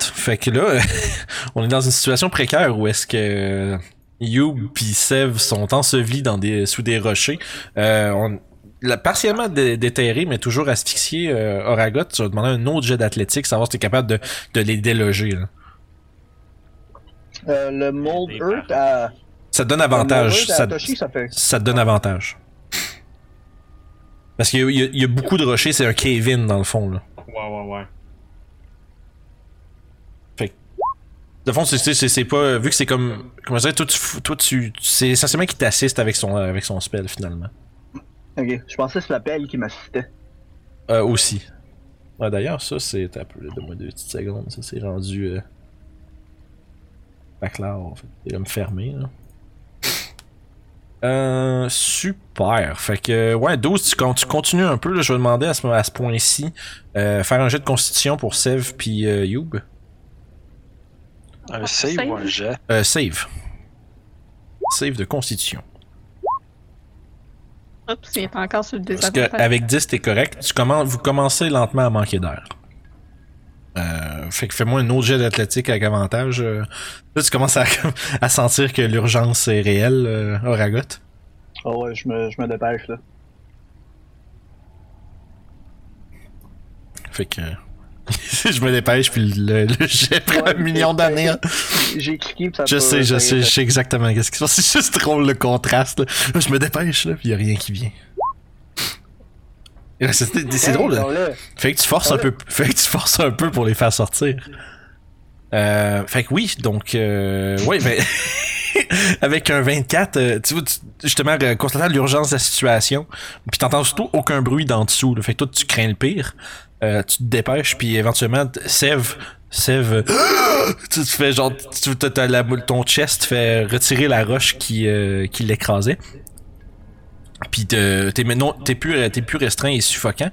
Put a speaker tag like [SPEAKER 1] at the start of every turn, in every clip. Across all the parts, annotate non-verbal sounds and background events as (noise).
[SPEAKER 1] Fait que là, (laughs) on est dans une situation précaire où est-ce que You puis Sev sont ensevelis dans des, sous des rochers. Euh, on, la- partiellement dé- déterré, mais toujours asphyxié, euh, Oragot, tu vas demander un autre jet d'athlétique, savoir si t'es capable de, de les déloger. là.
[SPEAKER 2] Euh, le Mold Earth à.
[SPEAKER 1] Ça te donne
[SPEAKER 2] le
[SPEAKER 1] avantage.
[SPEAKER 2] Mold Earth à
[SPEAKER 1] Ça,
[SPEAKER 2] Toshi, ça fait.
[SPEAKER 1] ça te donne avantage. Parce qu'il y, a- il y a- il y a beaucoup de rochers, c'est un cave-in dans le fond. Là.
[SPEAKER 3] Ouais, ouais, ouais.
[SPEAKER 1] De fond, c'est- c'est c'est- c'est pas. Vu que c'est comme. Comment dire, toi, tu. fous- Toi, tu c'est essentiellement qui t'assiste avec son, avec son spell finalement.
[SPEAKER 2] Ok, je pensais que c'est la pelle qui m'assistait.
[SPEAKER 1] Euh, aussi. Ouais, D'ailleurs, ça, c'est. un peu Donne-moi deux petites secondes. Ça, c'est rendu. Euh... Baclar, en fait. C'est comme fermé, là. Euh, super. Fait que, ouais, 12, tu, con- tu continues un peu. Là, je vais demander à ce, à ce point-ci euh, faire un jet de constitution pour Sev puis euh, Youb.
[SPEAKER 4] Un save ou un jet?
[SPEAKER 1] Euh, save. Save de constitution.
[SPEAKER 5] Oups, il est encore sur le
[SPEAKER 1] Parce que
[SPEAKER 5] désavantage.
[SPEAKER 1] avec 10, t'es correct. Tu commences, vous commencez lentement à manquer d'air. Euh, fait que fais-moi un autre jet d'athlétique avec avantage. euh. Là, tu commences à, (laughs) à sentir que l'urgence est réelle, euh, Oragot.
[SPEAKER 2] Oh ouais, je me, je me dépêche là.
[SPEAKER 1] Fait que. (laughs) je me dépêche, puis le, le jet prend un million d'années. hein.
[SPEAKER 2] J'ai cliqué pis ça
[SPEAKER 1] Je
[SPEAKER 2] peut-
[SPEAKER 1] sais, je
[SPEAKER 2] ça-
[SPEAKER 1] sais, je sais exactement qu'est-ce qui se passe. (laughs) C'est juste drôle le contraste. là. Je me dépêche, là, puis y a rien qui vient. C'est c'est
[SPEAKER 2] Hey,
[SPEAKER 1] drôle. hein. là.
[SPEAKER 2] non, là,
[SPEAKER 1] Fait que tu forces un peu, (laughs) fait que tu forces un peu pour les faire sortir. Euh, fait que oui, donc euh, ouais, ben (laughs) avec un 24, euh, tu vois, tu- justement euh, constatant l'urgence de la situation, puis t'entends surtout aucun bruit d'en dessous. là. Fait que toi tu crains le pire, Euh, tu te dépêches, puis éventuellement t- Sève, Sève, euh, (gasps) tu te fais genre, tu, t'as- t'as la- ton chest fait retirer la roche qui, euh, qui l'écrasait. Puis te- t'es maintenant t'es plus euh, t'es plus restreint et suffocant.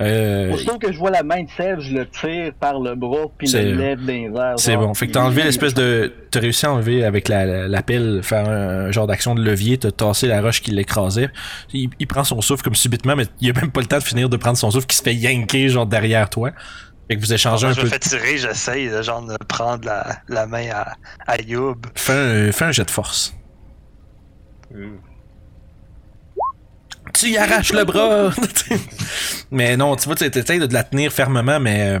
[SPEAKER 1] Euh,
[SPEAKER 2] Aussitôt que je vois la main de Sèvres, je le tire par le bras puis
[SPEAKER 1] C'est-
[SPEAKER 2] le lève dans les airs.
[SPEAKER 1] C'est
[SPEAKER 2] genre.
[SPEAKER 1] bon. Fait que t'as enlevé l'espèce de. T'as réussi à enlever avec la, la, la pelle, faire un, un genre d'action de levier, t'as tassé la roche qui l'écrasait. Il, il prend son souffle comme subitement, mais il a même pas le temps de finir de prendre son souffle qui se fait yanker genre derrière toi. Fait que vous échangez un
[SPEAKER 4] je me
[SPEAKER 1] peu.
[SPEAKER 4] fais tirer, j'essaye de, genre, de prendre la, la main à, à
[SPEAKER 1] (laughs)
[SPEAKER 4] Youb.
[SPEAKER 1] Fais un, fais un jet de force.
[SPEAKER 3] Ouh.
[SPEAKER 1] Tu y arraches le bras! mais non, tu vois, tu essaies de la tenir fermement, mais. euh,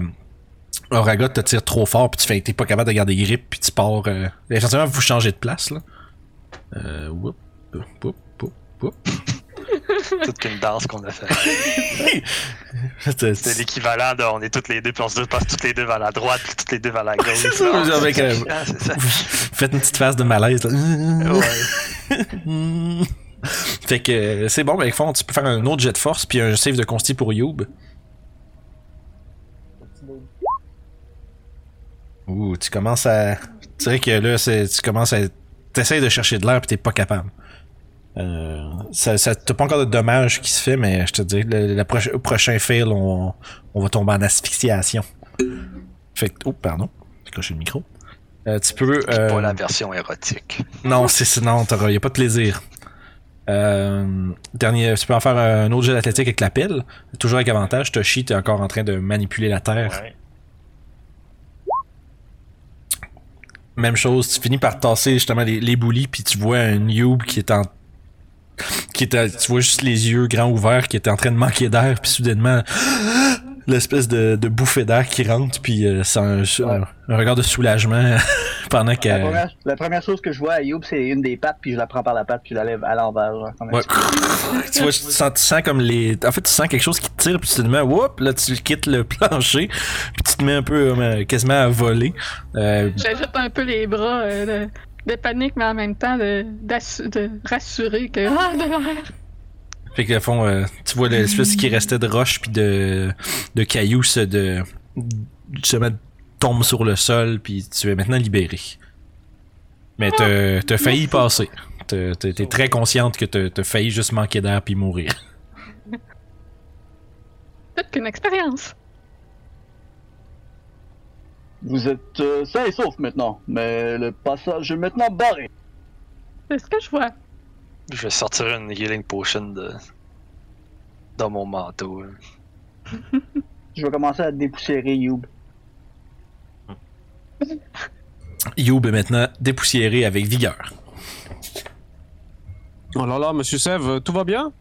[SPEAKER 1] Oragot te tire trop fort, puis tu fais, t'es pas capable de garder grip, puis tu pars. Euh, essentiellement, vous changez de place, là. Euh, whoop, whoop, whoop, whoop. (laughs)
[SPEAKER 4] Toute qu'une danse qu'on a fait.
[SPEAKER 1] C'était-
[SPEAKER 4] C'est l'équivalent de on est toutes les deux, puis on se passe toutes les deux vers la droite, puis toutes les deux vers la gauche.
[SPEAKER 1] c'est ça,
[SPEAKER 4] Ah,
[SPEAKER 1] avec,
[SPEAKER 4] c'est
[SPEAKER 1] euh,
[SPEAKER 4] chiant, c'est ça.
[SPEAKER 1] Faites une petite face de malaise. là.
[SPEAKER 4] Ouais.
[SPEAKER 1] (laughs) fait que euh, c'est bon, mais avec fond, tu peux faire un autre jet de force puis un save de consti pour Youb. Ouh, tu commences à. Tu dirais que là, c'est- tu commences à. T'essayes de chercher de l'air puis t'es pas capable. Euh, ça, ça- t'as pas encore de dommages qui se fait, mais je te dis, le, le proche- au prochain fail, on, on va tomber en asphyxiation. Fait que. Oh, pardon, j'ai coché le micro. Euh, tu peux. euh,
[SPEAKER 4] Pas la version érotique.
[SPEAKER 1] non, c'est c'est- non, t'auras, y a pas de plaisir. Euh, dernier, tu peux en faire un autre jeu d'athlétique avec la pelle. Toujours avec avantage. Toshi, t'es encore en train de manipuler la terre.
[SPEAKER 3] Ouais.
[SPEAKER 1] Même chose, tu finis par tasser justement les, les boulis, puis tu vois un Youb qui est en. Qui est, à- tu vois juste les yeux grands ouverts, qui est en train de manquer d'air, puis soudainement, (gasps) l'espèce de, de bouffée d'air qui rentre, puis euh, c'est un, un- un regard de soulagement (laughs) pendant
[SPEAKER 2] La
[SPEAKER 1] qu'elle.
[SPEAKER 2] première, la première chose que je vois à Youb, c'est une des pattes, puis je la prends par la patte, puis je la lève à l'envers. genre, comme un
[SPEAKER 1] Ouais. (laughs) tu vois, tu sens, tu sens comme les. En fait, tu sens quelque chose qui te tire, puis tu te mets, whoop, là, tu quittes le (laughs) plancher, puis tu te mets un peu euh, quasiment à voler. Euh,
[SPEAKER 5] J'agite un peu les bras euh, de, de panique, mais en même temps de, d'assu- de rassurer que. Ah, de l'air!
[SPEAKER 1] fait que, au fond, euh, tu vois l'espèce qui restait de roche, puis de, de cailloux, se de. justement, tombe sur le sol, puis tu es maintenant libéré. Mais t'as t'as failli y passer. T'as- T'es t'es très consciente que t'as t'as failli juste manquer d'air puis mourir.
[SPEAKER 5] Peut-être qu'une expérience.
[SPEAKER 2] Vous êtes euh, sains et saufs maintenant, mais le passage est maintenant barré.
[SPEAKER 5] C'est ce que je vois.
[SPEAKER 4] Je vais sortir une healing potion de... dans mon manteau. hein.
[SPEAKER 2] Je vais commencer à dépoussiérer Youb.
[SPEAKER 1] Youb est maintenant dépoussiéré avec vigueur.
[SPEAKER 6] Oh là là, monsieur Sève, tout va bien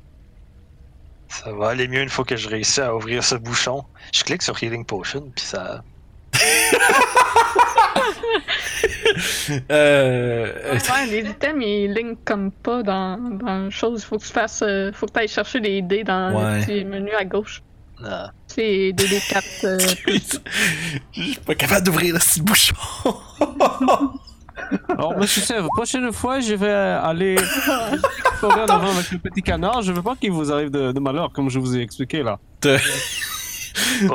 [SPEAKER 4] Ça va aller mieux une fois que je réussis à ouvrir ce bouchon. Je clique sur Healing Potion, puis ça.
[SPEAKER 1] Euh,
[SPEAKER 5] Ouais, les items, ils linkent comme pas dans, dans chose. Faut que tu fasses. euh, faut que tu ailles chercher les dés dans
[SPEAKER 1] Ouais.
[SPEAKER 5] le petit menu à gauche.
[SPEAKER 4] Ah.
[SPEAKER 5] C'est 2D4. euh,
[SPEAKER 1] je suis pas capable d'ouvrir le petit bouchon.
[SPEAKER 6] Alors, monsieur Sève, prochaine fois, je vais euh, aller explorer en avant avec le petit canard. Je veux pas qu'il vous arrive de, de malheur, comme je vous ai expliqué là.
[SPEAKER 4] Pas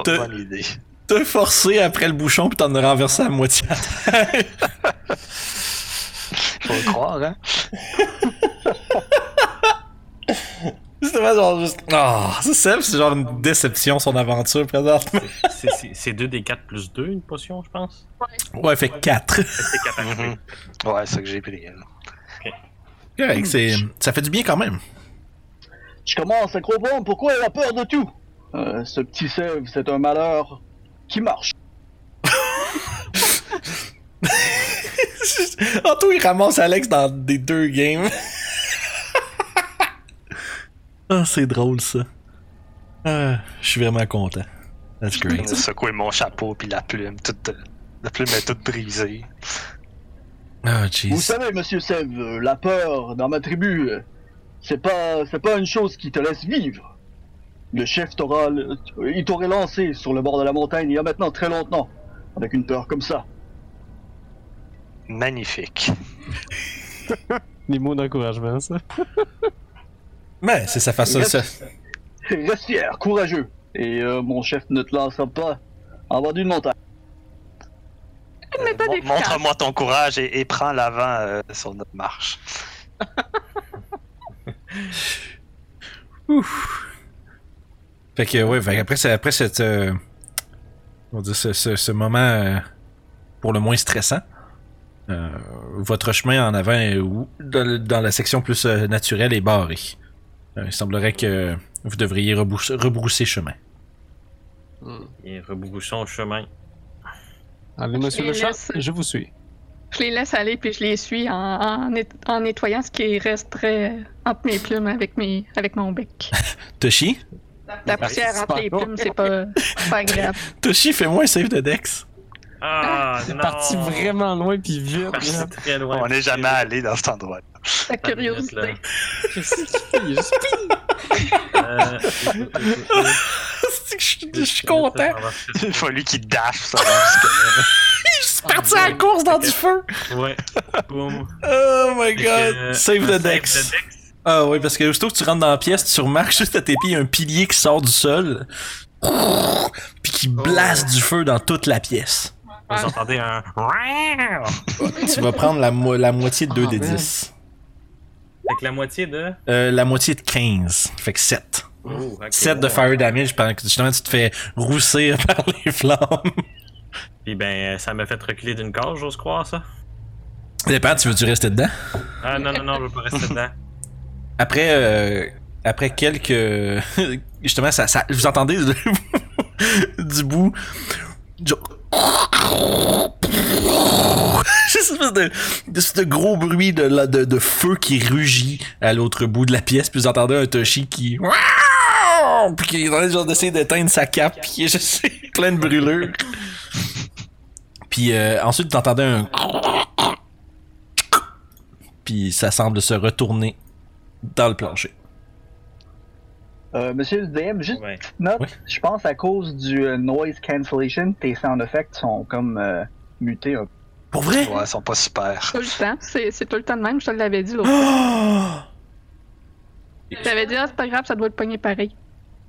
[SPEAKER 1] T'as-
[SPEAKER 4] bonne idée.
[SPEAKER 1] T'as forcé après le bouchon puis t'en as renversé à moitié. (laughs)
[SPEAKER 4] Faut le croire, hein.
[SPEAKER 1] C'est vraiment genre juste. Ah, c'est Seb, c'est genre une déception son aventure présentement.
[SPEAKER 3] (laughs) C'est- c'est- C'est 2 des 4 plus 2, une potion, je pense.
[SPEAKER 1] Ouais, fait 4.
[SPEAKER 3] C'est 4
[SPEAKER 4] Mhm. Ouais, c'est ça que j'ai pris. euh. là.
[SPEAKER 1] Correct, c'est. Ça fait du bien quand même. (laughs)
[SPEAKER 2] Je commence à comprendre pourquoi elle a peur de tout. Euh, ce petit sève, c'est un malheur qui marche.
[SPEAKER 1] Anto, il ramasse Alex dans des deux games. (laughs) Ah, c'est drôle ça. Ah, Je suis vraiment content. That's
[SPEAKER 4] On
[SPEAKER 1] great.
[SPEAKER 4] a secoué mon chapeau, puis la plume. Toute, euh, la plume est toute brisée.
[SPEAKER 1] Oh,
[SPEAKER 2] Vous
[SPEAKER 1] jeez.
[SPEAKER 2] savez, monsieur Sève, euh, la peur dans ma tribu, euh, c'est pas, c'est pas une chose qui te laisse vivre. Le chef t'aura, euh, il t'aurait lancé sur le bord de la montagne il y a maintenant très longtemps, avec une peur comme ça. (laughs)
[SPEAKER 4] Magnifique.
[SPEAKER 6] Des mots d'encouragement, hein, ça.
[SPEAKER 1] Mais c'est sa façon. Ça.
[SPEAKER 2] Reste fier, courageux, et euh, mon chef ne te lancera pas en bas d'une montagne.
[SPEAKER 4] Euh,
[SPEAKER 5] pas
[SPEAKER 4] mon-
[SPEAKER 5] des piquants.
[SPEAKER 4] Montre-moi ton courage et, et prends l'avant euh, sur notre marche.
[SPEAKER 1] Fait que, ouais, fait après, c'est- après cette. euh, on va dire, ce, ce- ce moment euh, pour le moins stressant, euh, votre chemin en avant est où- dans, le- dans la section plus euh, naturelle est barré. Euh, il semblerait que vous devriez rebrousse- rebrousser chemin.
[SPEAKER 3] Et rebrouchons le chemin.
[SPEAKER 6] Allez, monsieur
[SPEAKER 5] Et
[SPEAKER 6] le chat,
[SPEAKER 5] laisse-
[SPEAKER 6] je vous suis.
[SPEAKER 5] Je les laisse aller puis je les suis en, en, net- en nettoyant ce qui resterait entre mes plumes avec, mes, avec mon bec.
[SPEAKER 1] Toshi
[SPEAKER 5] La poussière
[SPEAKER 6] c'est
[SPEAKER 5] entre les
[SPEAKER 6] pas-
[SPEAKER 5] plumes, c'est pas, c'est pas agréable.
[SPEAKER 1] Toshi, fais-moi un save de Dex. (laughs)
[SPEAKER 3] Ah,
[SPEAKER 6] C'est
[SPEAKER 3] non.
[SPEAKER 6] parti vraiment loin puis vite.
[SPEAKER 3] Parti très loin.
[SPEAKER 4] On n'est jamais allé dans cet endroit. (laughs)
[SPEAKER 5] La
[SPEAKER 3] Cinq minutes,
[SPEAKER 5] curiosité.
[SPEAKER 6] Qu'est-ce qu'il fait? Il est juste-
[SPEAKER 3] là. Euh,
[SPEAKER 1] je suis- je suis content.
[SPEAKER 4] Il a fallu qu'il dash ça. parce
[SPEAKER 1] Je suis parti à la course dans du feu.
[SPEAKER 4] (laughs)
[SPEAKER 3] Ouais. Boum.
[SPEAKER 1] Oh my
[SPEAKER 3] Fait que,
[SPEAKER 1] god.
[SPEAKER 3] euh,
[SPEAKER 1] Save
[SPEAKER 3] un
[SPEAKER 1] the Dex. Ah oui, parce que aussitôt que tu rentres dans la pièce, tu remarques juste à tes pieds un pilier qui sort du sol. Puis qui
[SPEAKER 6] Oh.
[SPEAKER 1] blasse du feu dans toute la pièce.
[SPEAKER 3] Vous entendez un. Fait
[SPEAKER 1] Tu vas prendre la, mo- la moitié de 2
[SPEAKER 6] Ah,
[SPEAKER 1] des
[SPEAKER 6] man.
[SPEAKER 1] 10.
[SPEAKER 3] que la moitié de.
[SPEAKER 1] Euh, la moitié de 15. Fait que 7.
[SPEAKER 3] Oh, ok.
[SPEAKER 1] 7 de fire damage pendant que justement tu te fais rousser (laughs) par les flammes.
[SPEAKER 3] Puis ben, ça m'a fait reculer d'une case, j'ose croire ça.
[SPEAKER 1] Ça Dépend, tu veux-tu rester dedans?
[SPEAKER 3] Ah non, non, non, je veux pas rester dedans.
[SPEAKER 1] Après, euh, après quelques. (laughs) Justement, ça, ça- vous entendez le- (laughs) du bout. genre- (laughs) Juste une espèce de, une espèce de gros bruit de, la- de, de feu qui rugit à l'autre bout de la pièce. Puis vous entendez un Toshi qui. (laughs) Puis qui est en train de genre d'essayer d'éteindre sa cape. Puis qui est juste (laughs) plein de brûlures. Puis euh, ensuite, vous entendez un. (laughs) Puis ça semble se retourner dans le plancher.
[SPEAKER 2] Euh, monsieur le DM, juste
[SPEAKER 3] Ouais.
[SPEAKER 2] Note,
[SPEAKER 1] Oui.
[SPEAKER 2] je pense à cause du euh, noise cancellation, tes sound effects sont comme euh, mutés un peu.
[SPEAKER 1] Pour vrai?
[SPEAKER 4] que, ouais, ils sont pas super.
[SPEAKER 5] Tout le temps. C'est c'est tout le temps de même, je te l'avais dit l'autre.
[SPEAKER 1] Ah,
[SPEAKER 5] Je t'avais dit, ah, c'est pas grave, ça doit le pogner pareil.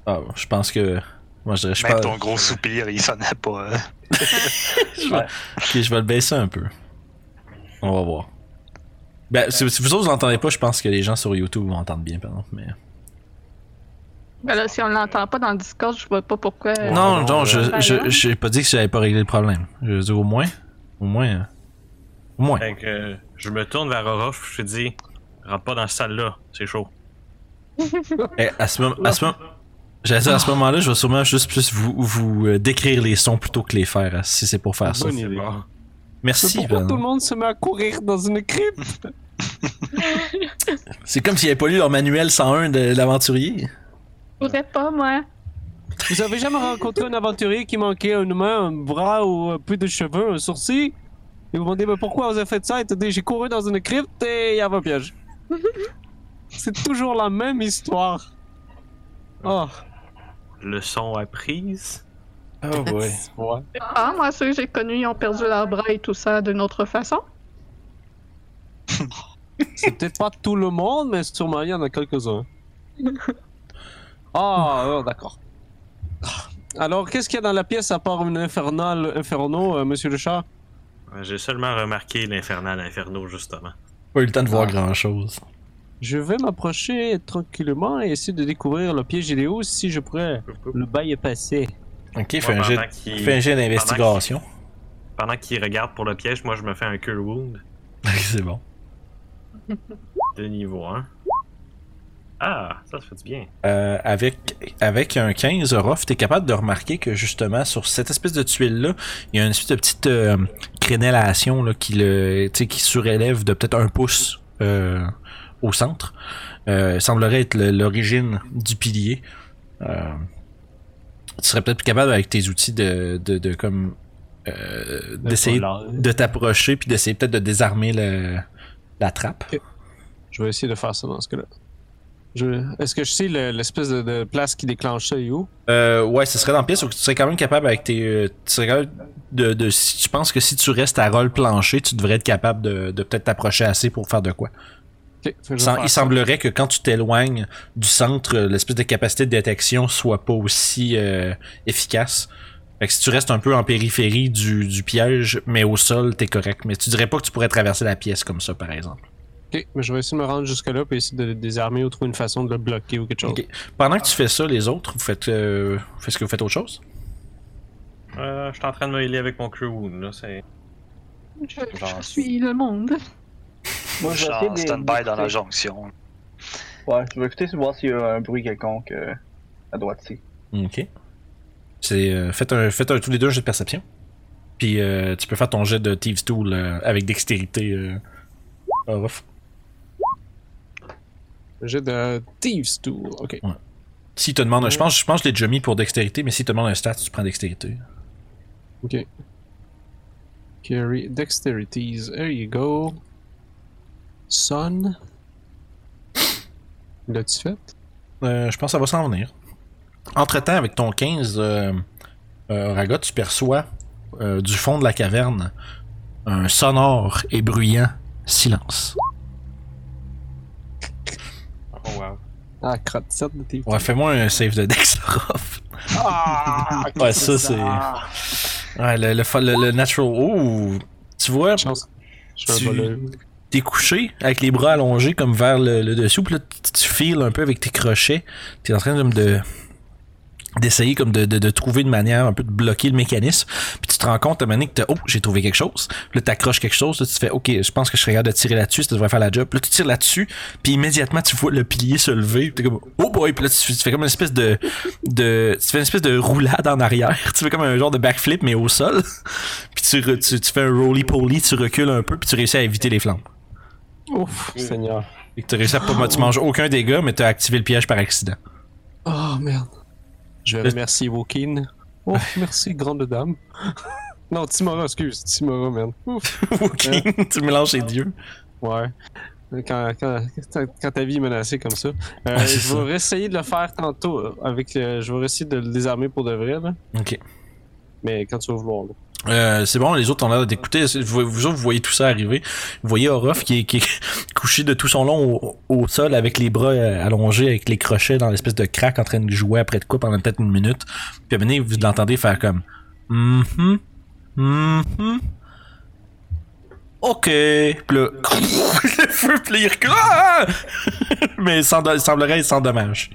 [SPEAKER 1] bon, Ah, je pense que. Moi, je dirais, je,
[SPEAKER 4] Même
[SPEAKER 1] pas...
[SPEAKER 4] ton gros soupir, il sonnait pas. hein.
[SPEAKER 1] Ok, je vais le baisser un peu. On va voir. Ben, si, si vous autres vous l'entendez pas, je pense que les gens sur YouTube l'entendent bien, pardon. Mais...
[SPEAKER 5] Ben là, si on l'entend pas dans le Discord, je vois pas pourquoi. euh,
[SPEAKER 1] non, non, je
[SPEAKER 5] euh,
[SPEAKER 1] je- j'ai pas dit que j'avais pas réglé le problème. Je veux dire, au moins. Au moins. euh, Au moins.
[SPEAKER 3] Fait que euh, je me tourne vers Orof, je te dis, rentre pas dans cette salle-là, c'est chaud.
[SPEAKER 1] Eh, à ce moment. À ce moment... J'allais dire, à ce moment-là, je vais
[SPEAKER 3] Ah,
[SPEAKER 1] sûrement juste plus vous, vous euh, décrire les sons plutôt que les faire, hein, si c'est pour faire ça.
[SPEAKER 6] Bonne idée. Mais
[SPEAKER 1] Merci,
[SPEAKER 6] pourquoi
[SPEAKER 1] Ben.
[SPEAKER 6] tout le monde se met à courir dans une crypte
[SPEAKER 1] C'est comme s'ils n'avaient pas lu leur manuel 101 de l'aventurier.
[SPEAKER 5] Je pourrais pas, moi.
[SPEAKER 6] Vous avez jamais rencontré un aventurier qui manquait une main, un bras ou un peu de cheveux, un sourcil Et vous demandez mais pourquoi vous avez fait ça Et te dit j'ai couru dans une crypte et il y avait un piège. C'est toujours la même histoire. Oh,
[SPEAKER 3] Leçon apprise.
[SPEAKER 1] Oh boy.
[SPEAKER 6] (laughs) ouais.
[SPEAKER 5] Ah, moi, ceux que j'ai connus, ils ont perdu leurs bras et tout ça d'une autre façon.
[SPEAKER 6] C'est peut-être pas tout le monde, mais sûrement il y en a quelques-uns. Ah, euh, d'accord. Ah. Alors, qu'est-ce qu'il y a dans la pièce à part une infernale inferno, euh, monsieur le chat
[SPEAKER 3] Euh, J'ai seulement remarqué l'infernal inferno, justement.
[SPEAKER 1] Pas eu le temps de voir
[SPEAKER 3] Ah.
[SPEAKER 1] grand chose.
[SPEAKER 6] Je vais m'approcher tranquillement et essayer de découvrir le piège il est où si je pourrais. Le bail est passé.
[SPEAKER 1] Ok,
[SPEAKER 3] Moi,
[SPEAKER 1] fais un jet,
[SPEAKER 3] pendant qu'il-
[SPEAKER 1] fais un jet d'investigation.
[SPEAKER 3] Pendant qu'il regarde pour le piège, moi je me fais un Cure Wound
[SPEAKER 1] (laughs) C'est bon.
[SPEAKER 3] de niveau 1. Ah, ça, ça fait du bien.
[SPEAKER 1] Euh, avec, avec un 15, Rof, t'es capable de remarquer que justement, sur cette espèce de tuile-là, il y a une espèce de petite euh, crénellation là, qui, le, tu sais, qui surélève de peut-être un pouce euh, au centre. Euh, semblerait être le- l'origine du pilier. Euh, tu serais peut-être plus capable avec tes outils de, de, de comme euh, d'essayer de t'approcher puis d'essayer peut-être de désarmer le, la trappe.
[SPEAKER 6] Je vais essayer de faire ça dans ce cas-là. Je... Est-ce que je sais le- l'espèce de, de place qui déclenche ça, You
[SPEAKER 1] Euh, ouais, ce serait dans la pièce où tu serais quand même capable avec tes. euh, tu serais capable de, de- Si tu penses que si tu restes à rôle plancher, tu devrais être capable de, de peut-être t'approcher assez pour faire de quoi.
[SPEAKER 6] Ok, fait que je vais
[SPEAKER 1] Sans-
[SPEAKER 6] faire
[SPEAKER 1] il
[SPEAKER 6] ça.
[SPEAKER 1] semblerait que quand tu t'éloignes du centre, euh, l'espèce de capacité de détection soit pas aussi euh, efficace. Fait que si tu restes un peu en périphérie du, du piège, mais au sol, t'es correct. Mais tu dirais pas que tu pourrais traverser la pièce comme ça, par exemple.
[SPEAKER 6] Ok, mais je vais essayer de me rendre jusque-là puis essayer de le désarmer ou trouver une façon de le bloquer ou quelque chose.
[SPEAKER 1] Ok. Pendant que tu fais ça, les autres, vous faites. euh, faites ce que vous faites autre chose?
[SPEAKER 3] Euh, je suis en train de me healer avec mon Cure Wound, là. C'est...
[SPEAKER 5] Je,
[SPEAKER 4] Genre.
[SPEAKER 5] je suis le monde.
[SPEAKER 2] Moi,
[SPEAKER 4] Je suis
[SPEAKER 2] vais essayer
[SPEAKER 4] en
[SPEAKER 2] de-
[SPEAKER 4] stand-by dans la
[SPEAKER 2] d'écouter.
[SPEAKER 4] jonction.
[SPEAKER 2] Ouais, je vais écouter voir s'il y a un bruit quelconque euh, à droite ici.
[SPEAKER 1] Ok. C'est, euh, faites, un, faites un- tous les deux un jet de perception. Puis euh, tu peux faire ton jet de Thieves Tool euh, avec dextérité. euh, ah, off.
[SPEAKER 6] J'ai de Thieves Tool. Ok.
[SPEAKER 1] S'il te demande, je pense, je pense que je l'ai déjà mis pour dextérité, mais s'il te demande un stat, tu prends dextérité.
[SPEAKER 6] Ok. Carry dexterities. There you go. Son. L'as-tu fait?
[SPEAKER 1] Euh, je pense que ça va s'en venir. Entre-temps, avec ton 15, euh, euh, Raga, tu perçois euh, du fond de la caverne un sonore et bruyant silence.
[SPEAKER 3] Oh, wow.
[SPEAKER 6] Ah, crotte 7 de Thieves
[SPEAKER 1] Ouais, fais-moi un save de Dex, (laughs) Rof. ouais, ça, Ah, c'est. Ouais, le, le, fa- le- le natural. Ouh! Tu vois,
[SPEAKER 6] Tool. Chance. Je suis
[SPEAKER 1] Tu-
[SPEAKER 6] un voleur.
[SPEAKER 1] t'es couché avec les bras allongés comme vers le, le dessous, puis là, tu- tu files un peu avec tes crochets. T'es en train de, de- d'essayer comme de, de- de trouver une manière un peu de bloquer le mécanisme. Puis tu te rends compte à un moment donné que t'as- oh, j'ai trouvé quelque chose. Puis là, t'accroches quelque chose, là, tu te fais OK, je pense que je serais capable de tirer là-dessus, ça devrait faire la job. Puis là, tu tires là-dessus, puis immédiatement tu vois le pilier se lever, puis t'es comme oh boy, puis là tu, tu fais comme une espèce de, de tu fais une espèce de roulade en arrière, (laughs) tu fais comme un genre de backflip mais au sol. (laughs) Puis tu, re- tu, tu fais un roly-poly, tu recules un peu, puis tu réussis à éviter les flammes.
[SPEAKER 6] Ouf, Seigneur.
[SPEAKER 1] Et que t'as réussi à pas. Tu manges aucun dégât, mais t'as activé le piège par accident.
[SPEAKER 6] Oh merde. Je vais remercier Wokin. Oh, (laughs) merci, grande dame. non, Timora, excuse. Timora, merde. Ouf.
[SPEAKER 1] Ok, (laughs) tu mélanges les dieux.
[SPEAKER 6] Ouais. Quand, quand, quand ta vie est menacée comme ça. Euh,
[SPEAKER 1] c'est
[SPEAKER 6] je vais essayer de le faire tantôt. euh, Avec, euh, je vais essayer de le désarmer pour de vrai, là.
[SPEAKER 1] Ok.
[SPEAKER 6] Mais quand tu vas vouloir, là.
[SPEAKER 1] Euh, c'est bon, les autres ont l'air d'écouter. Vous, vous autres, vous voyez tout ça arriver. Vous voyez Orof qui est, qui est (laughs) couché de tout son long au, au sol avec les bras euh, allongés, avec les crochets dans l'espèce de crack en train de jouer après de quoi pendant peut-être une minute. Puis à un moment donné, vous l'entendez faire comme Mhm. Mhm. Ok. Puis là, (laughs) le feu, puis là, il recule. Ah! (laughs) Mais sans, do- il semblerait être sans dommage.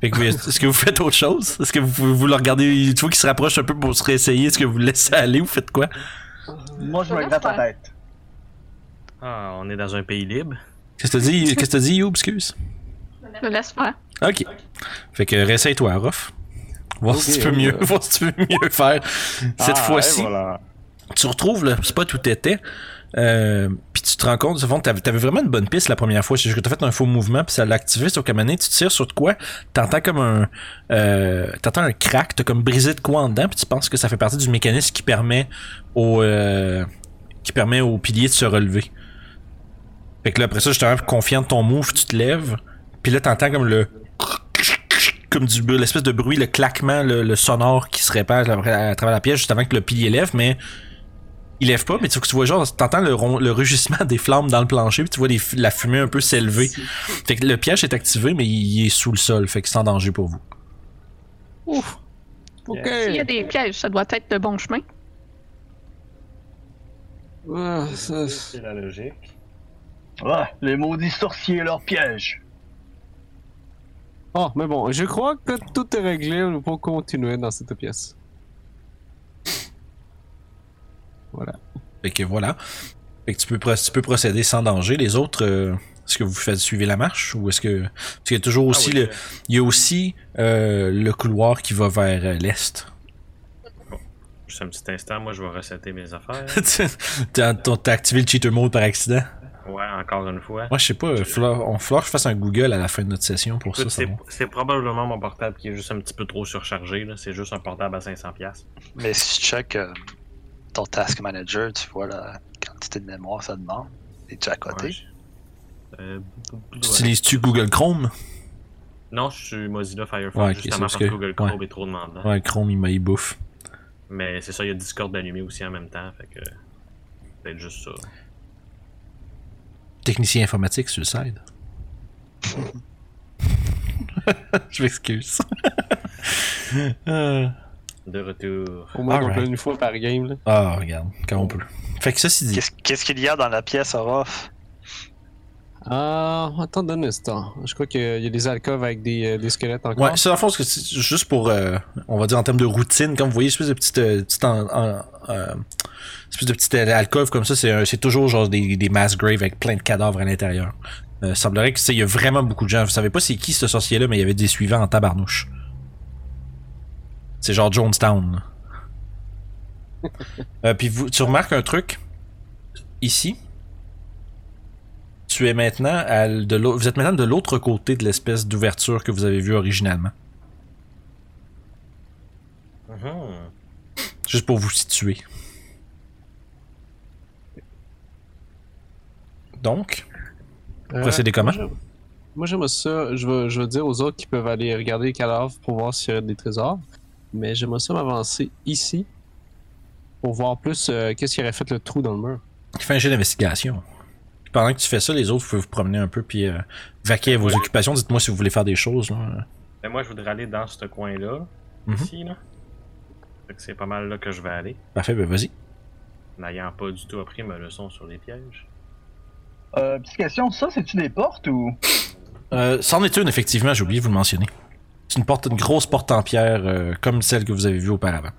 [SPEAKER 1] Fait que vous- est-ce que vous faites autre chose? Est-ce que vous, vous le regardez, tu vois qu'il se rapproche un peu pour se réessayer? Est-ce que vous le laissez aller ou faites quoi?
[SPEAKER 2] Moi, je
[SPEAKER 5] Ça
[SPEAKER 2] me
[SPEAKER 5] va
[SPEAKER 2] gratte la
[SPEAKER 5] faire.
[SPEAKER 2] tête.
[SPEAKER 3] Ah, on est dans un pays libre.
[SPEAKER 1] Qu'est-ce que t'as dit? Qu'est-ce que t'as dit, Youb? Excuse.
[SPEAKER 5] Je laisse faire.
[SPEAKER 1] Ok. Fait que réessaye-toi, Rof. Voir si tu peux mieux, (laughs) voir si tu peux mieux faire. Cette
[SPEAKER 7] Ah,
[SPEAKER 1] fois-ci,
[SPEAKER 7] et voilà.
[SPEAKER 1] tu retrouves le spot où t'étais. Euh, puis tu te rends compte, au fond, t'avais, t'avais vraiment une bonne piste la première fois. C'est juste que t'as fait un faux mouvement, puis ça l'a activé. Sauf qu'à un moment donné, tu tires sur de quoi, t'entends comme un, euh, t'entends un crack, t'as comme brisé de quoi en dedans, puis tu penses que ça fait partie du mécanisme qui permet au, euh, qui permet au pilier de se relever. Fait que là, après ça, justement, confiant de ton move, tu te lèves, puis là, t'entends comme le comme du bruit, l'espèce de bruit, le claquement, le, le sonore qui se répand à, à travers la pièce juste avant que le pilier lève, mais il lève pas, mais tu, tu vois genre, t'entends le, ron- le rugissement (laughs) des flammes dans le plancher, puis tu vois des fu- la fumée un peu s'élever. Fait que le piège est activé, mais il, il est sous le sol, fait que c'est en danger pour vous.
[SPEAKER 6] Ouf. Ok.
[SPEAKER 5] S'il y a des pièges, ça doit être le bon chemin.
[SPEAKER 6] Ah, ça-
[SPEAKER 7] C'est la logique.
[SPEAKER 2] Ah, les maudits sorciers et leurs pièges.
[SPEAKER 6] Oh, mais bon, je crois que tout est réglé. On peut continuer dans cette pièce. Voilà.
[SPEAKER 1] Fait que voilà. Fait que tu peux, pro- tu peux procéder sans danger. Les autres, euh, est-ce que vous faites suivez la marche ou est-ce que. Parce qu'il y a toujours
[SPEAKER 3] Ah
[SPEAKER 1] aussi le. Il y a aussi euh, le couloir qui va vers euh, l'est. (laughs)
[SPEAKER 3] Juste un petit instant, moi je vais resetter mes affaires.
[SPEAKER 1] Tu- T'as t'as activé le cheater mode par accident.
[SPEAKER 3] Ouais, encore une fois.
[SPEAKER 1] Moi, je sais pas, euh, Flore- on flore que je fasse un Google à la fin de notre session pour ça.
[SPEAKER 3] Écoute,
[SPEAKER 1] ça
[SPEAKER 3] C'est
[SPEAKER 1] va.
[SPEAKER 3] c'est probablement mon portable qui est juste un petit peu trop surchargé. là. C'est juste un portable à 500$. piastres.
[SPEAKER 4] Mais si tu check euh, ton task manager, tu vois la quantité de mémoire ça demande. Et tu à côté.
[SPEAKER 3] Ouais, je- euh, ouais.
[SPEAKER 1] Tu utilises-tu Google Chrome?
[SPEAKER 3] Non, je suis Mozilla Firefox,
[SPEAKER 1] Ouais, ok, c'est
[SPEAKER 3] justement
[SPEAKER 1] parce
[SPEAKER 3] parce que
[SPEAKER 1] que-
[SPEAKER 3] Google Chrome est trop demandant.
[SPEAKER 1] Ouais, Chrome, il m'a il bouffe.
[SPEAKER 3] Mais c'est ça, il y a Discord d'allumé aussi en même temps, fait que... Peut-être juste ça.
[SPEAKER 1] Technicien informatique, suicide. (laughs) je m'excuse. Euh,
[SPEAKER 3] De retour.
[SPEAKER 6] Au moins, on
[SPEAKER 1] Alright.
[SPEAKER 6] peut une fois par game. Là.
[SPEAKER 1] (laughs) Ah, regarde, quand on peut. Fait que ça, c'est dit.
[SPEAKER 4] Qu'est-ce qu'est-ce qu'il y a dans la pièce, Orof
[SPEAKER 6] Ah, attends un instant. Je crois qu'il y a des alcôves avec des, euh, des squelettes encore.
[SPEAKER 1] Ouais, c'est en fond, ce que c'est juste pour, euh, on va dire en termes de routine, comme vous voyez, espèce de petite, euh, petite en- en- euh, espèce de petite euh, alcôve comme ça, c'est un- c'est toujours genre des, des mass graves avec plein de cadavres à l'intérieur. Euh, semblerait que c'est- il y a vraiment beaucoup de gens. Vous savez pas c'est qui ce sorcier là, mais il y avait des suivants en tabarnouche. C'est genre Jonestown. là. Euh, puis vous, tu remarques un truc ici. Tu es maintenant à l- de l'au- vous êtes maintenant de l'autre côté de l'espèce d'ouverture que vous avez vue originalement.
[SPEAKER 3] Mhm.
[SPEAKER 1] Juste pour vous situer. Donc,
[SPEAKER 6] Euh,
[SPEAKER 1] procédez comment?
[SPEAKER 6] moi, j'aime- Moi, j'aimerais ça. Je veux, je veux dire aux autres qui peuvent aller regarder les cadavres pour voir s'il y a des trésors. Mais j'aimerais ça m'avancer ici pour voir plus euh, qu'est-ce qui aurait fait le trou dans le mur.
[SPEAKER 1] Fais un jeu d'investigation. Puis Pendant que tu fais ça, les autres, vous pouvez vous promener un peu puis euh, vaquer à vos occupations. Dites-moi si vous voulez faire des choses. là.
[SPEAKER 3] Mais Ben, moi, je voudrais aller dans ce coin-là.
[SPEAKER 1] Mhm.
[SPEAKER 3] Ici, là. Fait que c'est pas mal là que je vais aller.
[SPEAKER 1] Parfait, ben vas-y.
[SPEAKER 3] N'ayant pas du tout appris ma leçon sur les pièges.
[SPEAKER 2] Euh, petite question, ça, c'est-tu des portes ou.
[SPEAKER 1] Euh, c'en est une, effectivement, j'ai oublié de vous le mentionner. C'est une porte, une grosse porte en pierre, euh, comme celle que vous avez vue auparavant.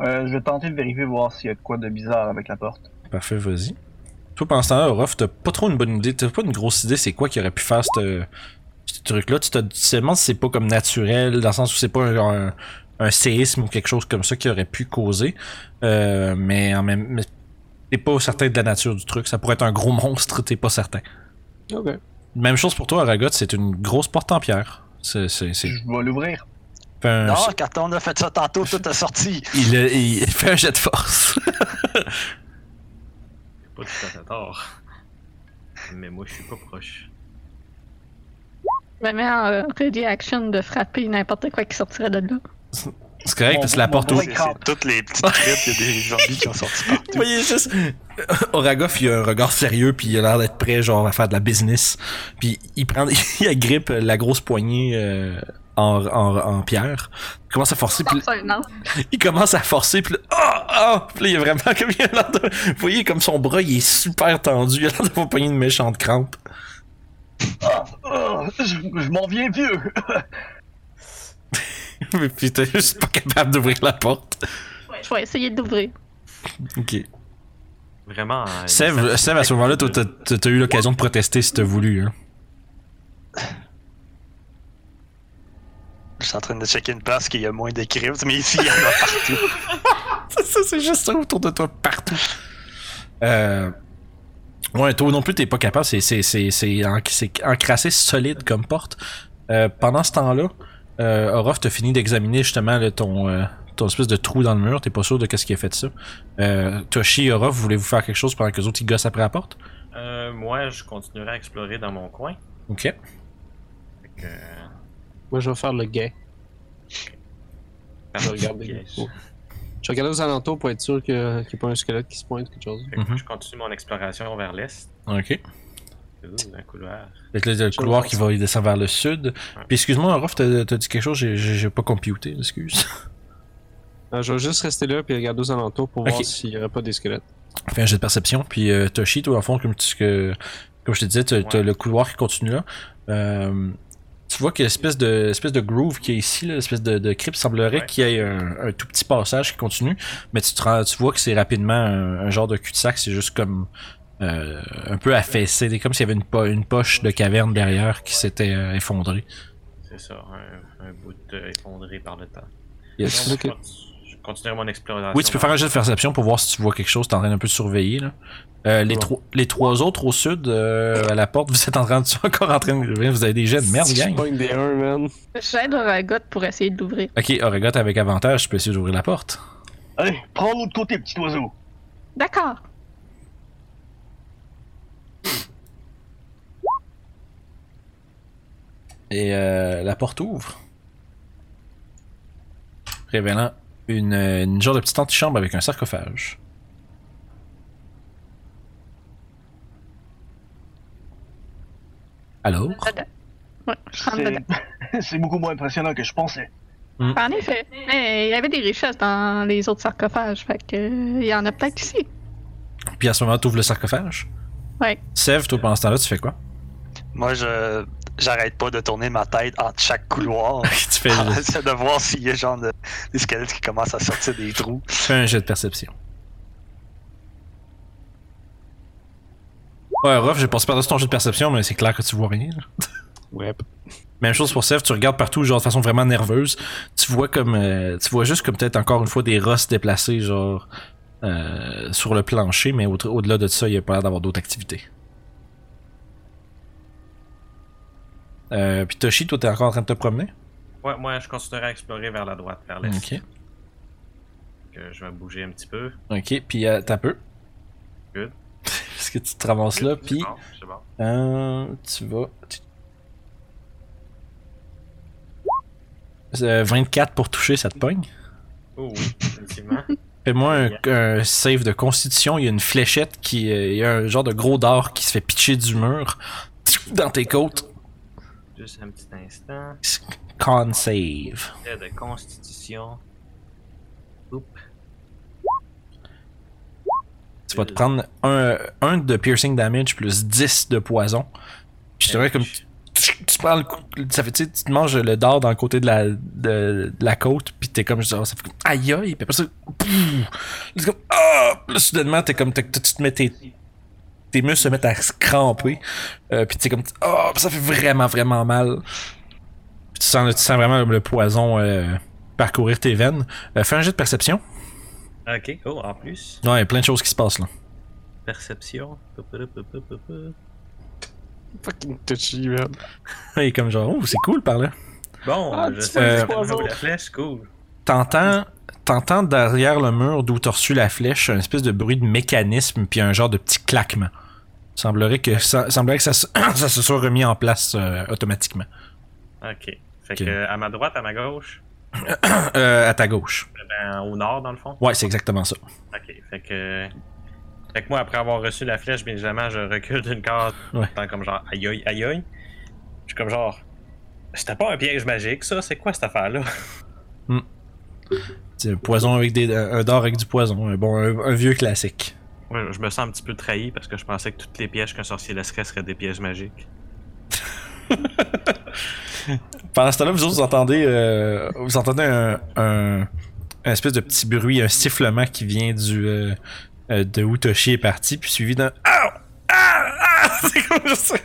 [SPEAKER 2] Euh, je vais tenter de vérifier, voir s'il y a de quoi de bizarre avec la porte.
[SPEAKER 1] Parfait, vas-y. Toi, pendant ce temps-là, Orof, t'as pas trop une bonne idée, t'as pas une grosse idée c'est quoi qui aurait pu faire ce ce truc-là. Tu te tu te demandes si c'est pas comme naturel, dans le sens où c'est pas un, un- un séisme ou quelque chose comme ça qui aurait pu causer. Euh, mais en même mais t'es pas certain de la nature du truc. Ça pourrait être un gros monstre, t'es pas certain.
[SPEAKER 6] Ok.
[SPEAKER 1] Même chose pour toi, Aragot, c'est une grosse porte en pierre. C'est. c'est- c'est-
[SPEAKER 2] Je vais l'ouvrir.
[SPEAKER 1] fais un-
[SPEAKER 4] Non, quand on a fait ça tantôt, tout est sorti.
[SPEAKER 1] il, a- il fait un jet de force. (laughs)
[SPEAKER 3] J'ai pas tout à fait tort. (laughs) Mais moi, je suis pas proche.
[SPEAKER 5] Je me mets en euh, ready action de frapper n'importe quoi qui sortirait de là.
[SPEAKER 1] C'est correct, parce que la
[SPEAKER 2] Mon-
[SPEAKER 1] porte
[SPEAKER 2] mon-
[SPEAKER 1] ouvre.
[SPEAKER 4] C'est- c'est Toutes les
[SPEAKER 1] (laughs)
[SPEAKER 4] petites crittes, il y a des zombies qui ont sorti
[SPEAKER 1] Vous
[SPEAKER 4] partout.
[SPEAKER 1] voyez juste. Oragoff, il a un regard sérieux, puis il a l'air d'être prêt, genre, à faire de la business. Puis il prend. (laughs) Il agrippe la grosse poignée euh, en, en, en pierre. Il commence à forcer, puis
[SPEAKER 5] Ça, non.
[SPEAKER 1] il commence à forcer, puis là, ah, ah! Puis là, il est vraiment comme il a l'air de. Vous voyez, comme son bras, il est super tendu, il a l'air d'avoir pogné une méchante crampe. (laughs)
[SPEAKER 2] Ah, ah, je je m'en viens vieux.
[SPEAKER 1] puis t'es juste pas capable d'ouvrir la porte.
[SPEAKER 5] Je vais essayer d'ouvrir.
[SPEAKER 1] Ok.
[SPEAKER 3] Vraiment. euh,
[SPEAKER 1] Sève, Sève, à ce moment-là, toi, t'as- t'as t'as eu l'occasion de protester si t'as voulu, hein.
[SPEAKER 4] suis en train de checker une place qu'il y a moins de cryptes, mais ici, il y
[SPEAKER 1] (laughs)
[SPEAKER 4] en a partout.
[SPEAKER 1] Ça, c'est juste ça autour de toi, partout. Euh... Ouais, toi non plus, t'es pas capable. C'est, c'est, c'est, c'est, en- c'est encrassé solide comme porte. Euh, pendant ce temps-là, euh, Orof, t'as fini d'examiner justement là, ton, euh, ton espèce de trou dans le mur. T'es pas sûr de qu'est-ce qui a fait de ça. Euh, Toshi et Orof, voulez-vous faire quelque chose pendant que les autres ils gossent après la porte?
[SPEAKER 3] Euh, moi, je continuerai à explorer dans mon coin.
[SPEAKER 1] Ok.
[SPEAKER 3] Fait que, euh,
[SPEAKER 6] Moi, je vais faire le guet. Ah, Je vais
[SPEAKER 3] (laughs)
[SPEAKER 6] regarder.
[SPEAKER 3] Yes.
[SPEAKER 6] Oh. Je vais regarder aux alentours pour être sûr que- qu'il n'y a pas un squelette qui se pointe, quelque chose.
[SPEAKER 3] Fait que
[SPEAKER 1] Mhm.
[SPEAKER 3] Je continue mon exploration vers l'est.
[SPEAKER 1] Ok.
[SPEAKER 3] Ouh, un couloir.
[SPEAKER 1] Fait que là, il y a le couloir qui va descendre vers le sud. Puis excuse-moi, Orof, t'as, t'as dit quelque chose, j'ai, j'ai j'ai pas computé, excuse.
[SPEAKER 6] Euh, je vais juste rester là puis regarder aux alentours pour
[SPEAKER 1] Ok.
[SPEAKER 6] voir s'il n'y aurait pas des squelettes.
[SPEAKER 1] Fais un jet de perception. Puis euh, Toshi, toi, en fond, comme, tu, que, comme je te disais, t'as, t'as
[SPEAKER 3] Ouais.
[SPEAKER 1] le couloir qui continue là. Euh, tu vois que l'espèce de, espèce de groove qui est ici, là, l'espèce de, de crypte, semblerait
[SPEAKER 3] Ouais.
[SPEAKER 1] qu'il y ait un, un tout petit passage qui continue. Mais tu, te rends- tu vois que c'est rapidement un, un genre de cul-de-sac. C'est juste comme euh, un peu affaissé. C'est comme s'il y avait une, po- une poche de caverne derrière qui s'était euh, effondrée.
[SPEAKER 3] C'est ça, un, un bout de effondré par le temps.
[SPEAKER 1] Yes.
[SPEAKER 3] Donc, je continue- je continuerai mon exploration.
[SPEAKER 1] Oui, tu peux faire un jet de perception pour voir si tu vois quelque chose. T'es en train d'un peu de surveiller. Là. Euh, les,
[SPEAKER 6] Bon.
[SPEAKER 1] trois- les trois autres au sud, euh, à la porte, (laughs) vous êtes en train de, encore en train de. Vous avez des jets de merde,
[SPEAKER 6] Si je
[SPEAKER 1] gang.
[SPEAKER 6] pogne des un, man.
[SPEAKER 5] J'aide Oragot pour essayer de l'ouvrir.
[SPEAKER 1] Ok, Oregot avec avantage, tu peux essayer d'ouvrir la porte.
[SPEAKER 2] Allez, prends l'autre côté, petit oiseau.
[SPEAKER 5] D'accord.
[SPEAKER 1] Et euh, la porte ouvre. Révélant une, euh, une genre de petite antichambre avec un sarcophage. Alors?
[SPEAKER 5] Ouais, je rentre
[SPEAKER 2] C'est
[SPEAKER 5] dedans.
[SPEAKER 2] c'est (laughs) beaucoup moins impressionnant que je pensais.
[SPEAKER 5] En effet. Mais il y avait des richesses dans les autres sarcophages. Fait que euh, il y en a peut-être ici.
[SPEAKER 1] Puis à ce moment, tu ouvres le sarcophage.
[SPEAKER 5] Ouais.
[SPEAKER 1] Sève, toi, pendant ce temps-là, tu fais quoi?
[SPEAKER 4] Moi, je j'arrête pas de tourner ma tête entre
[SPEAKER 1] (laughs)
[SPEAKER 4] chaque couloir. (laughs)
[SPEAKER 1] tu fais,
[SPEAKER 4] en essayant de voir s'il y a genre de- des squelettes qui commencent à sortir des trous.
[SPEAKER 1] tu fais un jet de perception. Ouais, Ruff, j'ai passé par-dessus ton jet de perception, mais c'est clair que tu vois rien. là.
[SPEAKER 6] Ouais.
[SPEAKER 1] Même chose pour Sève, tu regardes partout, genre de façon vraiment nerveuse. Tu vois comme. euh, tu vois juste comme peut-être encore une fois des rosses déplacées, genre. euh, sur le plancher, mais au- au-delà de ça, il n'y a pas l'air d'avoir d'autres activités. Euh, puis Toshi, toi, t'es encore en train de te promener?
[SPEAKER 3] Ouais, moi, je continuerai à explorer vers la droite, vers l'est. Que je vais bouger un petit peu.
[SPEAKER 1] Ok, puis euh, t'as peu.
[SPEAKER 3] Good.
[SPEAKER 1] (laughs) Parce que tu te ramasses là,
[SPEAKER 3] C'est
[SPEAKER 1] puis
[SPEAKER 3] bon, c'est bon.
[SPEAKER 1] euh, tu vas. tu- Euh, 24 pour toucher, ça te pogne.
[SPEAKER 3] Oh oui,
[SPEAKER 1] (laughs)
[SPEAKER 3] effectivement.
[SPEAKER 1] Fais-moi un, un save de constitution. Il y a une fléchette qui. euh, Il y a un genre de gros d'or qui se fait pitcher du mur dans tes côtes.
[SPEAKER 3] Juste un petit instant.
[SPEAKER 1] Con save.
[SPEAKER 3] Trait de constitution. Oups.
[SPEAKER 1] Tu vas te prendre un, un de piercing damage plus 10 de poison. Puis je te vois comme tu prends le coup, ça fait, tu sais, tu te manges le dard dans le côté de la, de, de la côte, puis t'es comme, genre, ça fait comme, aïe aïe, puis après ça, pouf, là, c'est comme, ah! Puis là, soudainement, t'es comme, t'as- tu te mets tes, tes muscles se mettent à se cramper, euh, puis t'es comme, ah! Puis ça fait vraiment, vraiment mal. Puis tu sens, tu sens vraiment le poison euh, parcourir tes veines. Euh, fais un jet de perception.
[SPEAKER 3] Ok, oh, en plus.
[SPEAKER 1] Non, il y a plein de choses qui se passent, là. (laughs)
[SPEAKER 3] Perception. Pou, pou, pou, pou, pou, pou.
[SPEAKER 6] Fucking touchy, man.
[SPEAKER 1] Il est comme genre, oh, c'est cool par là.
[SPEAKER 3] Bon,
[SPEAKER 6] Ah,
[SPEAKER 3] je
[SPEAKER 6] tu
[SPEAKER 3] sais
[SPEAKER 1] fais
[SPEAKER 3] que
[SPEAKER 1] des
[SPEAKER 3] j'ai
[SPEAKER 6] poireaux.
[SPEAKER 3] trouvé la flèche, cool.
[SPEAKER 1] T'entends, t'entends derrière le mur d'où t'as reçu la flèche un espèce de bruit de mécanisme puis un genre de petit claquement. Semblerait que ça, semblerait que ça, se- (coughs) ça se soit remis en place euh, automatiquement
[SPEAKER 3] Ok. Fait
[SPEAKER 1] Ok.
[SPEAKER 3] que euh, à ma droite, à ma gauche,
[SPEAKER 1] Euh, à ta gauche.
[SPEAKER 3] ben, au nord dans le fond.
[SPEAKER 1] Ouais, c'est exactement ça.
[SPEAKER 3] Ok, fait que. Fait que moi, après avoir reçu la flèche, bien évidemment, je recule d'une case.
[SPEAKER 1] Ouais.
[SPEAKER 3] Tant comme genre, aïe aïe aïe aïe. Je suis comme genre, c'était pas un piège magique ça, c'est quoi cette affaire-là?
[SPEAKER 1] C'est un poison avec des euh, un d'or avec du poison, un bon un, un vieux classique.
[SPEAKER 3] Ouais, je me sens un petit peu trahi parce que je pensais que tous les pièges qu'un sorcier laisserait seraient des pièges magiques.
[SPEAKER 1] Pendant ce temps-là, vous autres, vous entendez, euh, vous entendez un, un, un espèce de petit bruit, un sifflement qui vient du euh, euh, de où Toshi est parti, puis suivi d'un Ah! (laughs) Ah! Ah! C'est comme, je sais,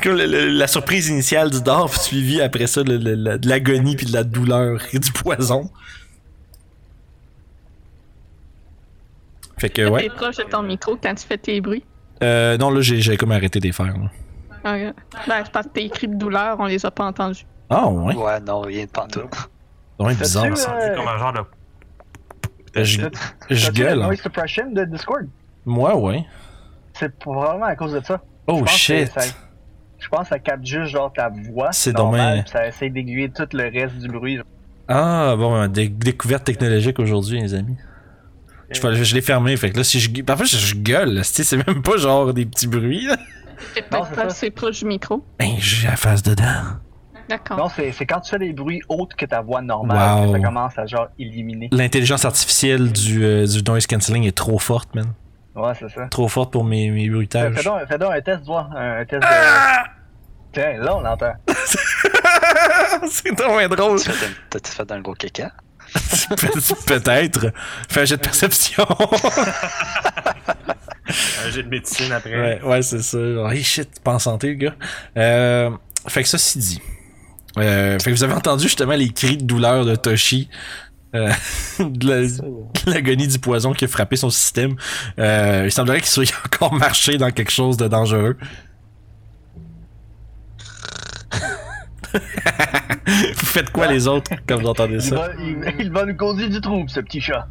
[SPEAKER 1] comme le- le- la surprise initiale du dard, puis suivie après ça le- le- la- de l'agonie, puis de la douleur et du poison. Fait que, ouais.
[SPEAKER 5] T'es proche de ton micro quand tu fais tes bruits.
[SPEAKER 1] Euh, non, là, j'ai j'ai comme arrêté de les faire. là.
[SPEAKER 5] Ah, euh, Ben, c'est parce que tes cris de douleur, on les a pas entendus.
[SPEAKER 1] Ah, ouais.
[SPEAKER 4] Ouais, non, rien de pantoute.
[SPEAKER 1] C'est vraiment bizarre,
[SPEAKER 2] Fais-tu,
[SPEAKER 1] ça.
[SPEAKER 2] euh,
[SPEAKER 3] comme un genre
[SPEAKER 1] Je,
[SPEAKER 3] de.
[SPEAKER 1] je
[SPEAKER 2] t'as-tu le
[SPEAKER 1] gueule. hein.
[SPEAKER 2] Noise suppression de Discord.
[SPEAKER 1] Moi, ouais.
[SPEAKER 2] C'est probablement à cause de ça. Je
[SPEAKER 1] Oh,
[SPEAKER 2] pense que
[SPEAKER 1] shit.
[SPEAKER 2] ça- Je pense que ça capte juste genre ta voix.
[SPEAKER 1] C'est
[SPEAKER 2] normale,
[SPEAKER 1] dommage.
[SPEAKER 2] puis Ça essaie d'aiguiller tout le reste du bruit.
[SPEAKER 1] Ah, bon, dé- découverte technologique aujourd'hui, les amis. Je, peux- je l'ai fermé, fait que là, si je gueule. En plus, je gueule, là, c'est c'est même pas genre des petits bruits, là.
[SPEAKER 5] C'est
[SPEAKER 2] Non,
[SPEAKER 5] peut-être
[SPEAKER 2] c'est
[SPEAKER 5] pas
[SPEAKER 2] ça.
[SPEAKER 5] assez proche du micro.
[SPEAKER 1] Ben, j'ai la face dedans.
[SPEAKER 5] D'accord.
[SPEAKER 2] Non, c'est c'est quand tu fais des bruits autres que ta voix normale
[SPEAKER 1] Wow.
[SPEAKER 2] que ça commence à genre éliminer.
[SPEAKER 1] L'intelligence artificielle du, euh, du noise cancelling est trop forte, man.
[SPEAKER 2] Ouais, c'est ça.
[SPEAKER 1] Trop forte pour mes, mes
[SPEAKER 2] Fais
[SPEAKER 1] bruitages.
[SPEAKER 2] fais donc, fais donc un test, vois. Un, un test de.
[SPEAKER 1] Ah!
[SPEAKER 2] Tiens, là, on l'entend.
[SPEAKER 1] (laughs) c'est tellement
[SPEAKER 4] (laughs)
[SPEAKER 1] drôle.
[SPEAKER 4] Tu fais un- T'as-tu fait un gros caca?
[SPEAKER 1] Pe- Peut-être. Fais un jet de perception.
[SPEAKER 3] Un jet de médecine après.
[SPEAKER 1] Ouais, ouais, c'est ça. Genre, hey shit, pas en santé, le gars. Euh, fait que ceci dit. Euh, fait que vous avez entendu justement les cris de douleur de Toshi. euh, (laughs) de la- de l'agonie du poison qui a frappé son système. Euh, il semblerait qu'il soit (laughs) encore marché dans quelque chose de dangereux. (laughs) vous faites quoi les autres quand vous entendez
[SPEAKER 2] Bah. Il
[SPEAKER 1] ça?
[SPEAKER 2] va,
[SPEAKER 1] (laughs)
[SPEAKER 2] il- il va nous causer du trouble, ce petit chat.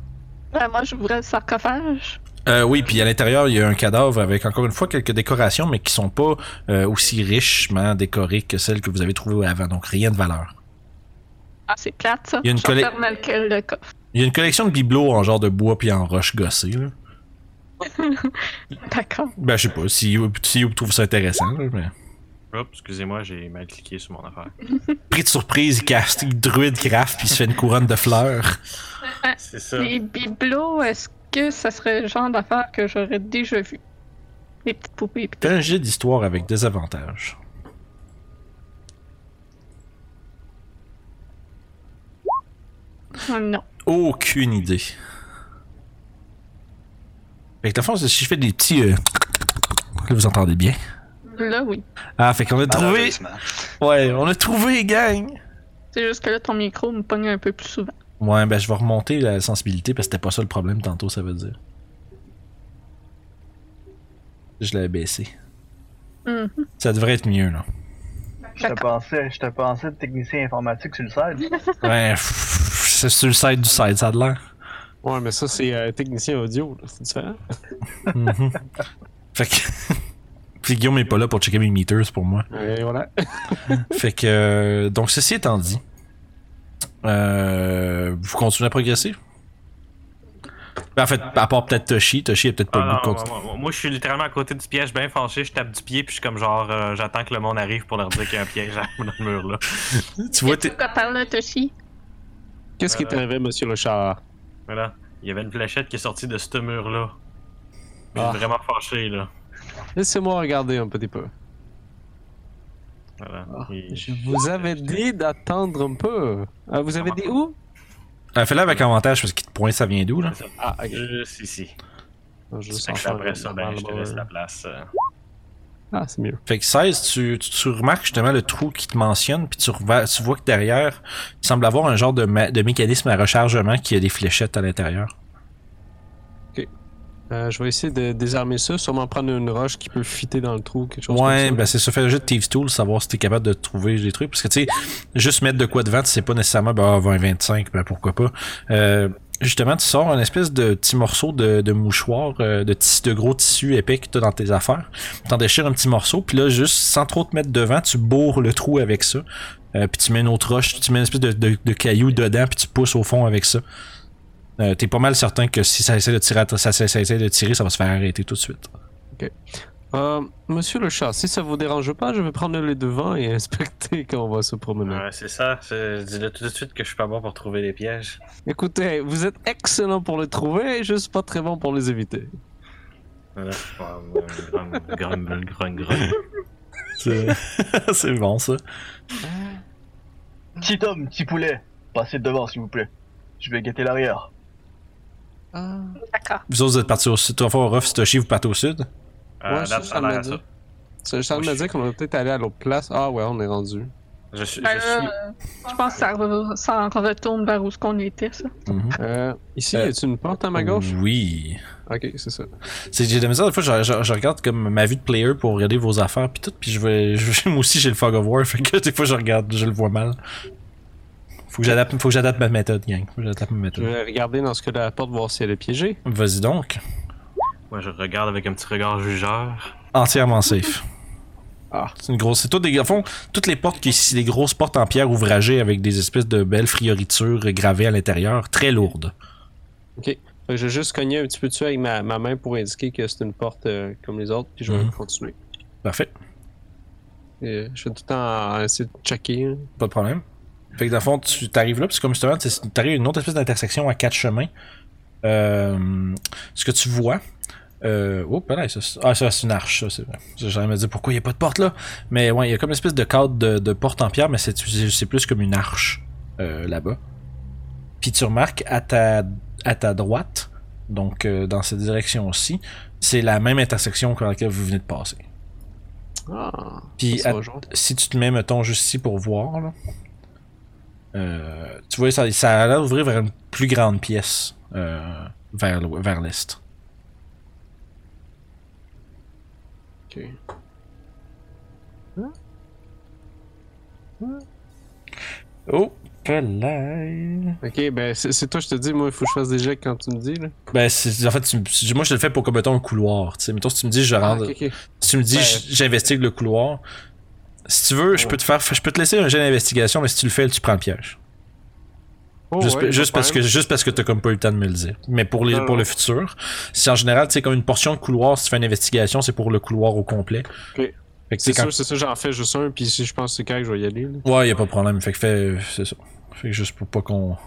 [SPEAKER 5] Ben, moi, j'ouvrais le sarcophage.
[SPEAKER 1] Euh, oui, puis à l'intérieur, il y a un cadavre avec encore une fois quelques décorations, mais qui sont pas euh, aussi richement décorées que celles que vous avez trouvées avant, donc rien de valeur.
[SPEAKER 5] Ah, c'est plate, ça.
[SPEAKER 1] Il y a une
[SPEAKER 5] Je
[SPEAKER 1] collé-
[SPEAKER 5] referme le, le coffre. (laughs)
[SPEAKER 1] Il y a une collection de bibelots en genre de bois puis en roche gossée. Là.
[SPEAKER 5] D'accord.
[SPEAKER 1] Ben, je sais pas, si Youb si Youb trouve ça intéressant. là, mais...
[SPEAKER 3] Oups, excusez-moi, j'ai mal cliqué sur mon affaire.
[SPEAKER 1] Pris de surprise, il casse il druide craft puis il se fait une couronne de fleurs. (laughs)
[SPEAKER 3] C'est ça.
[SPEAKER 5] Les bibelots, est-ce que ça serait le genre d'affaire que j'aurais déjà vu? Les petites poupées. pis tout.
[SPEAKER 1] Fais un jet d'histoire avec des avantages.
[SPEAKER 5] Ah, Non.
[SPEAKER 1] Aucune idée. Fait que, dans le fond, si je fais des petits. euh, Là, vous entendez bien.
[SPEAKER 5] Là, oui.
[SPEAKER 1] Ah, fait qu'on a trouvé.
[SPEAKER 4] Malheureusement.
[SPEAKER 1] Ouais, on a trouvé, gang!
[SPEAKER 5] C'est juste que là, ton micro me pogne un peu plus souvent.
[SPEAKER 1] Ouais, ben je vais remonter la sensibilité parce que c'était pas ça le problème tantôt, ça veut dire. Je l'avais baissé.
[SPEAKER 5] Mhm.
[SPEAKER 1] Ça devrait être mieux, là.
[SPEAKER 2] Je te pensais, je te pensais de technicien informatique sur le site.
[SPEAKER 1] Ouais, pff, c'est sur le site du site, ça a de l'air.
[SPEAKER 6] Ouais, mais ça, c'est euh, technicien audio, là, c'est différent.
[SPEAKER 1] Mhm.
[SPEAKER 3] Mm-hmm.
[SPEAKER 1] (laughs) fait que. (laughs) Puis Guillaume est pas là pour checker mes meters pour moi.
[SPEAKER 6] Et voilà.
[SPEAKER 1] Fait que. euh, donc, ceci étant dit, euh, vous continuez à progresser? Ben, en fait, à part peut-être Toshi, Toshi a peut-être pas
[SPEAKER 3] Ah
[SPEAKER 1] le goût
[SPEAKER 3] non,
[SPEAKER 1] de continuer.
[SPEAKER 3] moi, moi, moi, je suis littéralement à côté du piège, bien fâché, je tape du pied, puis je suis comme genre, euh, j'attends que le monde arrive pour leur dire qu'il y a un piège (laughs) dans le mur là.
[SPEAKER 1] Tu vois,
[SPEAKER 5] Et
[SPEAKER 1] t'es-
[SPEAKER 5] pourquoi parle là, Toshi?
[SPEAKER 6] Qu'est-ce qui est arrivé, monsieur le char?
[SPEAKER 3] Voilà. Il y avait une fléchette qui est sortie de ce mur là. Je
[SPEAKER 6] Ah.
[SPEAKER 3] suis vraiment fâché là.
[SPEAKER 6] Laissez-moi regarder un petit peu.
[SPEAKER 3] Voilà.
[SPEAKER 6] Ah,
[SPEAKER 3] Et-
[SPEAKER 6] Je vous avais dit d'attendre un peu. Ah, vous avez dit où?
[SPEAKER 1] Ah, fais-le avec avantage parce qu'il te pointe, ça vient d'où, là?
[SPEAKER 6] Ah, ok.
[SPEAKER 3] Juste ici.
[SPEAKER 6] Je vous
[SPEAKER 3] Fait que après ça, ben, je te laisse la place. euh.
[SPEAKER 6] Ah, c'est mieux.
[SPEAKER 1] Fait que 16, tu, tu, tu remarques justement le trou qui te mentionne, puis tu, reva- tu vois que derrière, il semble avoir un genre de, ma- de mécanisme à rechargement qui a des fléchettes à l'intérieur.
[SPEAKER 6] Euh, je vais essayer de désarmer ça, sûrement prendre une roche qui peut fitter dans le trou, quelque chose
[SPEAKER 1] Ouais,
[SPEAKER 6] comme ça.
[SPEAKER 1] ben c'est ça, fais le jeu de Thieves Tool, savoir si t'es capable de trouver des trucs. Parce que tu sais, juste mettre de quoi devant, tu sais pas nécessairement, ben ah, 20, 25, ben pourquoi pas. Euh, justement, tu sors un espèce de petit morceau de, de mouchoir, euh, de, tissu- de gros tissu épais que t'as dans tes affaires. T'en déchires un petit morceau, puis là, juste sans trop te mettre devant, tu bourres le trou avec ça. Euh, puis tu mets une autre roche, tu mets une espèce de, de, de caillou dedans, puis tu pousses au fond avec ça. Euh, T'es pas mal certain que si ça essaie de tirer, à ta- ça, ça- ça essaie de tirer, ça va se faire arrêter tout de suite.
[SPEAKER 6] Euh, monsieur le chat, si ça vous dérange pas, je vais prendre les devants et (laughs) inspecter quand on va se promener.
[SPEAKER 3] Ouais, c'est ça. c'est- Dis-le tout de suite que je suis pas bon pour trouver les pièges.
[SPEAKER 6] Écoutez, vous êtes excellent pour les trouver, je suis pas très bon pour les éviter.
[SPEAKER 3] Voilà. Grogne,
[SPEAKER 6] (laughs)
[SPEAKER 3] grogne, grogne, grogne.
[SPEAKER 1] C'est (laughs) c'est bon ça.
[SPEAKER 3] Ah,
[SPEAKER 2] Petit homme, petit poulet, passez devant, s'il vous plaît. Je vais guetter l'arrière.
[SPEAKER 5] D'accord.
[SPEAKER 3] ah.
[SPEAKER 1] Vous autres, vous êtes partis au sud. Trois fois au rough, Stoshi, vous partez au sud.
[SPEAKER 3] Euh,
[SPEAKER 6] Ouais, ça,
[SPEAKER 3] date,
[SPEAKER 6] ça
[SPEAKER 3] ça a
[SPEAKER 6] me
[SPEAKER 3] l'air à
[SPEAKER 6] dit.
[SPEAKER 3] ça.
[SPEAKER 6] Je suis en train de me dire qu'on va peut-être aller à l'autre place. Ah ouais, on est rendu.
[SPEAKER 3] Je, suis- je
[SPEAKER 5] Ben là,
[SPEAKER 3] suis.
[SPEAKER 5] euh, je pense que ça, re- ça en retourne vers où ce qu'on était, ça.
[SPEAKER 6] Euh, mm. ici,
[SPEAKER 1] Euh,
[SPEAKER 6] y a-tu une porte à ma gauche?
[SPEAKER 1] Oh, Oui.
[SPEAKER 6] Ok, c'est ça.
[SPEAKER 1] C'est j'ai de la misère, des fois, je, je- je regarde comme ma vue de player pour regarder vos affaires, puis tout, puis je vais, (laughs) je- moi aussi j'ai le fog of war, fait que des fois je regarde, je le vois mal. Faut que j'adapte, faut que j'adapte ma méthode, gang. Faut que j'adapte ma
[SPEAKER 6] Je
[SPEAKER 1] méthode.
[SPEAKER 6] vais regarder dans ce que la porte, voir si elle est piégée.
[SPEAKER 1] Vas-y donc.
[SPEAKER 3] Moi, je regarde avec un petit regard jugeur.
[SPEAKER 1] Entièrement safe.
[SPEAKER 6] Ah.
[SPEAKER 1] C'est une grosse. C'est tout des. au fond, toutes les portes qui c'est des grosses portes en pierre ouvragées avec des espèces de belles frioritures gravées à l'intérieur, très lourdes.
[SPEAKER 6] Fait que Je vais juste cogner un petit peu dessus avec ma, ma main pour indiquer que c'est une porte euh, comme les autres, puis je vais
[SPEAKER 1] Mhm.
[SPEAKER 6] continuer.
[SPEAKER 1] Parfait.
[SPEAKER 6] Et je fais tout le temps à essayer de checker. hein.
[SPEAKER 1] Pas de problème. Fait que dans le fond, tu t'arrives là, puis c'est comme justement, tu sais, t'arrives à une autre espèce d'intersection à quatre chemins. Euh, ce que tu vois. Euh, oh, là, ça, c'est- ah, ça c'est une arche, ça c'est vrai. Ça, J'allais me dire pourquoi il n'y a pas de porte là. Mais ouais, il y a comme une espèce de cadre de, de porte en pierre, mais c'est c'est plus comme une arche euh, là-bas. Puis tu remarques à ta, à ta droite, donc euh, dans cette direction aussi, c'est la même intersection que laquelle vous venez de passer.
[SPEAKER 6] Ah,
[SPEAKER 1] Puis
[SPEAKER 6] ça se
[SPEAKER 1] à-
[SPEAKER 6] rejoint.
[SPEAKER 1] si tu te mets, mettons, juste ici pour voir, là, euh, tu vois, ça, ça a l'air d'ouvrir vers une plus grande pièce, euh, vers l'ou- vers l'est.
[SPEAKER 6] Ok.
[SPEAKER 1] Oh, là.
[SPEAKER 6] Ok, ben c'est c'est toi, je te dis, moi, il faut que je fasse des jets quand tu me dis. Là.
[SPEAKER 1] Ben, c'est- en fait, tu me- moi, je le fais pour comme, mettons, un couloir. Tu sais, mettons, si tu me dis, je
[SPEAKER 6] Ah,
[SPEAKER 1] rentre,
[SPEAKER 6] ok, ok.
[SPEAKER 1] si tu me dis,
[SPEAKER 6] Ben-
[SPEAKER 1] j- j'investigue le couloir. Si tu veux, je peux te faire, je peux te laisser un jet d'investigation, mais si tu le fais, tu prends le piège.
[SPEAKER 6] Oh,
[SPEAKER 1] juste,
[SPEAKER 6] ouais,
[SPEAKER 1] juste
[SPEAKER 6] pas de
[SPEAKER 1] parce que juste parce que t'as comme pas eu le temps de me le dire. Mais pour les
[SPEAKER 6] Non,
[SPEAKER 1] pour
[SPEAKER 6] non.
[SPEAKER 1] le futur, si en général c'est comme une portion de couloir, si tu fais une investigation, c'est pour le couloir au complet.
[SPEAKER 6] Ok.
[SPEAKER 1] Fait que c'est
[SPEAKER 6] C'est
[SPEAKER 1] quand...
[SPEAKER 6] sûr, c'est sûr, j'en fais juste un, puis si je pense que c'est correct, je vais y aller. là.
[SPEAKER 1] Ouais, y a pas de problème. Fait que fais- c'est ça. Fait que juste pour pas qu'on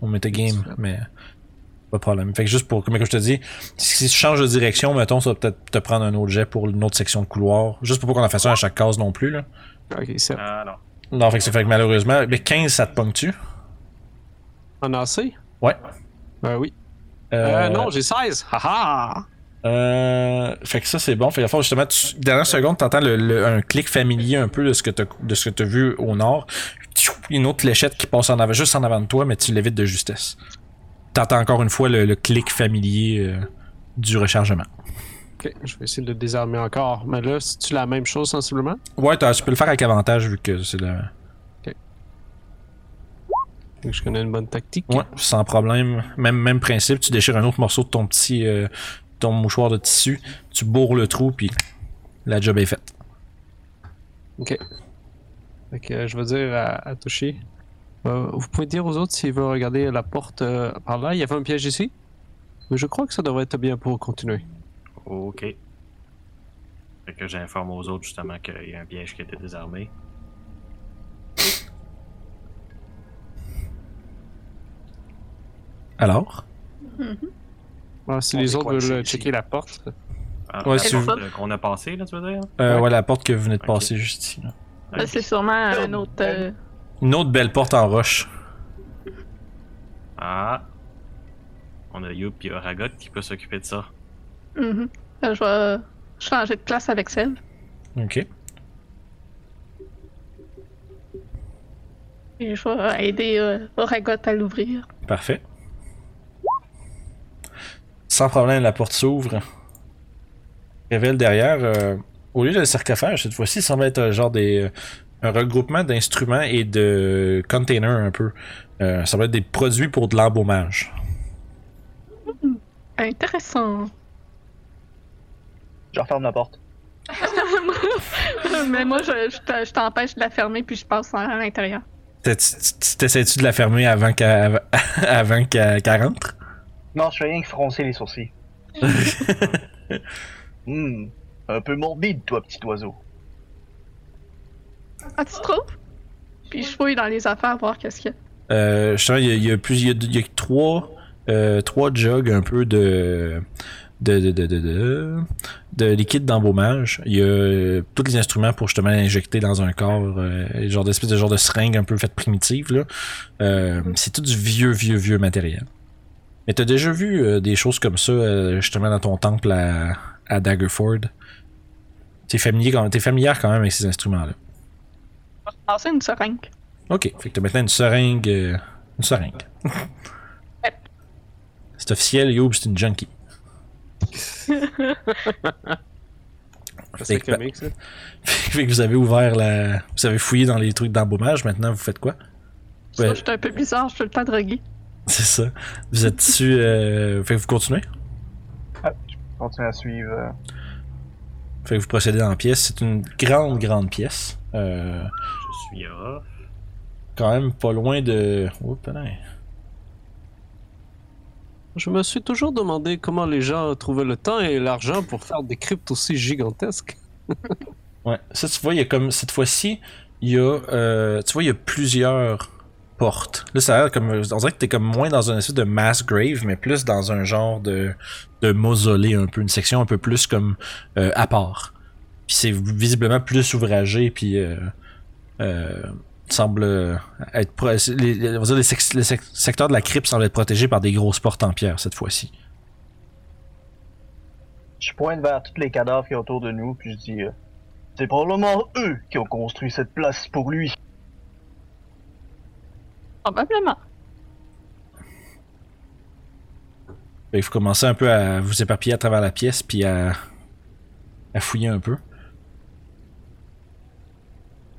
[SPEAKER 1] on mette game, mais pas de problème. Fait que juste pour comme comme je te dis, si tu changes de direction, mettons, ça va peut-être te prendre un autre jet pour une autre section de couloir, juste pour pas qu'on en fasse ça à chaque case non plus là.
[SPEAKER 6] Ok, c'est
[SPEAKER 3] Ah non.
[SPEAKER 1] Non, fait que ça fait que malheureusement, mais 15 ça te ponctue.
[SPEAKER 6] en AC?
[SPEAKER 1] Ouais.
[SPEAKER 6] Ben oui.
[SPEAKER 1] Euh,
[SPEAKER 6] Euh, non, j'ai 16. Haha!
[SPEAKER 1] Euh, fait que ça c'est bon. Fait que à fond, justement, tu, dernière seconde, t'entends le, le- un clic familier un peu de ce que t'as de ce que t'as vu au nord. Tchou! Une autre fléchette qui passe en avant, juste en avant de toi, mais tu l'évites de justesse. T'entends encore une fois le, le clic familier euh, du rechargement.
[SPEAKER 6] Ok, je vais essayer de le désarmer encore. Mais là, c'est-tu la même chose sensiblement?
[SPEAKER 1] Ouais, t'as- tu peux le faire avec avantage vu que c'est le.
[SPEAKER 6] Fait que je connais une bonne tactique.
[SPEAKER 1] Ouais, sans problème. Même, même principe, tu déchires un autre morceau de ton petit euh, ton mouchoir de tissu, tu bourres le trou puis la job est faite.
[SPEAKER 6] Fait que euh, je vais dire à, à toucher. Euh, vous pouvez dire aux autres s'ils veulent regarder la porte euh, par là. Il y avait un piège ici. Mais je crois que ça devrait être bien pour continuer.
[SPEAKER 3] Ok. Fait que j'informe aux autres justement qu'il y a un piège qui a été désarmé.
[SPEAKER 1] Alors?
[SPEAKER 6] Ah, si
[SPEAKER 4] On
[SPEAKER 6] les
[SPEAKER 4] est
[SPEAKER 6] autres
[SPEAKER 4] coincé
[SPEAKER 6] veulent euh,
[SPEAKER 4] ici.
[SPEAKER 6] checker la porte.
[SPEAKER 3] Ah,
[SPEAKER 1] Ouais,
[SPEAKER 3] la
[SPEAKER 1] si
[SPEAKER 3] porte,
[SPEAKER 5] vous-
[SPEAKER 3] euh, Qu'on a passé là, tu veux dire
[SPEAKER 1] Euh,
[SPEAKER 6] Ouais.
[SPEAKER 1] ouais, la porte que vous venez de
[SPEAKER 3] Ok.
[SPEAKER 1] passer juste ici. là.
[SPEAKER 5] Là, c'est sûrement un autre. euh,
[SPEAKER 1] Une autre belle porte en roche.
[SPEAKER 3] Ah. On a Youp et Oragot qui peut s'occuper de ça.
[SPEAKER 5] mhm. Là, je vais changer de place avec celle.
[SPEAKER 1] Ok.
[SPEAKER 5] Et je vais aider euh, Oragot à l'ouvrir.
[SPEAKER 1] Parfait. Sans problème, la porte s'ouvre. Révèle derrière, euh, au lieu d'un sarcophage, cette fois-ci, il semble être un genre des. euh, un regroupement d'instruments et de containers un peu. Euh, ça va être des produits pour de l'embaumage.
[SPEAKER 5] Intéressant. (laughs)
[SPEAKER 2] Je referme la porte.
[SPEAKER 5] Mais moi, je, je te- je t'empêche de la fermer puis je passe à l'intérieur.
[SPEAKER 1] T'es- t- t- T'essaies-tu de la fermer avant qu'elle (laughs) avant qu'elle- qu'elle rentre?
[SPEAKER 2] Non, je fais rien que froncer
[SPEAKER 1] (laughs)
[SPEAKER 2] les sourcils. Hmm, un peu morbide, toi, petit oiseau.
[SPEAKER 5] Ah, tu trouves? Puis je fouille dans les affaires voir qu'est-ce qu'il y a.
[SPEAKER 1] Euh, justement, il y a, il y a plus- il y a- il y a trois, euh, trois jugs un peu de de, de, de, de, de- de liquide d'embaumage. Il y a euh, tous les instruments pour justement injecter dans un corps, euh, genre d'espèce de genre de seringue un peu faite primitive. Là. Euh, c'est tout du vieux, vieux, vieux matériel. Mais t'as déjà vu euh, des choses comme ça euh, justement dans ton temple à, à Daggerford? T'es familier quand- t'es familière quand même avec ces instruments-là.
[SPEAKER 5] Ah, c'est une seringue.
[SPEAKER 1] Ok, fait que t'as maintenant une seringue. euh, une seringue. c'est officiel, Youb, c'est une junkie.
[SPEAKER 6] C'est
[SPEAKER 1] Fait que- ben,
[SPEAKER 6] comique, ça.
[SPEAKER 1] (laughs) fait que vous avez ouvert la. Vous avez fouillé dans les trucs d'embaumage, maintenant vous faites quoi (laughs)
[SPEAKER 5] Ça,
[SPEAKER 1] Ouais.
[SPEAKER 5] Je suis un peu bizarre, je suis pas drogué.
[SPEAKER 1] C'est ça. Vous êtes dessus. euh, Fait que vous continuez
[SPEAKER 7] Continue à suivre. euh,
[SPEAKER 1] Fait que vous procédez dans la pièce. C'est une grande, grande pièce. Euh,
[SPEAKER 3] Je suis off.
[SPEAKER 1] quand même pas loin de. Oups, putain.
[SPEAKER 6] Je me suis toujours demandé comment les gens trouvaient le temps et l'argent pour faire des cryptes aussi gigantesques.
[SPEAKER 1] Ouais. Ça, tu vois, il y a comme. Cette fois-ci, il y a. euh, tu vois, il y a plusieurs portes. Là, ça a l'air comme. On dirait que t'es comme moins dans une espèce de mass grave, mais plus dans un genre de. de mausolée un peu. Une section un peu plus comme. euh, à part. Puis c'est visiblement plus ouvragé, puis. euh, euh, semble euh, être. pro- les- les- on va dire les, sec- les sec- secteurs de la crypte semblent être protégés par des grosses portes en pierre cette fois-ci.
[SPEAKER 7] Je pointe vers tous les cadavres qui sont autour de nous, puis je dis euh, C'est probablement eux qui ont construit cette place pour lui.
[SPEAKER 5] Probablement.
[SPEAKER 1] Fait que vous commencez un peu à vous éparpiller à travers la pièce, puis à, à fouiller un peu.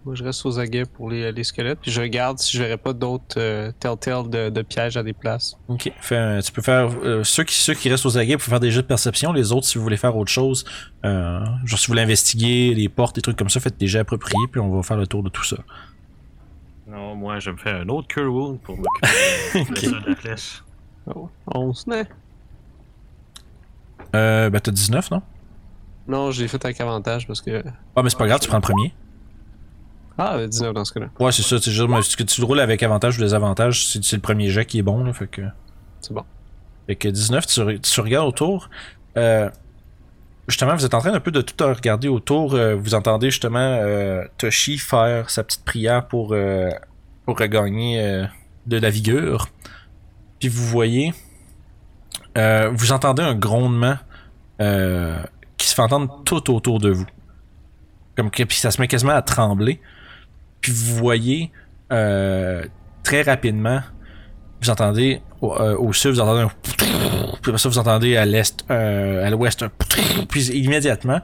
[SPEAKER 6] Moi, je reste aux aguets pour les, les squelettes, puis je regarde si je verrais pas d'autres euh, telltales de, de pièges à des places.
[SPEAKER 1] Ok. Fais un- tu peux faire. euh, ceux, qui, ceux qui restent aux aguets pour faire des jeux de perception, les autres, si vous voulez faire autre chose, euh, genre si vous voulez investiguer les portes, des trucs comme ça, faites des jets appropriés, puis on va faire le tour de tout ça.
[SPEAKER 3] Non, moi, je me fais un autre Cure Wound pour
[SPEAKER 1] (laughs)
[SPEAKER 3] m'occuper de- de ça, de la flèche.
[SPEAKER 6] Oh, on se naît.
[SPEAKER 1] Euh, ben t'as 19, non
[SPEAKER 6] Non, j'ai fait avec avantage parce que.
[SPEAKER 1] Ah, mais c'est pas grave, tu prends le premier.
[SPEAKER 6] Ah, euh, 19 dans ce cas-là.
[SPEAKER 1] Ouais, c'est ça, c'est juste moi, ce que tu roules avec avantage ou désavantage, c'est c'est le premier jet qui est bon, là, fait que.
[SPEAKER 6] C'est bon.
[SPEAKER 1] Fait que 19, tu, re- tu regardes autour. Euh, justement, vous êtes en train un peu de tout regarder autour. euh, vous entendez justement euh, Toshi faire sa petite prière pour, euh, pour regagner euh, de la vigueur. Puis vous voyez, euh, vous entendez un grondement euh, qui se fait entendre tout autour de vous. Comme que, puis ça se met quasiment à trembler. Puis vous voyez euh, très rapidement, vous entendez au, euh, au sud, vous entendez un puis après ça, vous entendez à l'est, euh, à l'ouest, un puis immédiatement,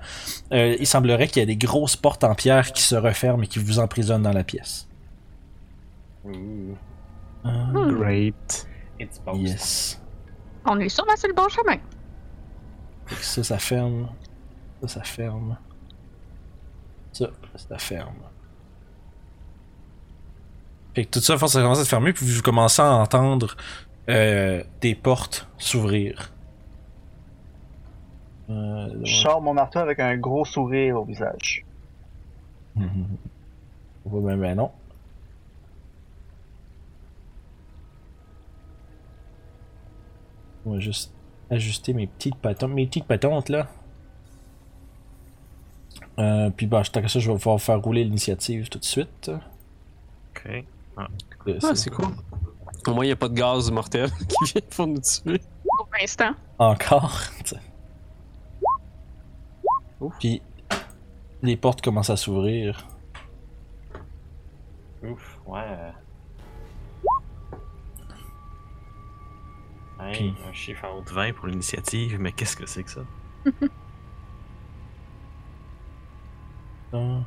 [SPEAKER 1] euh, il semblerait qu'il y a des grosses portes en pierre qui se referment et qui vous emprisonnent dans la pièce. Ah,
[SPEAKER 5] Hmm.
[SPEAKER 6] Great.
[SPEAKER 3] It's both.
[SPEAKER 1] yes.
[SPEAKER 5] On est sûrement sur le bon chemin.
[SPEAKER 1] Fait que Ça, ça ferme. Ça, ça ferme. Ça, ça ferme. Fait que tout ça, force, ça commence à se fermer, puis vous commencez à entendre euh, des portes s'ouvrir. Euh,
[SPEAKER 7] Je sors mon marteau avec un gros sourire au visage.
[SPEAKER 1] Mhm. Ouais, ben, ben non. On va juste ajuster mes petites patentes. Mes petites patentes là. Euh, puis bah, tant que ça, je vais pouvoir faire rouler l'initiative tout de suite.
[SPEAKER 3] Ok.
[SPEAKER 1] Euh,
[SPEAKER 6] Ah,
[SPEAKER 1] c'est-
[SPEAKER 6] c'est cool. Au moins, il n'y a pas de gaz mortel (laughs) qui vient pour nous tuer.
[SPEAKER 5] Pour l'instant.
[SPEAKER 1] Encore. (laughs) tu sais. Puis les portes commencent à s'ouvrir.
[SPEAKER 3] Ouf, ouais. euh. Hey,
[SPEAKER 1] Puis-
[SPEAKER 3] un chiffre en haut de 20 pour l'initiative, mais qu'est-ce que c'est que ça?
[SPEAKER 1] Ah.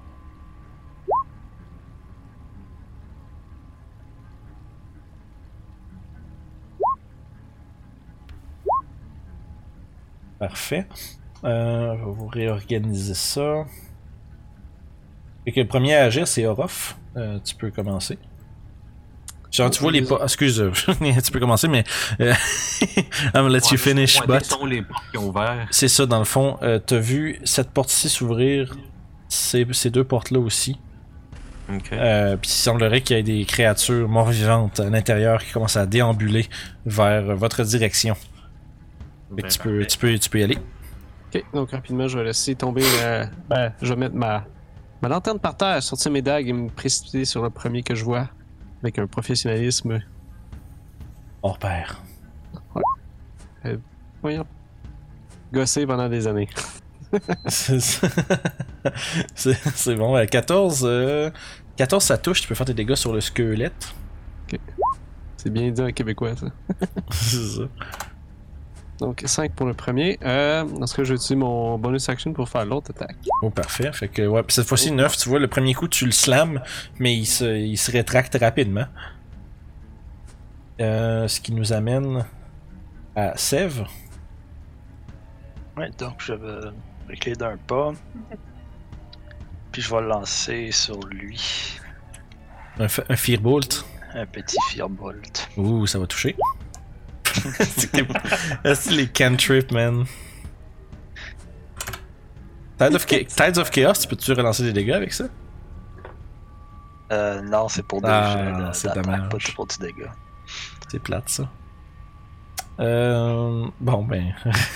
[SPEAKER 1] Parfait. Euh, je vais vous réorganiser ça. Fait que le premier à agir, c'est Orof. Euh, tu peux commencer. Genre, tu vois les pas. Excuse, (laughs) tu peux commencer, mais. euh, (laughs) I'm gonna let you
[SPEAKER 3] Ouais,
[SPEAKER 1] finish,
[SPEAKER 3] ouais,
[SPEAKER 1] but.
[SPEAKER 3] quelles sont les portes qui ont ouvert?
[SPEAKER 1] C'est ça, dans le fond. Euh, T'as vu cette porte-ci s'ouvrir. Ces, ces deux portes-là aussi.
[SPEAKER 3] Ok.
[SPEAKER 1] Euh, Puis il semblerait qu'il y ait des créatures mort-vivantes à l'intérieur qui commencent à déambuler vers euh, votre direction. Fait que
[SPEAKER 3] Ben,
[SPEAKER 1] tu, peux, tu, peux, tu peux y aller.
[SPEAKER 6] Ok, donc rapidement, je vais laisser tomber. euh, ben, je vais mettre ma, ma lanterne par terre, sortir mes dagues et me précipiter sur le premier que je vois avec un professionnalisme
[SPEAKER 1] Hors pair. (laughs)
[SPEAKER 6] voyons, gossé pendant des années.
[SPEAKER 1] C'est c'est- c'est bon. à 14, euh, 14, ça touche. Tu peux faire tes dégâts sur le squelette. (laughs)
[SPEAKER 6] C'est bien dit en québécois, ça.
[SPEAKER 1] C'est ça.
[SPEAKER 6] Donc 5 pour le premier. Euh, est-ce que je vais utiliser mon bonus action pour faire l'autre attaque?
[SPEAKER 1] Oh, parfait. Fait que, ouais. Puis cette fois-ci, 9, tu vois, le premier coup, tu le slams, mais il se, il se rétracte rapidement. Euh, ce qui nous amène à Sève.
[SPEAKER 4] Ouais, donc je vais reculer d'un pas. Puis je vais le lancer sur lui
[SPEAKER 1] Un, fe- un Firbolt.
[SPEAKER 4] un petit Firebolt.
[SPEAKER 1] Ouh, ça va toucher. C'est les cantrip, man. Tides of, Cha- Tides of Chaos, tu peux-tu relancer des dégâts avec ça?
[SPEAKER 4] Euh, non, c'est pour des
[SPEAKER 1] Ah,
[SPEAKER 4] jets de-
[SPEAKER 1] c'est
[SPEAKER 4] d'attaque,
[SPEAKER 1] dommage.
[SPEAKER 4] pas pour du dégât.
[SPEAKER 1] C'est plate, ça. Euh, bon, ben.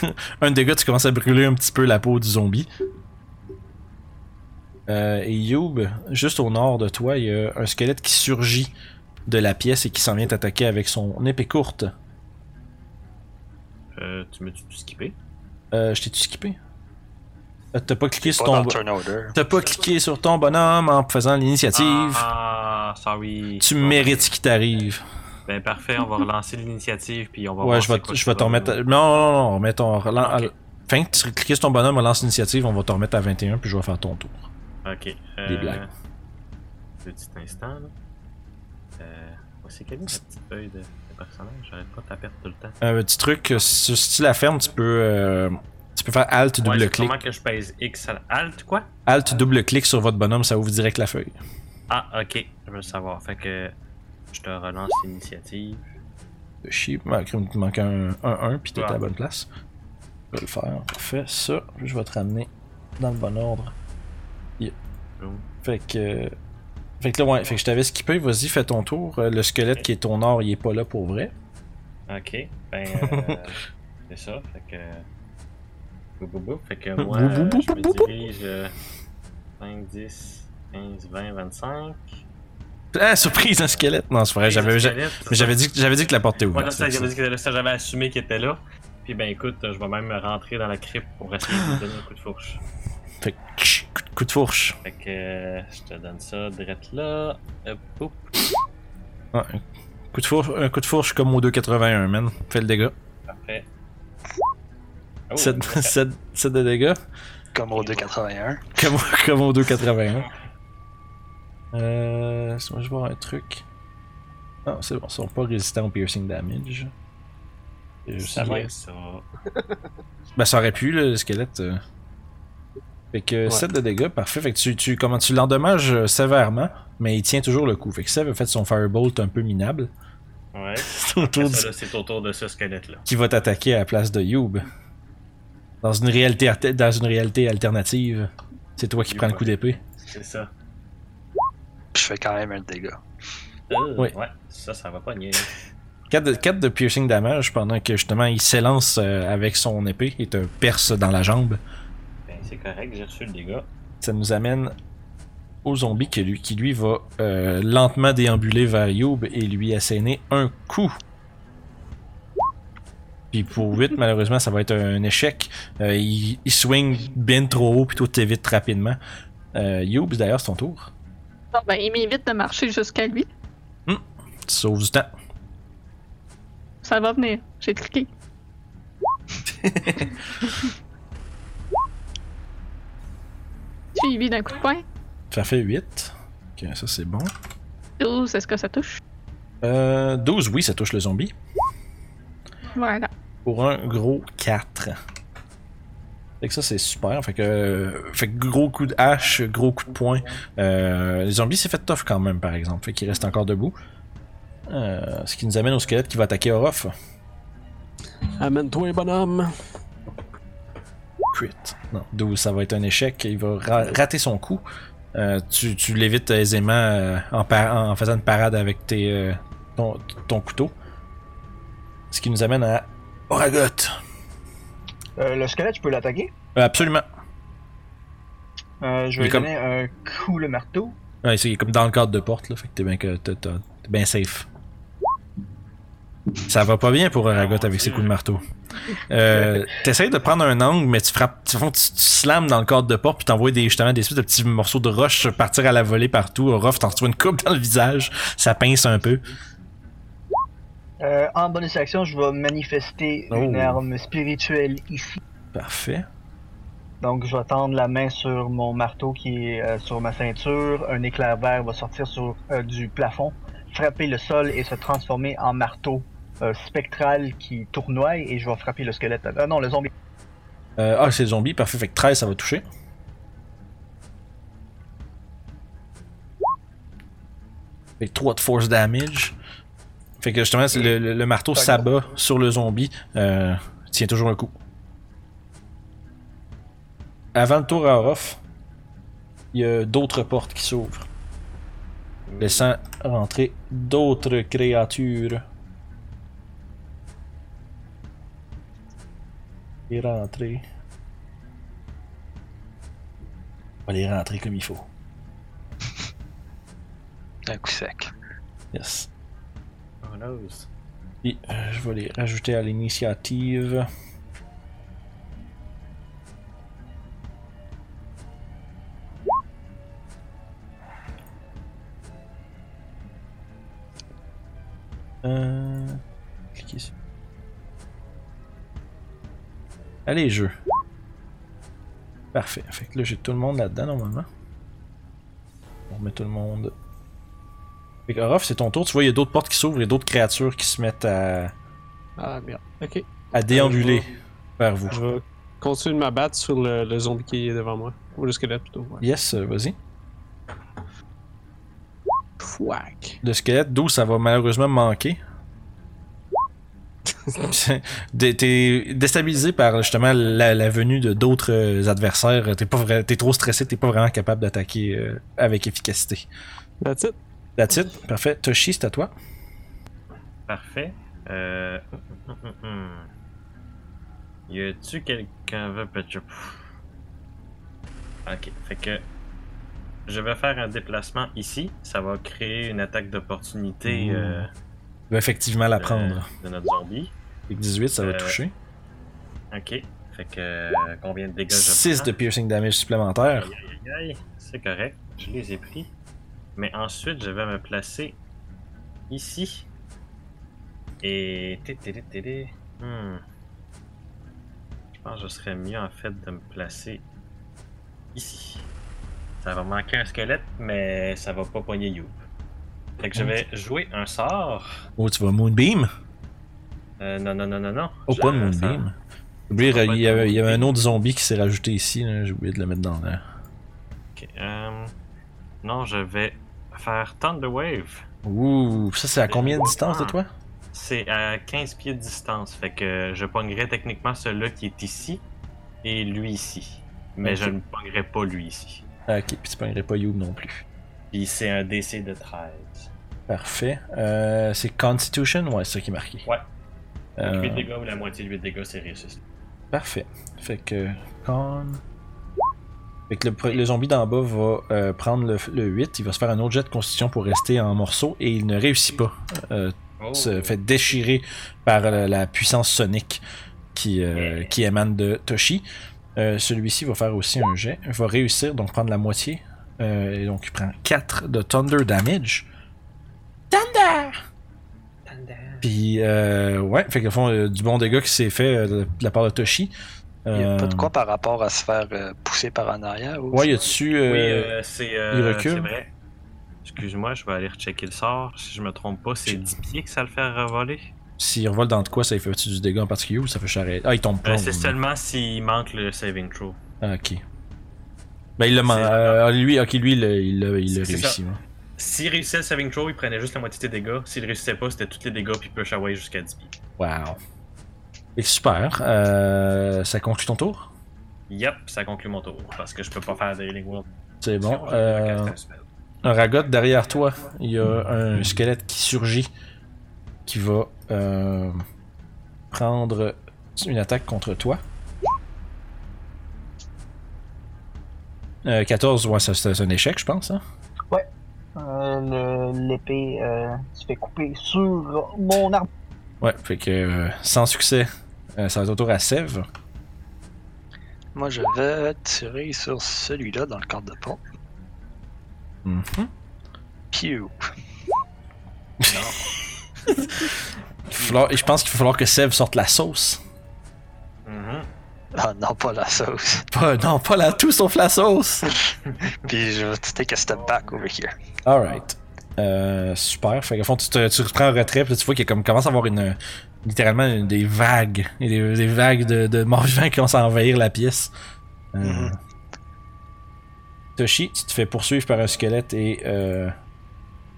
[SPEAKER 1] (laughs) un dégât, tu commences à brûler un petit peu la peau du zombie. Euh, et Youb, juste au nord de toi, il y a un squelette qui surgit de la pièce et qui s'en vient t'attaquer avec son épée courte.
[SPEAKER 3] Euh, tu me tu skippé?
[SPEAKER 1] Euh, je t'ai-tu skippé? Euh, T'as pas cliqué sur
[SPEAKER 4] Pas dans
[SPEAKER 1] ton.
[SPEAKER 4] le turn order.
[SPEAKER 1] T'as pas cliqué sur ton bonhomme en faisant l'initiative.
[SPEAKER 3] Ah, sorry.
[SPEAKER 1] Tu mérites ce qui t'arrive.
[SPEAKER 3] Ben parfait, on va relancer l'initiative puis on va
[SPEAKER 1] Ouais,
[SPEAKER 3] voir
[SPEAKER 1] je vais,
[SPEAKER 3] c'est quoi
[SPEAKER 1] je
[SPEAKER 3] qui
[SPEAKER 1] vais t'en
[SPEAKER 3] va-
[SPEAKER 1] remettre. à- Non, non, non, on met ton. relan- Fin que tu cliques sur ton bonhomme, on lance l'initiative, on va t'en remettre à 21, puis je vais faire ton tour.
[SPEAKER 3] Ok. Euh,
[SPEAKER 1] blagues.
[SPEAKER 3] Petit instant, là. Euh, ouais, c'est quelle est cette petite feuille de, de personnage? J'arrête pas de la perdre tout le temps.
[SPEAKER 1] Un petit truc, euh, si si tu la fermes, tu peux, euh, tu peux faire Alt, double
[SPEAKER 3] ouais,
[SPEAKER 1] clic.
[SPEAKER 3] Comment que je pèse X à la- Alt, quoi?
[SPEAKER 1] Alt, double clic sur votre bonhomme, ça ouvre direct la feuille.
[SPEAKER 3] Ah, ok. Je veux le savoir. Fait que je te relance l'initiative.
[SPEAKER 1] Le chip, ah, crime, il manque un 1-1, puis t'es à
[SPEAKER 3] Ah.
[SPEAKER 1] la bonne place. Je vais le faire. Parfait, ça, je vais te ramener dans le bon ordre. Yeah.
[SPEAKER 3] Boom.
[SPEAKER 1] Fait que. Fait que là, ouais, fait que je t'avais skippé, vas-y, fais ton tour. Euh, Le squelette qui est ton or, il est pas là pour vrai.
[SPEAKER 3] Ok,
[SPEAKER 1] (laughs)
[SPEAKER 3] ben euh, c'est ça, fait que. Bou, bou, bou. Fait que moi,
[SPEAKER 1] Bou, bou,
[SPEAKER 3] euh,
[SPEAKER 1] bou,
[SPEAKER 3] je
[SPEAKER 1] bou, bou, bou.
[SPEAKER 3] me dirige euh, 5, 10, 15, 20, 25.
[SPEAKER 1] Ah, surprise, un squelette! Non, c'est vrai, j'avais, j'a- mais j'avais dit, j'avais dit que la porte était
[SPEAKER 3] Ouais,
[SPEAKER 1] ouverte.
[SPEAKER 3] là, ça,
[SPEAKER 1] c'est-
[SPEAKER 3] j'avais dit que ça, j'avais assumé qu'il était là. Puis ben écoute, je vais même rentrer dans la crypte pour essayer de te donner un coup de fourche.
[SPEAKER 1] Fait que, tch, coup de- coup de fourche.
[SPEAKER 3] Fait que euh, je te donne ça, drette là. Hop, hop.
[SPEAKER 1] Ouais, un coup de fourche, un coup de fourche comme au 2.81, man. Fais le dégât.
[SPEAKER 3] parfait.
[SPEAKER 1] (laughs)
[SPEAKER 3] Oh,
[SPEAKER 1] 7, de dégâts.
[SPEAKER 4] Comme au 281.
[SPEAKER 1] Comme, au- comme au 2.81. Euh. Laisse-moi je voir un truc. Non, c'est bon, ils sont pas résistants au piercing damage. C'est juste
[SPEAKER 3] ça va
[SPEAKER 1] yes.
[SPEAKER 3] être ça.
[SPEAKER 1] Ben, ça aurait pu, là, le squelette. euh. Fait que 7 de dégâts, parfait. Fait que tu, tu, comment, tu l'endommages euh, sévèrement, mais il tient toujours le coup. Fait que Sev a fait son Firebolt un peu minable.
[SPEAKER 3] Ouais.
[SPEAKER 1] C'est (laughs) autour
[SPEAKER 3] Après
[SPEAKER 1] du-
[SPEAKER 3] ça, là, c'est autour de ce squelette là.
[SPEAKER 1] (laughs) qui va t'attaquer à la place de Youb. Dans une réalité, alter- dans une réalité alternative, c'est toi qui
[SPEAKER 3] Youb,
[SPEAKER 1] prends le coup d'épée.
[SPEAKER 3] C'est ça.
[SPEAKER 4] Puis je fais quand même un dégât.
[SPEAKER 3] Euh,
[SPEAKER 1] Oui.
[SPEAKER 3] Ouais, ça, ça va pas nier.
[SPEAKER 1] 4 de, quatre de piercing damage pendant que justement il s'élance euh, avec son épée et te perce dans la jambe.
[SPEAKER 3] Ben, c'est correct, j'ai reçu le dégât.
[SPEAKER 1] Ça nous amène au zombie qui lui, qui lui va euh, lentement déambuler vers Youb et lui asséner un coup. Puis pour 8, malheureusement, ça va être un échec. Euh, il, il swing bien trop haut, puis toi t'évites rapidement. Euh, Youb, d'ailleurs, c'est ton tour.
[SPEAKER 5] Bon, ben, il m'évite de marcher jusqu'à lui.
[SPEAKER 1] Tu sauves du temps.
[SPEAKER 5] Ça va venir. J'ai cliqué. Suivi d'un coup de poing.
[SPEAKER 1] Ça fait 8. Ok, ça c'est bon.
[SPEAKER 5] 12, est-ce que ça touche?
[SPEAKER 1] Euh, 12, oui, ça touche le zombie.
[SPEAKER 5] Voilà.
[SPEAKER 1] Pour un gros 4. Fait que ça c'est super. Fait que, euh, fait que gros coup de hache, gros coup de poing. Euh, le zombie s'est fait tough quand même, par exemple. Fait qu'il reste encore debout. Euh, ce qui nous amène au squelette qui va attaquer Orof.
[SPEAKER 6] Amène-toi, bonhomme.
[SPEAKER 1] Crit. Non, 12, ça va être un échec. Il va ra- rater son coup. Euh, tu tu l'évites aisément euh, en, par- en faisant une parade avec tes, euh, ton, ton couteau. Ce qui nous amène à Oragot.
[SPEAKER 7] Euh, le squelette, je peux l'attaquer.
[SPEAKER 1] Euh, absolument.
[SPEAKER 7] Euh, je
[SPEAKER 1] Il est
[SPEAKER 7] vais
[SPEAKER 1] comme-
[SPEAKER 7] donner un coup le marteau.
[SPEAKER 1] Ouais, c'est comme dans le cadre de porte, là. Fait que t'es bien, que t'es- t'es- t'es bien safe. Ça va pas bien pour Aragot avec ses coups de marteau. Euh, T'essayes de prendre un angle, mais tu frappes, tu, fond- tu, tu slams dans le cadre de porte, puis t'envoies des, justement des espèces de petits morceaux de roche partir à la volée partout. Ruff, t'en retrouves une coupe dans le visage, ça pince un peu.
[SPEAKER 7] Euh, en bonus action, je vais manifester
[SPEAKER 1] Oh.
[SPEAKER 7] une arme spirituelle ici.
[SPEAKER 1] Parfait.
[SPEAKER 7] Donc, je vais tendre la main sur mon marteau qui est euh, sur ma ceinture. Un éclair vert va sortir sur, euh, du plafond, frapper le sol et se transformer en marteau euh, spectral qui tournoie et je vais frapper le squelette. Ah non, le zombie.
[SPEAKER 1] Euh, ah, c'est le zombie, parfait. Fait que 13, ça va toucher. Fait que 3 de force damage. Fait que justement, c'est le, le- le marteau
[SPEAKER 7] Pas
[SPEAKER 1] s'abat sur le zombie. Euh, tient toujours un coup. Avant le tour à Orof, il y a d'autres portes qui s'ouvrent. Laissant rentrer d'autres créatures. les rentrer. On va les rentrer comme il faut.
[SPEAKER 4] D'un coup sec.
[SPEAKER 1] Yes.
[SPEAKER 8] Oh knows.
[SPEAKER 1] Et euh, je vais les rajouter à l'initiative. Euh, cliquez sur- Allez, jeu. Parfait. Fait que là, j'ai tout le monde là-dedans normalement. On remet tout le monde. Fait que Orof, c'est ton tour. Tu vois, il y a d'autres portes qui s'ouvrent et d'autres créatures qui se mettent à,
[SPEAKER 6] Ah merde. Ok. Euh,
[SPEAKER 1] à déambuler vers vous.
[SPEAKER 6] Je vais continuer de m'abattre sur le, le zombie qui est devant moi. Ou le squelette plutôt. Ouais.
[SPEAKER 1] Yes, euh, vas-y.
[SPEAKER 6] Fouac.
[SPEAKER 1] Le squelette 12, ça va malheureusement
[SPEAKER 3] (laughs)
[SPEAKER 1] manquer. T'es- T'es déstabilisé par justement la, la venue de d'autres euh, adversaires. T'es pas vrai- t'es trop stressé, t'es pas vraiment capable d'attaquer euh, avec efficacité.
[SPEAKER 6] That's it.
[SPEAKER 1] That's it. Parfait. Toshi, c'est à toi.
[SPEAKER 3] Parfait. Euh... hum, hum, hum, hum. Y a-tu quelqu'un veut peut-être... Ok, fait que je vais faire un déplacement ici. Ça va créer une attaque d'opportunité
[SPEAKER 1] Mmh.
[SPEAKER 3] euh,
[SPEAKER 1] Il va effectivement la prendre.
[SPEAKER 3] de, de notre zombie.
[SPEAKER 1] Avec 18, ça va
[SPEAKER 3] Euh,
[SPEAKER 1] toucher.
[SPEAKER 3] Ok, fait que euh, combien de dégâts je
[SPEAKER 1] 6
[SPEAKER 3] prends?
[SPEAKER 1] de piercing damage supplémentaire.
[SPEAKER 3] Aïe, aïe, aïe, aïe. C'est correct, je les ai pris. Mais ensuite, je vais me placer ici. Et. té, té, té, té, té. Hmm. Je pense que je serais mieux en fait de me placer ici. Ça va manquer un squelette, mais ça va pas poigner You. Fait que je vais jouer un sort.
[SPEAKER 1] Oh, tu vas Moonbeam?
[SPEAKER 3] Euh, non, non, non, non, non.
[SPEAKER 1] Oh,
[SPEAKER 3] J'ai
[SPEAKER 1] pas
[SPEAKER 3] un sort.
[SPEAKER 1] Moonbeam. J'ai oublié,
[SPEAKER 3] Ça va pas
[SPEAKER 1] il y
[SPEAKER 3] être
[SPEAKER 1] avait, il y avait un
[SPEAKER 3] Moonbeam.
[SPEAKER 1] autre zombie qui s'est rajouté ici. là. J'ai oublié de le mettre dans l'air.
[SPEAKER 3] Ok, euh, Non, je vais faire Thunder Wave.
[SPEAKER 1] Ouh, ça c'est à combien de distance de toi?
[SPEAKER 3] C'est à 15 pieds de distance, fait que je pognerais techniquement celui-là qui est ici et lui ici. Mais
[SPEAKER 1] Ok.
[SPEAKER 3] je ne pognerais pas lui ici.
[SPEAKER 1] Ah, ok, puis tu pognerais pas Youb non plus.
[SPEAKER 3] Puis c'est un DC de 13.
[SPEAKER 1] Parfait. Euh, c'est Constitution? Ouais, c'est ça qui est marqué.
[SPEAKER 3] Ouais.
[SPEAKER 1] Euh,
[SPEAKER 3] 8 dégâts ou la moitié de 8 dégâts, c'est réussi.
[SPEAKER 1] Parfait. Fait que. Con. Fait que le, pre- le zombie d'en bas va euh, prendre le, le 8, il va se faire un autre jet de constitution pour rester en morceaux et il ne réussit pas. Euh,
[SPEAKER 3] Oh.
[SPEAKER 1] se fait déchirer par euh, la puissance sonique qui, euh, qui émane de Toshi. Euh, Celui-ci va faire aussi un jet, va réussir, donc prendre la moitié. Euh, et donc il prend 4 de Thunder Damage. Thunder! Puis, euh, ouais, fait que le fond, euh, du bon dégât qui s'est fait euh, de, de la part de Toshi.
[SPEAKER 4] Il n'y a pas de
[SPEAKER 1] Euh,
[SPEAKER 4] quoi par rapport à se faire euh, pousser par en arrière ou
[SPEAKER 1] Ouais, y a-tu. euh,
[SPEAKER 3] Oui, euh, c'est euh,
[SPEAKER 1] il recule.
[SPEAKER 3] c'est vrai. Excuse-moi, je vais aller rechecker le sort. Si je me trompe pas, c'est 10 pieds que ça le fait revoler.
[SPEAKER 1] S'il revole dans de quoi, ça fait-tu du dégât en particulier ou ça fait charrer Ah, il tombe
[SPEAKER 3] Euh,
[SPEAKER 1] pas.
[SPEAKER 3] c'est seulement s'il manque le saving throw.
[SPEAKER 1] Ah, ok. Ben, il le man-
[SPEAKER 3] C'est-
[SPEAKER 1] euh, lui, ok, lui, il le- il le il le
[SPEAKER 3] C'est- c'est
[SPEAKER 1] réussit. ouais.
[SPEAKER 3] S'il réussissait le saving throw, il prenait juste la moitié des dégâts. S'il réussissait pas, c'était tous les dégâts puis il push away jusqu'à 10 pieds.
[SPEAKER 1] Wow. Et super. Euh, ça conclut ton tour?
[SPEAKER 3] Yep, ça conclut mon tour. Parce que je peux pas faire des Healing World.
[SPEAKER 1] C'est bon.
[SPEAKER 3] Sinon, j'ai
[SPEAKER 1] Euh,
[SPEAKER 3] un spell.
[SPEAKER 1] un ragot derrière toi. Il y a un squelette qui surgit. Qui va euh, prendre une attaque contre toi. Euh, 14, ouais, ça, c'est un échec, je pense. Hein?
[SPEAKER 7] Euh, le- L'épée euh, se fait couper sur mon arbre.
[SPEAKER 1] Ouais, fait que euh, sans succès, euh, ça va être au tour à Sève.
[SPEAKER 4] Moi, je vais tirer sur celui-là dans le cadre de pont.
[SPEAKER 1] Hmm.
[SPEAKER 4] Pew.
[SPEAKER 1] Il va falloir- je pense qu'il va falloir que Sève sorte la sauce.
[SPEAKER 3] Mhm.
[SPEAKER 4] (laughs) Ah non, pas la sauce. (laughs)
[SPEAKER 1] Pas, non, pas la tout sauf la sauce.
[SPEAKER 4] Puis je vais take a step back over here.
[SPEAKER 1] Alright. Euh, super. Fait qu'au fond, tu, te, tu reprends un retrait, puis là, tu vois qu'il y a comme, commence à avoir une, littéralement une- des vagues. Et des, des vagues de, de morts-vivants qui commencent à envahir la pièce. Euh,
[SPEAKER 4] Mhm.
[SPEAKER 1] Toshi, tu te fais poursuivre par un squelette et euh,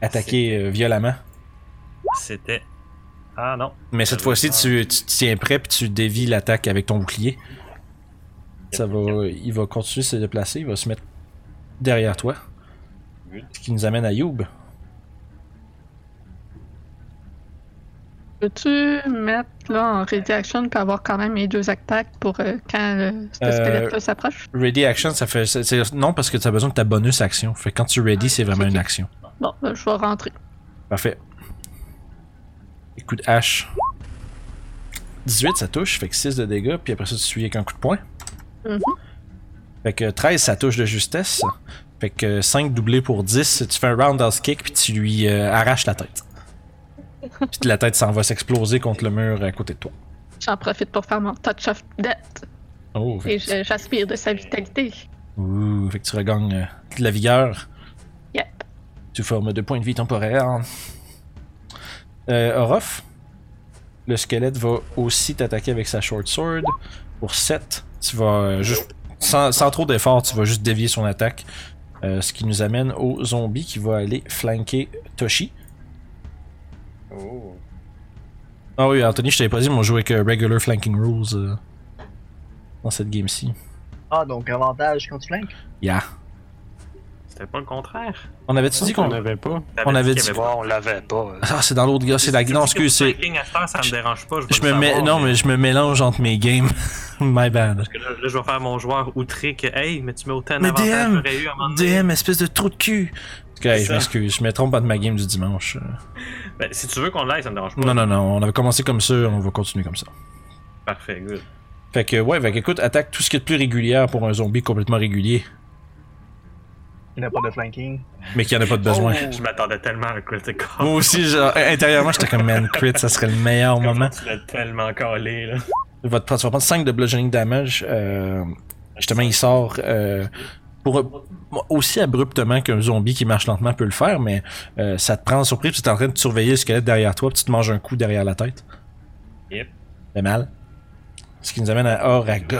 [SPEAKER 1] attaquer euh, violemment.
[SPEAKER 3] C'était. Ah non.
[SPEAKER 1] Mais cette
[SPEAKER 3] Ça
[SPEAKER 1] fois-ci,
[SPEAKER 3] va.
[SPEAKER 1] tu, tu te tiens prêt puis tu dévies l'attaque avec ton bouclier. Ça va, il va continuer de se déplacer, il va se mettre derrière toi.
[SPEAKER 3] Oui.
[SPEAKER 1] Ce qui nous amène à Youb.
[SPEAKER 5] Peux-tu mettre là en ready action pour avoir quand même mes deux attaques pour euh, quand le- ce
[SPEAKER 1] Euh,
[SPEAKER 5] squelette-là s'approche?
[SPEAKER 1] Ready action, ça fait. c'est- c'est- non, parce que tu as besoin de ta bonus action. Fait que quand tu ready, c'est vraiment une action.
[SPEAKER 5] Bon, ben, je vais rentrer.
[SPEAKER 1] Parfait. Et Coup de hache. 18, ça touche, fait que 6 de dégâts, puis après ça, tu suis avec un coup de poing.
[SPEAKER 5] Mhm.
[SPEAKER 1] Fait que 13, ça touche de justesse. Fait que 5 doublé pour 10, tu fais un roundhouse kick, puis tu lui euh, arraches la tête. Puis la tête s'en va s'exploser contre le mur à côté de toi.
[SPEAKER 5] J'en profite pour faire mon touch of death
[SPEAKER 1] Oh, fait,
[SPEAKER 5] et je- j'aspire de sa vitalité.
[SPEAKER 1] Ouh, fait que tu regagnes euh, de la vigueur.
[SPEAKER 5] Yep.
[SPEAKER 1] Tu formes deux points de vie temporaires. Euh, Orof, le squelette va aussi t'attaquer avec sa short sword. Pour 7, tu vas euh, juste. Sans, sans trop d'effort, tu vas juste dévier son attaque. Euh, ce qui nous amène au zombie qui va aller flanquer Toshi.
[SPEAKER 3] Oh.
[SPEAKER 1] Ah oui, Anthony, je t'avais pas dit, moi, je joue avec euh, Regular Flanking Rules euh, dans cette game-ci.
[SPEAKER 7] Ah, donc avantage quand tu flingues?
[SPEAKER 1] Yeah.
[SPEAKER 3] C'était pas le contraire.
[SPEAKER 1] On avait-tu dit qu'on.
[SPEAKER 6] n'avait pas.
[SPEAKER 1] On avait dit-
[SPEAKER 3] qu'il y
[SPEAKER 4] Ouais, on l'avait pas. euh.
[SPEAKER 1] Ah, c'est dans l'autre gars, c'est la. Non, excuse, c'est.
[SPEAKER 3] Fucking à faire, ça me dérange pas. Je, vais
[SPEAKER 1] Je
[SPEAKER 3] le
[SPEAKER 1] me mets,
[SPEAKER 3] savoir,
[SPEAKER 1] non, mais je me mélange entre mes games. (laughs) My bad.
[SPEAKER 3] Parce que là, là, je vais faire mon joueur outré que, hey, mais tu mets autant
[SPEAKER 1] Mais
[SPEAKER 3] d'avantages que
[SPEAKER 1] DM,
[SPEAKER 3] j'aurais eu à un moment donné.
[SPEAKER 1] DM, espèce de trou de cul. Ok,
[SPEAKER 3] C'est
[SPEAKER 1] je
[SPEAKER 3] ça.
[SPEAKER 1] m'excuse, je me trompe pas de ma game du dimanche. Euh,
[SPEAKER 3] Ben, si tu veux qu'on l'aille, ça me dérange pas.
[SPEAKER 1] Non, non, non, on avait commencé comme ça, on va continuer comme ça.
[SPEAKER 3] Parfait, good.
[SPEAKER 1] Fait que, ouais, fait que, écoute, attaque tout ce qui est de plus régulière pour un zombie complètement régulier,
[SPEAKER 7] Il n'a pas de flanking.
[SPEAKER 1] mais qui en a pas de besoin.
[SPEAKER 3] Oh! Je m'attendais tellement à un critical.
[SPEAKER 1] Moi aussi, genre, intérieurement, j'étais comme man crit, ça serait le meilleur
[SPEAKER 3] Comment
[SPEAKER 1] moment.
[SPEAKER 3] Tu l'as tellement calé, là.
[SPEAKER 1] Il va te prendre- tu vas prendre 5 de bludgeoning damage. euh, justement, il sort euh, pour aussi abruptement qu'un zombie qui marche lentement peut le faire, mais euh, ça te prend en surprise. puis Tu es en train de surveiller le squelette derrière toi, puis tu te manges un coup derrière la tête.
[SPEAKER 3] Yep.
[SPEAKER 1] C'est mal. Ce qui nous amène à Oragot.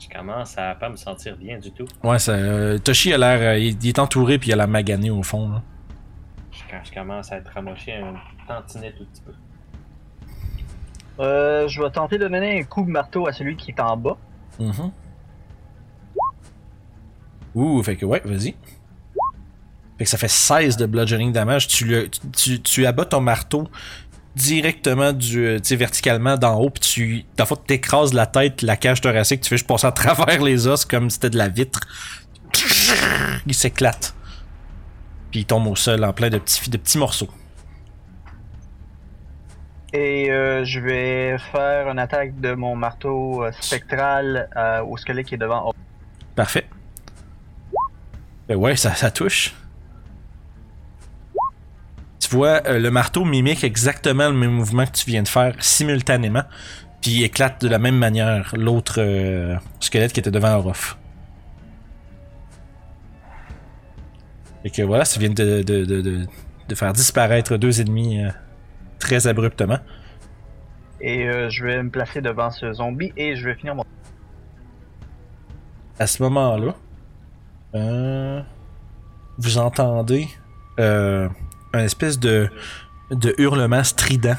[SPEAKER 3] Je commence à pas me sentir bien du tout.
[SPEAKER 1] Ouais, ça, euh, Toshi a l'air. euh, il, il est entouré, puis il a la maganée au fond. là.
[SPEAKER 3] Je- Quand je commence à être ramoché un tantinet tout petit peu.
[SPEAKER 7] Euh, je vais tenter de donner un coup de marteau à celui qui est en bas.
[SPEAKER 1] Mhm. Ouh, fait que ouais, vas-y. Fait que ça fait 16 de bludgeoning damage. Tu, le, tu- tu, tu abats ton marteau directement du euh, tu sais, verticalement d'en haut puis tu dans le fond, t'écrases la tête la cage thoracique tu fais juste passer à travers les os comme si c'était de la vitre il s'éclate puis il tombe au sol en plein de petits de petits morceaux
[SPEAKER 7] Et euh, je vais faire une attaque de mon marteau euh, spectral euh, au squelette qui est devant.
[SPEAKER 1] parfait Ben ouais ça, ça touche tu vois euh, le marteau mimique exactement le même mouvement que tu viens de faire simultanément puis il éclate de la même manière l'autre euh, squelette qui était devant Orof. Et que voilà, ça vient de, de, de, de- de faire disparaître deux ennemis euh, très abruptement.
[SPEAKER 7] Et euh, je vais me placer devant ce zombie et je vais finir mon.
[SPEAKER 1] À ce moment-là, euh, vous entendez euh, un espèce de, de hurlement strident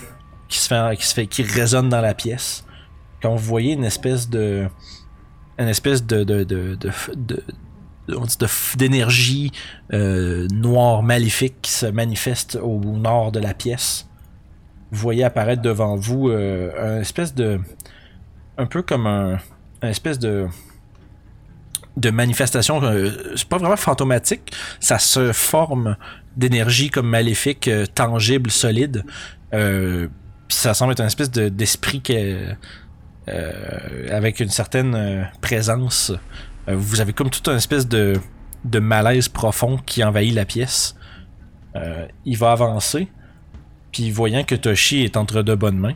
[SPEAKER 1] qui se, fait, qui se fait, qui résonne dans la pièce. Quand vous voyez une espèce de, une espèce de, de, de, de, de- de- on dit de f- d'énergie euh, noire maléfique qui se manifeste au nord de la pièce. Vous voyez apparaître devant vous euh, un espèce de, un peu comme un, un espèce de de manifestation, euh, c'est pas vraiment fantomatique, ça se forme d'énergie comme maléfique, euh, tangible, solide, euh, Puis ça semble être un espèce de- d'esprit que, euh, avec une certaine euh, présence. Euh, vous avez comme tout un espèce de, de malaise profond qui envahit la pièce. Euh, il va avancer, puis voyant que Toshi est entre deux bonnes mains,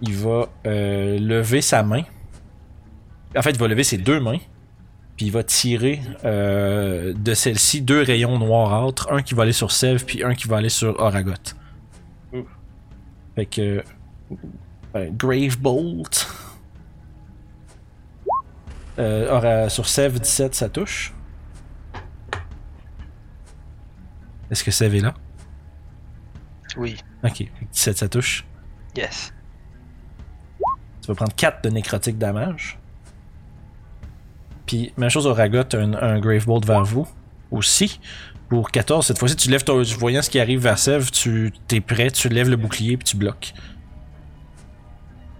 [SPEAKER 1] il va euh, lever sa main. En fait, il va lever ses deux mains, puis il va tirer euh, de celle-ci deux rayons noirâtres, un qui va aller sur Sève, puis un qui va aller sur Oragot.
[SPEAKER 3] Ouf.
[SPEAKER 1] Fait que. euh, Grave Bolt. Euh, aura- sur Sève 17, ça touche. Est-ce que Sève est là
[SPEAKER 4] Oui.
[SPEAKER 1] Ok, 17, ça touche.
[SPEAKER 4] Yes.
[SPEAKER 1] Tu vas prendre 4 de nécrotique damage. Puis, même chose au Ragot, un, un Grave Bolt vers vous aussi. Pour 14, cette fois-ci, tu lèves ton. Voyant ce qui arrive vers Sev, tu t'es prêt, tu lèves le bouclier puis tu bloques.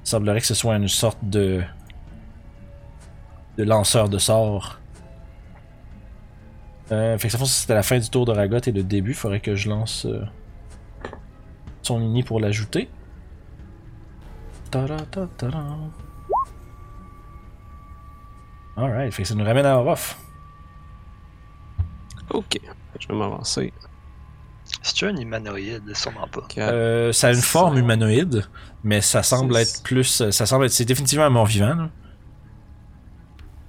[SPEAKER 1] Il semblerait que ce soit une sorte de. de lanceur de sorts. Euh, fait que ça, c'était la fin du tour de Ragot et le début. Faudrait que je lance euh, son ini pour l'ajouter. Ta-da-ta-ta-da. Alright, fait que ça nous ramène à Orof.
[SPEAKER 6] Ok. Je vais m'avancer.
[SPEAKER 4] Si tu un humanoïde, sûrement pas.
[SPEAKER 6] Quatre.
[SPEAKER 1] Euh, ça a une
[SPEAKER 6] Ça-
[SPEAKER 1] forme humanoïde, mais ça semble
[SPEAKER 6] C'est-
[SPEAKER 1] être plus. euh, Ça semble être. C'est définitivement un mort-vivant. là.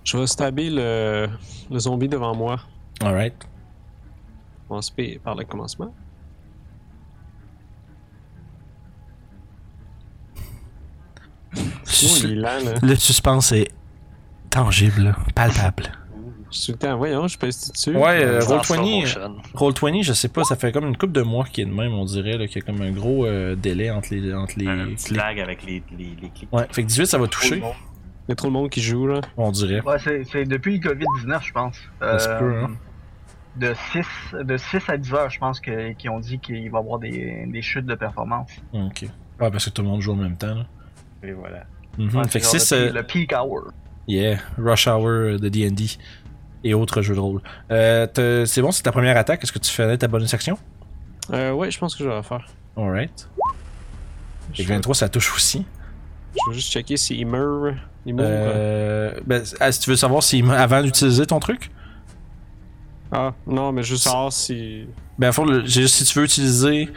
[SPEAKER 6] Je vais stabber le, le zombie devant moi.
[SPEAKER 1] Alright.
[SPEAKER 6] On se paye par le commencement. Sinon, il est lent, là.
[SPEAKER 1] Le suspense est tangible, là, palpable.
[SPEAKER 6] Je suis tout le temps, voyons, je pèse dessus.
[SPEAKER 1] Ouais, euh,
[SPEAKER 4] Dans
[SPEAKER 1] Roll20,
[SPEAKER 4] slow motion.
[SPEAKER 1] Roll20, je sais pas, ça fait comme une coupe de mois qu'il est de même, on dirait, là, qu'il y a comme un gros euh, délai entre les. Entre les,
[SPEAKER 3] Un petit
[SPEAKER 1] les-
[SPEAKER 3] lag avec les, les, les clics.
[SPEAKER 1] Ouais, fait que 18, ça va toucher,
[SPEAKER 6] Il y a trop de monde qui joue, là.
[SPEAKER 1] on dirait.
[SPEAKER 7] Ouais, c'est, c'est depuis le COVID-19, je pense. Euh,
[SPEAKER 1] Ça se
[SPEAKER 2] Euh,
[SPEAKER 1] peut, hein.
[SPEAKER 7] de, 6, de 6 à 10 heures, je pense, que, qui ont dit qu'il va y avoir des, des chutes de performance.
[SPEAKER 1] Ok. Ouais, parce que tout le monde joue en même temps, là.
[SPEAKER 3] Et voilà.
[SPEAKER 1] Mhm,
[SPEAKER 7] Ouais,
[SPEAKER 1] fait que
[SPEAKER 7] genre
[SPEAKER 1] six,
[SPEAKER 7] le,
[SPEAKER 1] euh,
[SPEAKER 7] peak- le peak hour.
[SPEAKER 1] Yeah, Rush Hour euh, de D&D et autres jeux de rôle. Euh, te- c'est bon, c'est ta première attaque. Est-ce que tu faisais ta bonus action?
[SPEAKER 6] Euh, ouais, je pense que je vais la faire.
[SPEAKER 1] Alright.
[SPEAKER 6] Je
[SPEAKER 1] Et
[SPEAKER 6] vais,
[SPEAKER 1] 23, ça touche aussi.
[SPEAKER 6] je vais juste checker s'il meurt. Il meurt ou quoi?
[SPEAKER 1] Euh, ben, ah, si tu veux savoir si avant d'utiliser ton truc,
[SPEAKER 6] Ah, non, mais juste savoir si.
[SPEAKER 1] ben, à fond, le- j'ai- si tu veux utiliser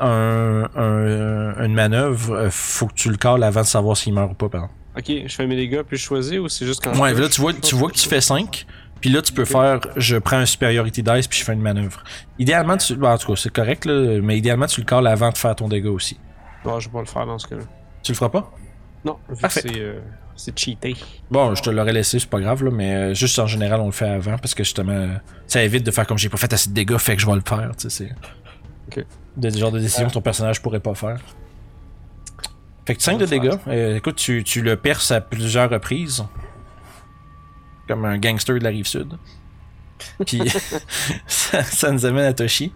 [SPEAKER 1] un, un- une manœuvre, euh, faut que tu le calles avant de savoir s'il meurt ou pas, pardon.
[SPEAKER 6] Ok, je fais mes dégâts puis je choisis ou c'est juste quand je
[SPEAKER 1] Ouais,
[SPEAKER 6] touche?
[SPEAKER 1] là, tu vois,
[SPEAKER 6] Je
[SPEAKER 1] tu
[SPEAKER 6] pense
[SPEAKER 1] vois que tu fais 5. Puis là, tu peux faire je prends un superiority dice puis je fais une manœuvre. Idéalement, tu. ben, en tout cas, c'est correct, là, mais idéalement, tu le calles avant de faire ton dégât aussi.
[SPEAKER 6] Non, Ah, je vais pas le faire dans ce cas-là.
[SPEAKER 1] Tu le feras pas?
[SPEAKER 6] Non, vu que
[SPEAKER 1] Parfait.
[SPEAKER 6] c'est euh, c'est cheaté.
[SPEAKER 1] Bon, je te l'aurais laissé, c'est pas grave, là, mais euh, juste en général, on le fait avant parce que justement, euh, ça évite de faire comme j'ai pas fait assez de dégâts, fait que je vais le faire, tu sais. c'est-
[SPEAKER 6] Ok.
[SPEAKER 1] De genre de décision que ton personnage pourrait pas faire. Fait que 5 de dégâts. Euh, écoute, tu, tu le perces à plusieurs reprises. Comme un gangster de la rive sud. Puis (laughs) ça, ça nous amène à Toshi.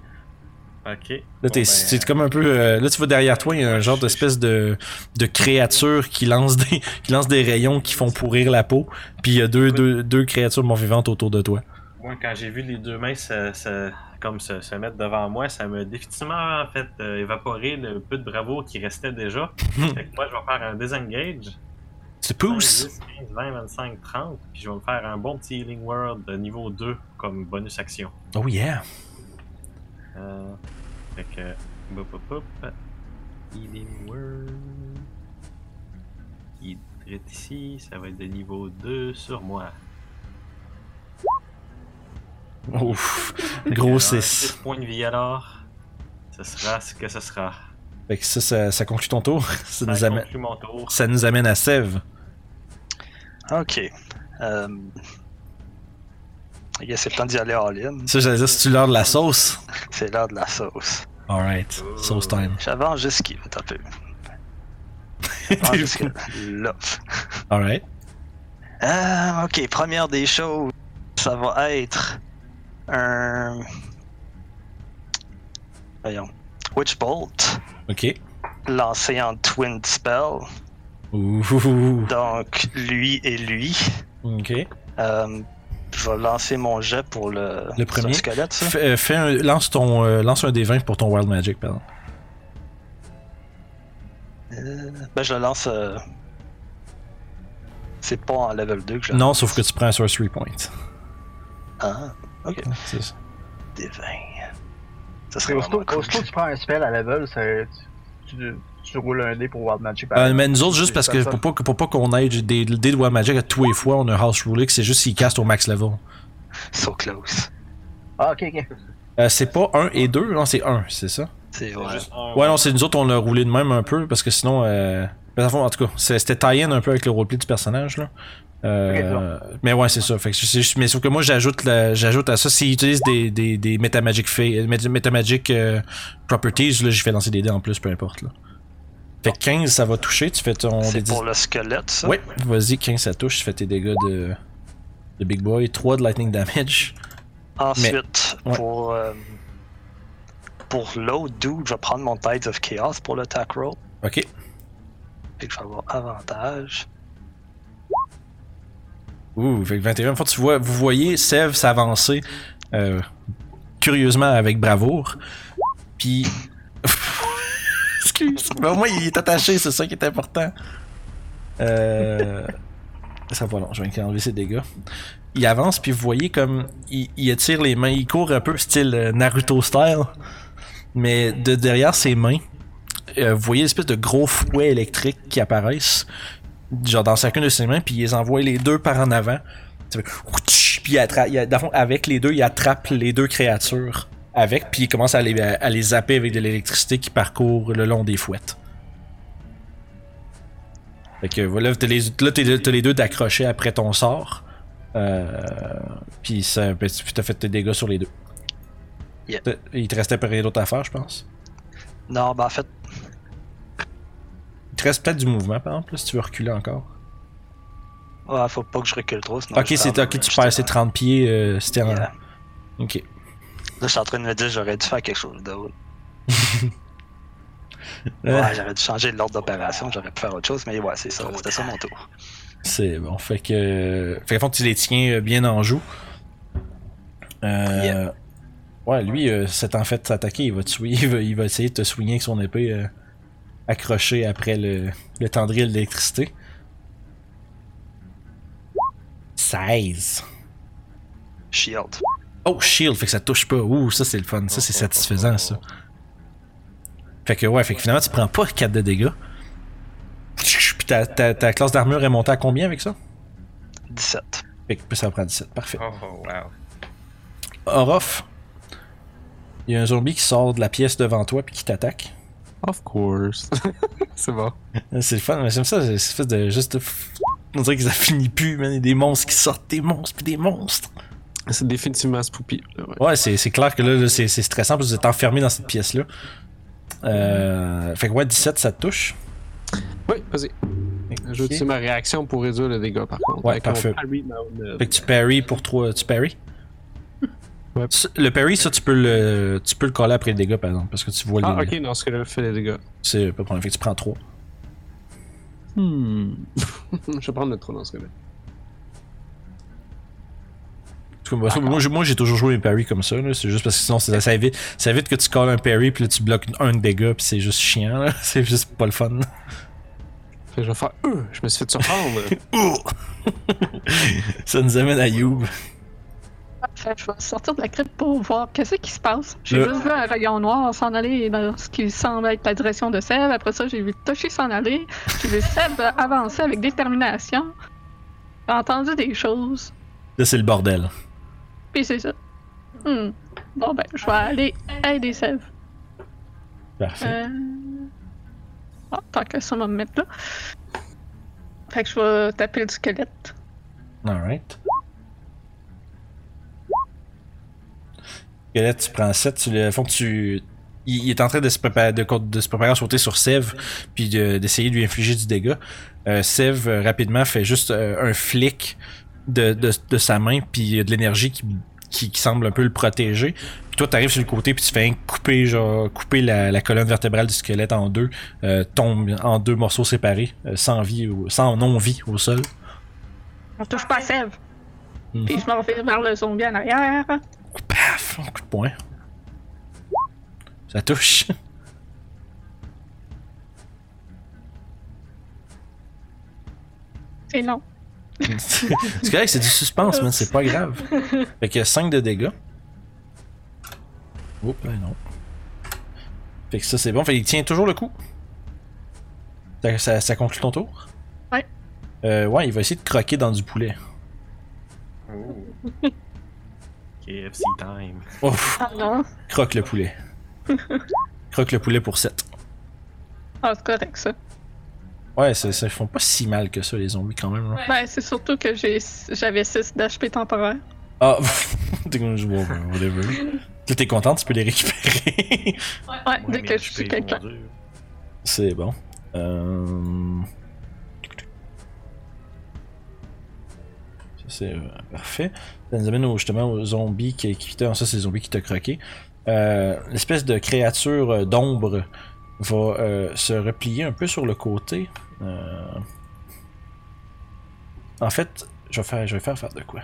[SPEAKER 3] Ok.
[SPEAKER 1] Là,
[SPEAKER 3] Bon,
[SPEAKER 1] t'es
[SPEAKER 3] ben,
[SPEAKER 1] c'est comme un peu. euh, là, tu vois derrière toi, il y a un genre d'espèce de, de créature qui lance, des, (laughs) qui lance des rayons qui font pourrir la peau. Puis il y a deux, deux, deux créatures mort-vivantes autour de toi.
[SPEAKER 3] Moi, quand j'ai vu les deux mains se, se- comme se, se mettre devant moi, ça m'a définitivement en fait euh, évaporé le peu de bravoure qui
[SPEAKER 1] (laughs)
[SPEAKER 3] restait déjà. fait que moi, je vais faire un disengage.
[SPEAKER 1] Tu
[SPEAKER 3] 5,
[SPEAKER 1] pousses.
[SPEAKER 3] 10, 15, 20, 25, 30. Puis je vais me faire un bon petit Healing World de niveau 2 comme bonus action.
[SPEAKER 1] Oh yeah.
[SPEAKER 3] Euh, fait que. Bop, bop, bop. Healing World. Qui est ici. Ça va être de niveau 2 sur moi. (laughs)
[SPEAKER 1] Ouf. Gros
[SPEAKER 3] Alors,
[SPEAKER 1] 6.
[SPEAKER 3] 6 points de vie alors. Ce sera ce que ce sera.
[SPEAKER 1] Fait que ça, ça, ça conclut ton tour. (laughs) Ça nous
[SPEAKER 3] Ça
[SPEAKER 1] amène,
[SPEAKER 3] conclut mon tour.
[SPEAKER 1] ça nous amène à Sève.
[SPEAKER 4] Ok. Euh... ok, c'est le temps d'y aller all-in.
[SPEAKER 1] Ça, j'allais dire, si tu l'heure de la sauce.
[SPEAKER 4] C'est l'heure de la sauce.
[SPEAKER 1] Alright.
[SPEAKER 3] Euh,
[SPEAKER 1] Sauce time.
[SPEAKER 4] J'avance jusqu'y. Attends un peu. J'avance
[SPEAKER 1] (laughs)
[SPEAKER 4] jusqu'à Ah, là.
[SPEAKER 1] Alright.
[SPEAKER 4] Ah, ok, première des choses, ça va être un. Voyons. Witch Bolt,
[SPEAKER 1] Ok.
[SPEAKER 4] lancé en Twin Spell.
[SPEAKER 1] Ouh.
[SPEAKER 4] Donc, lui et lui.
[SPEAKER 1] Ok.
[SPEAKER 4] Euh, je vais lancer mon jet pour le,
[SPEAKER 1] Le premier.
[SPEAKER 4] c'est un squelette, ça.
[SPEAKER 1] Fais- euh, fais un- lance, ton, euh, lance un D20 pour ton Wild Magic, pardon.
[SPEAKER 4] Euh, ben, je le lance. euh, C'est pas en level 2 que je le
[SPEAKER 1] Non, sauf que tu prends un sorcery point.
[SPEAKER 4] Ah,
[SPEAKER 1] C'est ça.
[SPEAKER 4] des 20. Ça
[SPEAKER 7] C'est
[SPEAKER 4] serait
[SPEAKER 7] aussitôt,
[SPEAKER 4] vraiment cool.
[SPEAKER 7] aussitôt que tu prends un spell à level, c'est- tu, tu- tu roules un dé pour Wild Magic.
[SPEAKER 2] Ben,
[SPEAKER 1] Euh, mais nous autres, juste parce que
[SPEAKER 7] Ça, ça.
[SPEAKER 1] pour pas, que- pour pas qu'on aille des, des doigts magiques à tous les fois, on a House Rule que c'est juste s'ils castent au max level.
[SPEAKER 4] (laughs) So close.
[SPEAKER 7] Ah, ok, ok.
[SPEAKER 1] Euh, c'est pas 1 et 2, non, c'est 1, c'est ça?
[SPEAKER 4] C'est
[SPEAKER 3] C'est
[SPEAKER 4] vrai.
[SPEAKER 3] juste un.
[SPEAKER 1] Ouais, non, c'est nous autres, on l'a roulé de même un peu, parce que sinon. Euh... Mais dans le fond, en tout cas, c'est- c'était tie-in un peu avec le roleplay du personnage, là. Euh, mais ouais, c'est ça. Fait que c'est juste- mais sauf que moi, j'ajoute la- j'ajoute à ça, s'ils utilisent des, des, des Metamagic, fa- euh, Met- Metamagic, euh, Properties, là, j'y fais lancer des dés en plus, peu importe. Là. Fait que 15, ça va toucher. Tu fais ton.
[SPEAKER 4] C'est
[SPEAKER 1] dé-
[SPEAKER 4] pour le squelette, ça?
[SPEAKER 1] Oui, vas-y, 15 ça touche, tu fais tes dégâts de, de Big Boy, 3 de Lightning Damage.
[SPEAKER 4] Ensuite,
[SPEAKER 1] Mais- ouais.
[SPEAKER 4] pour, euh, pour l'autre dude, je vais prendre mon Tides of Chaos pour le tack roll.
[SPEAKER 1] Ok,
[SPEAKER 4] Fait que je vais avoir avantage.
[SPEAKER 1] ouh, fait que 21, fois tu vois, vous voyez Sev s'avancer, euh, curieusement avec bravoure, puis... (laughs) Excuse, mais au moins il est attaché, c'est ça qui est important. Euh... Ça va long, je vais enlever ses dégâts. Il avance, puis vous voyez comme il, il étire les mains, il court un peu style euh, Naruto style, mais de derrière ses mains, euh, vous voyez l'espèce de gros fouet électrique qui apparaissent, genre dans chacune de ses mains, puis il les envoie les deux par en avant. Ça fait Ouch Puis il attra- il a- dans le fond, avec les deux, il attrape les deux créatures avec, puis il commence à les, à, à les zapper avec de l'électricité qui parcourt le long des fouettes. Fait que voilà, t'as les, là, t'as t'as les deux d'accrocher après ton sort. Euh, puis ça, ben, tu- t'as fait tes dégâts sur les deux.
[SPEAKER 4] Yeah.
[SPEAKER 1] T'as- Il te restait pas rien d'autre à faire, je pense.
[SPEAKER 4] Non, ben en fait,
[SPEAKER 1] Il te reste peut-être du mouvement, par exemple, là, si tu veux reculer encore.
[SPEAKER 4] ouais, faut pas que je recule trop. Sinon
[SPEAKER 1] ok,
[SPEAKER 4] je
[SPEAKER 1] c'est
[SPEAKER 4] perds-
[SPEAKER 1] ok, tu
[SPEAKER 4] je
[SPEAKER 1] perds
[SPEAKER 4] perds-
[SPEAKER 1] ces 30 pieds, euh, c'était en-
[SPEAKER 4] Yeah.
[SPEAKER 1] Ok.
[SPEAKER 4] Là, je suis en train de me dire, j'aurais dû faire quelque chose d'autre.
[SPEAKER 1] Euh,
[SPEAKER 4] Ouais, j'aurais dû changer l'ordre d'opération, j'aurais pu faire autre chose, mais ouais, c'est ça, c'était ça mon tour.
[SPEAKER 1] C'est bon, fait que. Fait qu'à fond, tu les tiens euh, bien en joue. Euh,
[SPEAKER 4] Yeah.
[SPEAKER 1] Ouais, lui, euh, c'est en fait s'attaquer, il va te swing- (laughs) il va, il va essayer de te soigner avec son épée euh, accrochée après le, le tendril d'électricité. 16.
[SPEAKER 4] Shield.
[SPEAKER 1] Oh, shield, fait que ça touche pas. Ouh, ça c'est le fun, ça c'est satisfaisant ça. Fait que ouais, fait que finalement tu prends pas 4 de dégâts. Puis ta, ta- ta classe d'armure est montée à combien avec ça?
[SPEAKER 4] 17.
[SPEAKER 1] Fait que ça prend 17, parfait.
[SPEAKER 3] Oh, oh, wow.
[SPEAKER 1] Orof, il y a un zombie qui sort de la pièce devant toi puis qui t'attaque.
[SPEAKER 6] Of course. c'est bon.
[SPEAKER 1] C'est le fun, mais j'aime ça, c'est fait de juste. On dirait que ça finit plus, man. Il y a des monstres qui sortent, des monstres puis des monstres.
[SPEAKER 6] C'est définitivement Spoopy. là, ouais.
[SPEAKER 1] Ouais, c'est c'est clair que là, là, c'est c'est stressant parce que vous êtes enfermé dans cette pièce-là. Euh, fait que ouais, 17, ça te touche.
[SPEAKER 6] Oui, vas-y. Je vais utiliser ma réaction pour réduire le dégât, par contre.
[SPEAKER 1] Ouais,
[SPEAKER 6] Avec mon
[SPEAKER 1] parfait.
[SPEAKER 6] parry round, euh,
[SPEAKER 1] Fait que tu parries pour 3. Tu parries?
[SPEAKER 6] Hmm. Ouais.
[SPEAKER 1] Ça- Le parry, ça, tu peux le, tu peux le coller après les dégâts, par exemple, parce que tu vois
[SPEAKER 6] Ah,
[SPEAKER 1] les.
[SPEAKER 6] ok, non, ce que là fait les dégâts. (laughs)
[SPEAKER 1] C'est pas de problème. Fait que tu prends 3.
[SPEAKER 6] Hmm. je vais prendre le trou dans ce cas-là.
[SPEAKER 1] Parce que moi, moi, j'ai- moi, j'ai toujours joué mes parries comme ça. là. C'est juste parce que sinon, c'est ça évite, ça évite que tu colles un parry puis là, tu bloques un dégât puis c'est juste chiant. là. (laughs) C'est juste pas le fun.
[SPEAKER 6] Fait que je vais faire. Euh, je me suis
[SPEAKER 1] (laughs)
[SPEAKER 6] fait surprendre.
[SPEAKER 1] Ouh! ça nous amène à Youb.
[SPEAKER 5] Fait que je vais sortir de la crypte pour voir qu'est-ce qui se passe. J'ai
[SPEAKER 1] Le-
[SPEAKER 5] juste vu un rayon noir s'en aller dans ce qui semble être la direction de Seb. Après ça, j'ai vu Toshi s'en aller. J'ai vu Seb (laughs) avancer avec détermination. J'ai entendu des choses.
[SPEAKER 1] Là, c'est le bordel.
[SPEAKER 5] Puis c'est ça. Hmm. Bon ben, je vais aller aider Seb.
[SPEAKER 1] Parfait.
[SPEAKER 5] Euh... Ah, tant que ça va me mettre là. Fait que je vais taper le squelette.
[SPEAKER 1] Alright. Et là, tu prends 7, tu le fond, tu. Il, il est en train de se préparer, de, de se préparer à sauter sur Sev, puis de- d'essayer de, lui infliger du dégât. Euh, Sev, euh, rapidement, fait juste euh, un flic de, de- de sa main, puis il y a de l'énergie qui, qui, qui semble un peu le protéger. Puis toi, t'arrives sur le côté, puis tu fais un couper, genre, couper la, la colonne vertébrale du squelette en deux, euh, tombe en deux morceaux séparés, euh, sans vie, ou- sans non-vie au sol.
[SPEAKER 5] On touche pas à Seb.
[SPEAKER 1] Hmm.
[SPEAKER 5] Puis je m'en vais vers le zombie en arrière.
[SPEAKER 1] Paf! Un coup de poing. Ça touche.
[SPEAKER 5] C'est long.
[SPEAKER 1] (laughs) c'est correct, c'est du suspense, mais c'est pas grave. Fait que 5 de dégâts. Oups, ben non. Fait que ça, c'est bon. Fait qu'il tient toujours le coup. Ça, ça- ça conclut ton tour?
[SPEAKER 5] Ouais.
[SPEAKER 1] Euh, ouais, il va essayer de croquer dans du poulet.
[SPEAKER 3] Oh. KFC time.
[SPEAKER 1] Ouf,
[SPEAKER 5] Ah non.
[SPEAKER 1] croque le poulet. croque le poulet pour 7.
[SPEAKER 5] Ah, c'est correct, ça.
[SPEAKER 1] Ouais, ça, ça font pas si mal que ça, les zombies, quand même. là.
[SPEAKER 5] Ben, c'est surtout que j'ai- j'avais 6 d'HP temporaire.
[SPEAKER 1] Ah, (laughs) t'es comme, je vois, whatever. Là, t'es contente, tu peux les récupérer. (laughs)
[SPEAKER 5] Ouais,
[SPEAKER 3] Ouais, mais
[SPEAKER 5] dès que
[SPEAKER 3] je
[SPEAKER 5] je suis
[SPEAKER 3] paye, mon
[SPEAKER 5] quelqu'un.
[SPEAKER 3] Dieu.
[SPEAKER 1] C'est bon. Euh... Ça, c'est euh, parfait. Ça nous amène au- justement aux zombies qui, qui t'ont- Ça, c'est les zombies qui t'ont croqué. Euh, L'espèce de créature euh, d'ombre va euh, se replier un peu sur le côté. Euh, En fait, je vais faire, je vais faire, faire de quoi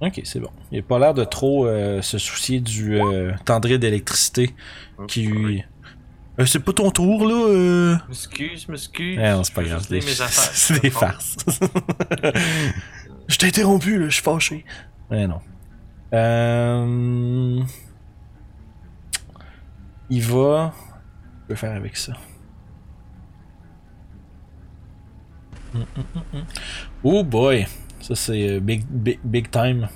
[SPEAKER 1] Ok, c'est bon. Il n'a pas l'air de trop euh, se soucier du euh, tendril d'électricité
[SPEAKER 3] Oh,
[SPEAKER 1] qui
[SPEAKER 3] oui.
[SPEAKER 1] lui. Euh, c'est pas ton tour là euh...
[SPEAKER 3] M'excuse, m'excuse.
[SPEAKER 1] Eh non, c'est pas
[SPEAKER 3] Je
[SPEAKER 1] grave.
[SPEAKER 3] fais
[SPEAKER 1] des- (laughs)
[SPEAKER 3] mes affaires.
[SPEAKER 1] C'est des farces. (laughs) je t'ai interrompu, là, je suis fâché. Mais non. Euh... Il va. Je peux faire avec ça. Hum, hum, hum, hum. Oh boy! Ça, c'est euh, big, big, big time.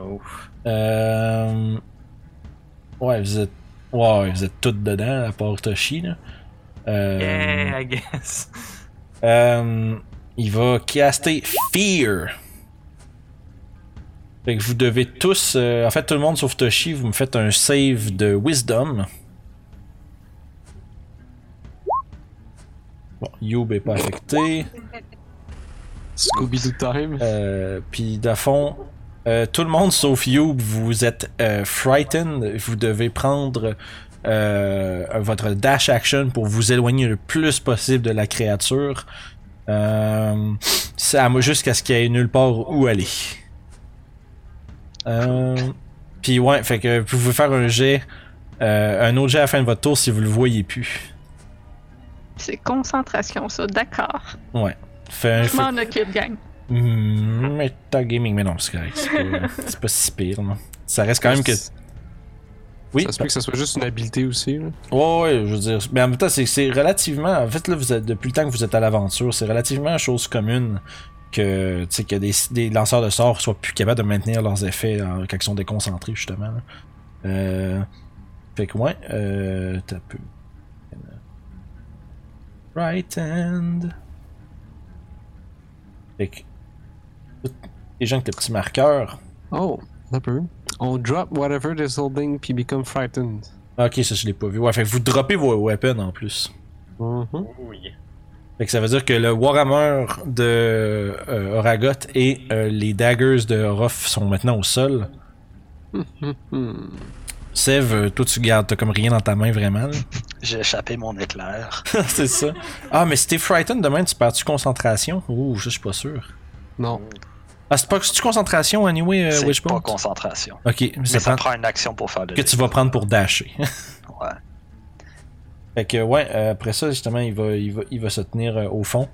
[SPEAKER 3] Oh.
[SPEAKER 1] Euh... Ouais, vous êtes. Ouais, vous êtes toutes dedans, à part Toshi, là. Euh...
[SPEAKER 3] Yeah, I guess. (laughs)
[SPEAKER 1] Euh, il va caster Fear. Fait que vous devez tous, euh, en fait tout le monde sauf Toshi, vous me faites un save de Wisdom. Bon, Youb est pas affecté.
[SPEAKER 6] Scooby-Doo time.
[SPEAKER 1] Euh, Puis d'à fond, euh, tout le monde sauf Youb, vous êtes euh, frightened. Vous devez prendre euh, votre dash action pour vous éloigner le plus possible de la créature. Euh, c'est à moi jusqu'à ce qu'il y ait nulle part où aller. Euh, Puis ouais, fait que vous pouvez faire un jet, euh, un autre jet à la fin de votre tour si vous le voyez plus.
[SPEAKER 5] C'est concentration, ça. D'accord.
[SPEAKER 1] Fait un,
[SPEAKER 5] Je m'en occupe, gang.
[SPEAKER 1] Hmm, Metagaming, mais non, c'est correct. C'est pas, c'est pas si pire, non. Ça reste quand même que. Oui,
[SPEAKER 6] Ça se peut que ça soit juste une habilité aussi. là.
[SPEAKER 1] ouais, ouais, je veux dire. Mais en même temps, c'est- c'est relativement. En fait, là, vous êtes, depuis le temps que vous êtes à l'aventure, c'est relativement chose commune que, tu sais, que des, des lanceurs de sorts soient plus capables de maintenir leurs effets en- quand ils sont déconcentrés, justement. là. Euh, fait que, ouais, euh, t'as peu. Right hand. Fait que. Les gens avec le petit marqueur.
[SPEAKER 6] Oh, un peu. On drop whatever this holding puis become frightened.
[SPEAKER 1] Ah, Ok, ça je l'ai pas vu. Ouais, fait que vous droppez vos weapons en plus. Mm-hmm.
[SPEAKER 6] Mhm.
[SPEAKER 3] Oh, yeah.
[SPEAKER 1] Fait que ça veut dire que le Warhammer de euh, Oragot et euh, les daggers de Orof sont maintenant au sol.
[SPEAKER 6] Mhm.
[SPEAKER 1] Sev, euh, toi tu gardes, t'as comme rien dans ta main vraiment. là.
[SPEAKER 4] J'ai échappé mon éclair.
[SPEAKER 1] (laughs) c'est ça. Ah, mais si t'es frightened demain, tu perds-tu concentration Ouh, ça, je suis pas sûr.
[SPEAKER 6] Non.
[SPEAKER 1] Ah, c'est pas que c'est-tu concentration anyway, euh,
[SPEAKER 4] c'est
[SPEAKER 1] Witchbolt?
[SPEAKER 4] pas concentration.
[SPEAKER 1] Ok, mais
[SPEAKER 4] Mais
[SPEAKER 1] ça,
[SPEAKER 4] ça
[SPEAKER 1] prend.
[SPEAKER 4] prend une action pour faire le
[SPEAKER 1] Que tu vas prendre pour dasher. (laughs)
[SPEAKER 4] Ouais.
[SPEAKER 1] Fait que ouais, euh, après ça, justement, il va, il va, il va se tenir euh, au fond.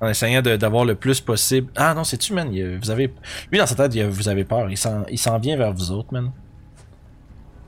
[SPEAKER 1] En essayant de- d'avoir le plus possible. Ah non, c'est-tu, man? il, euh, vous avez... Lui, dans sa tête, il, a- vous avez peur. Il s'en il s'en vient vers vous autres, man.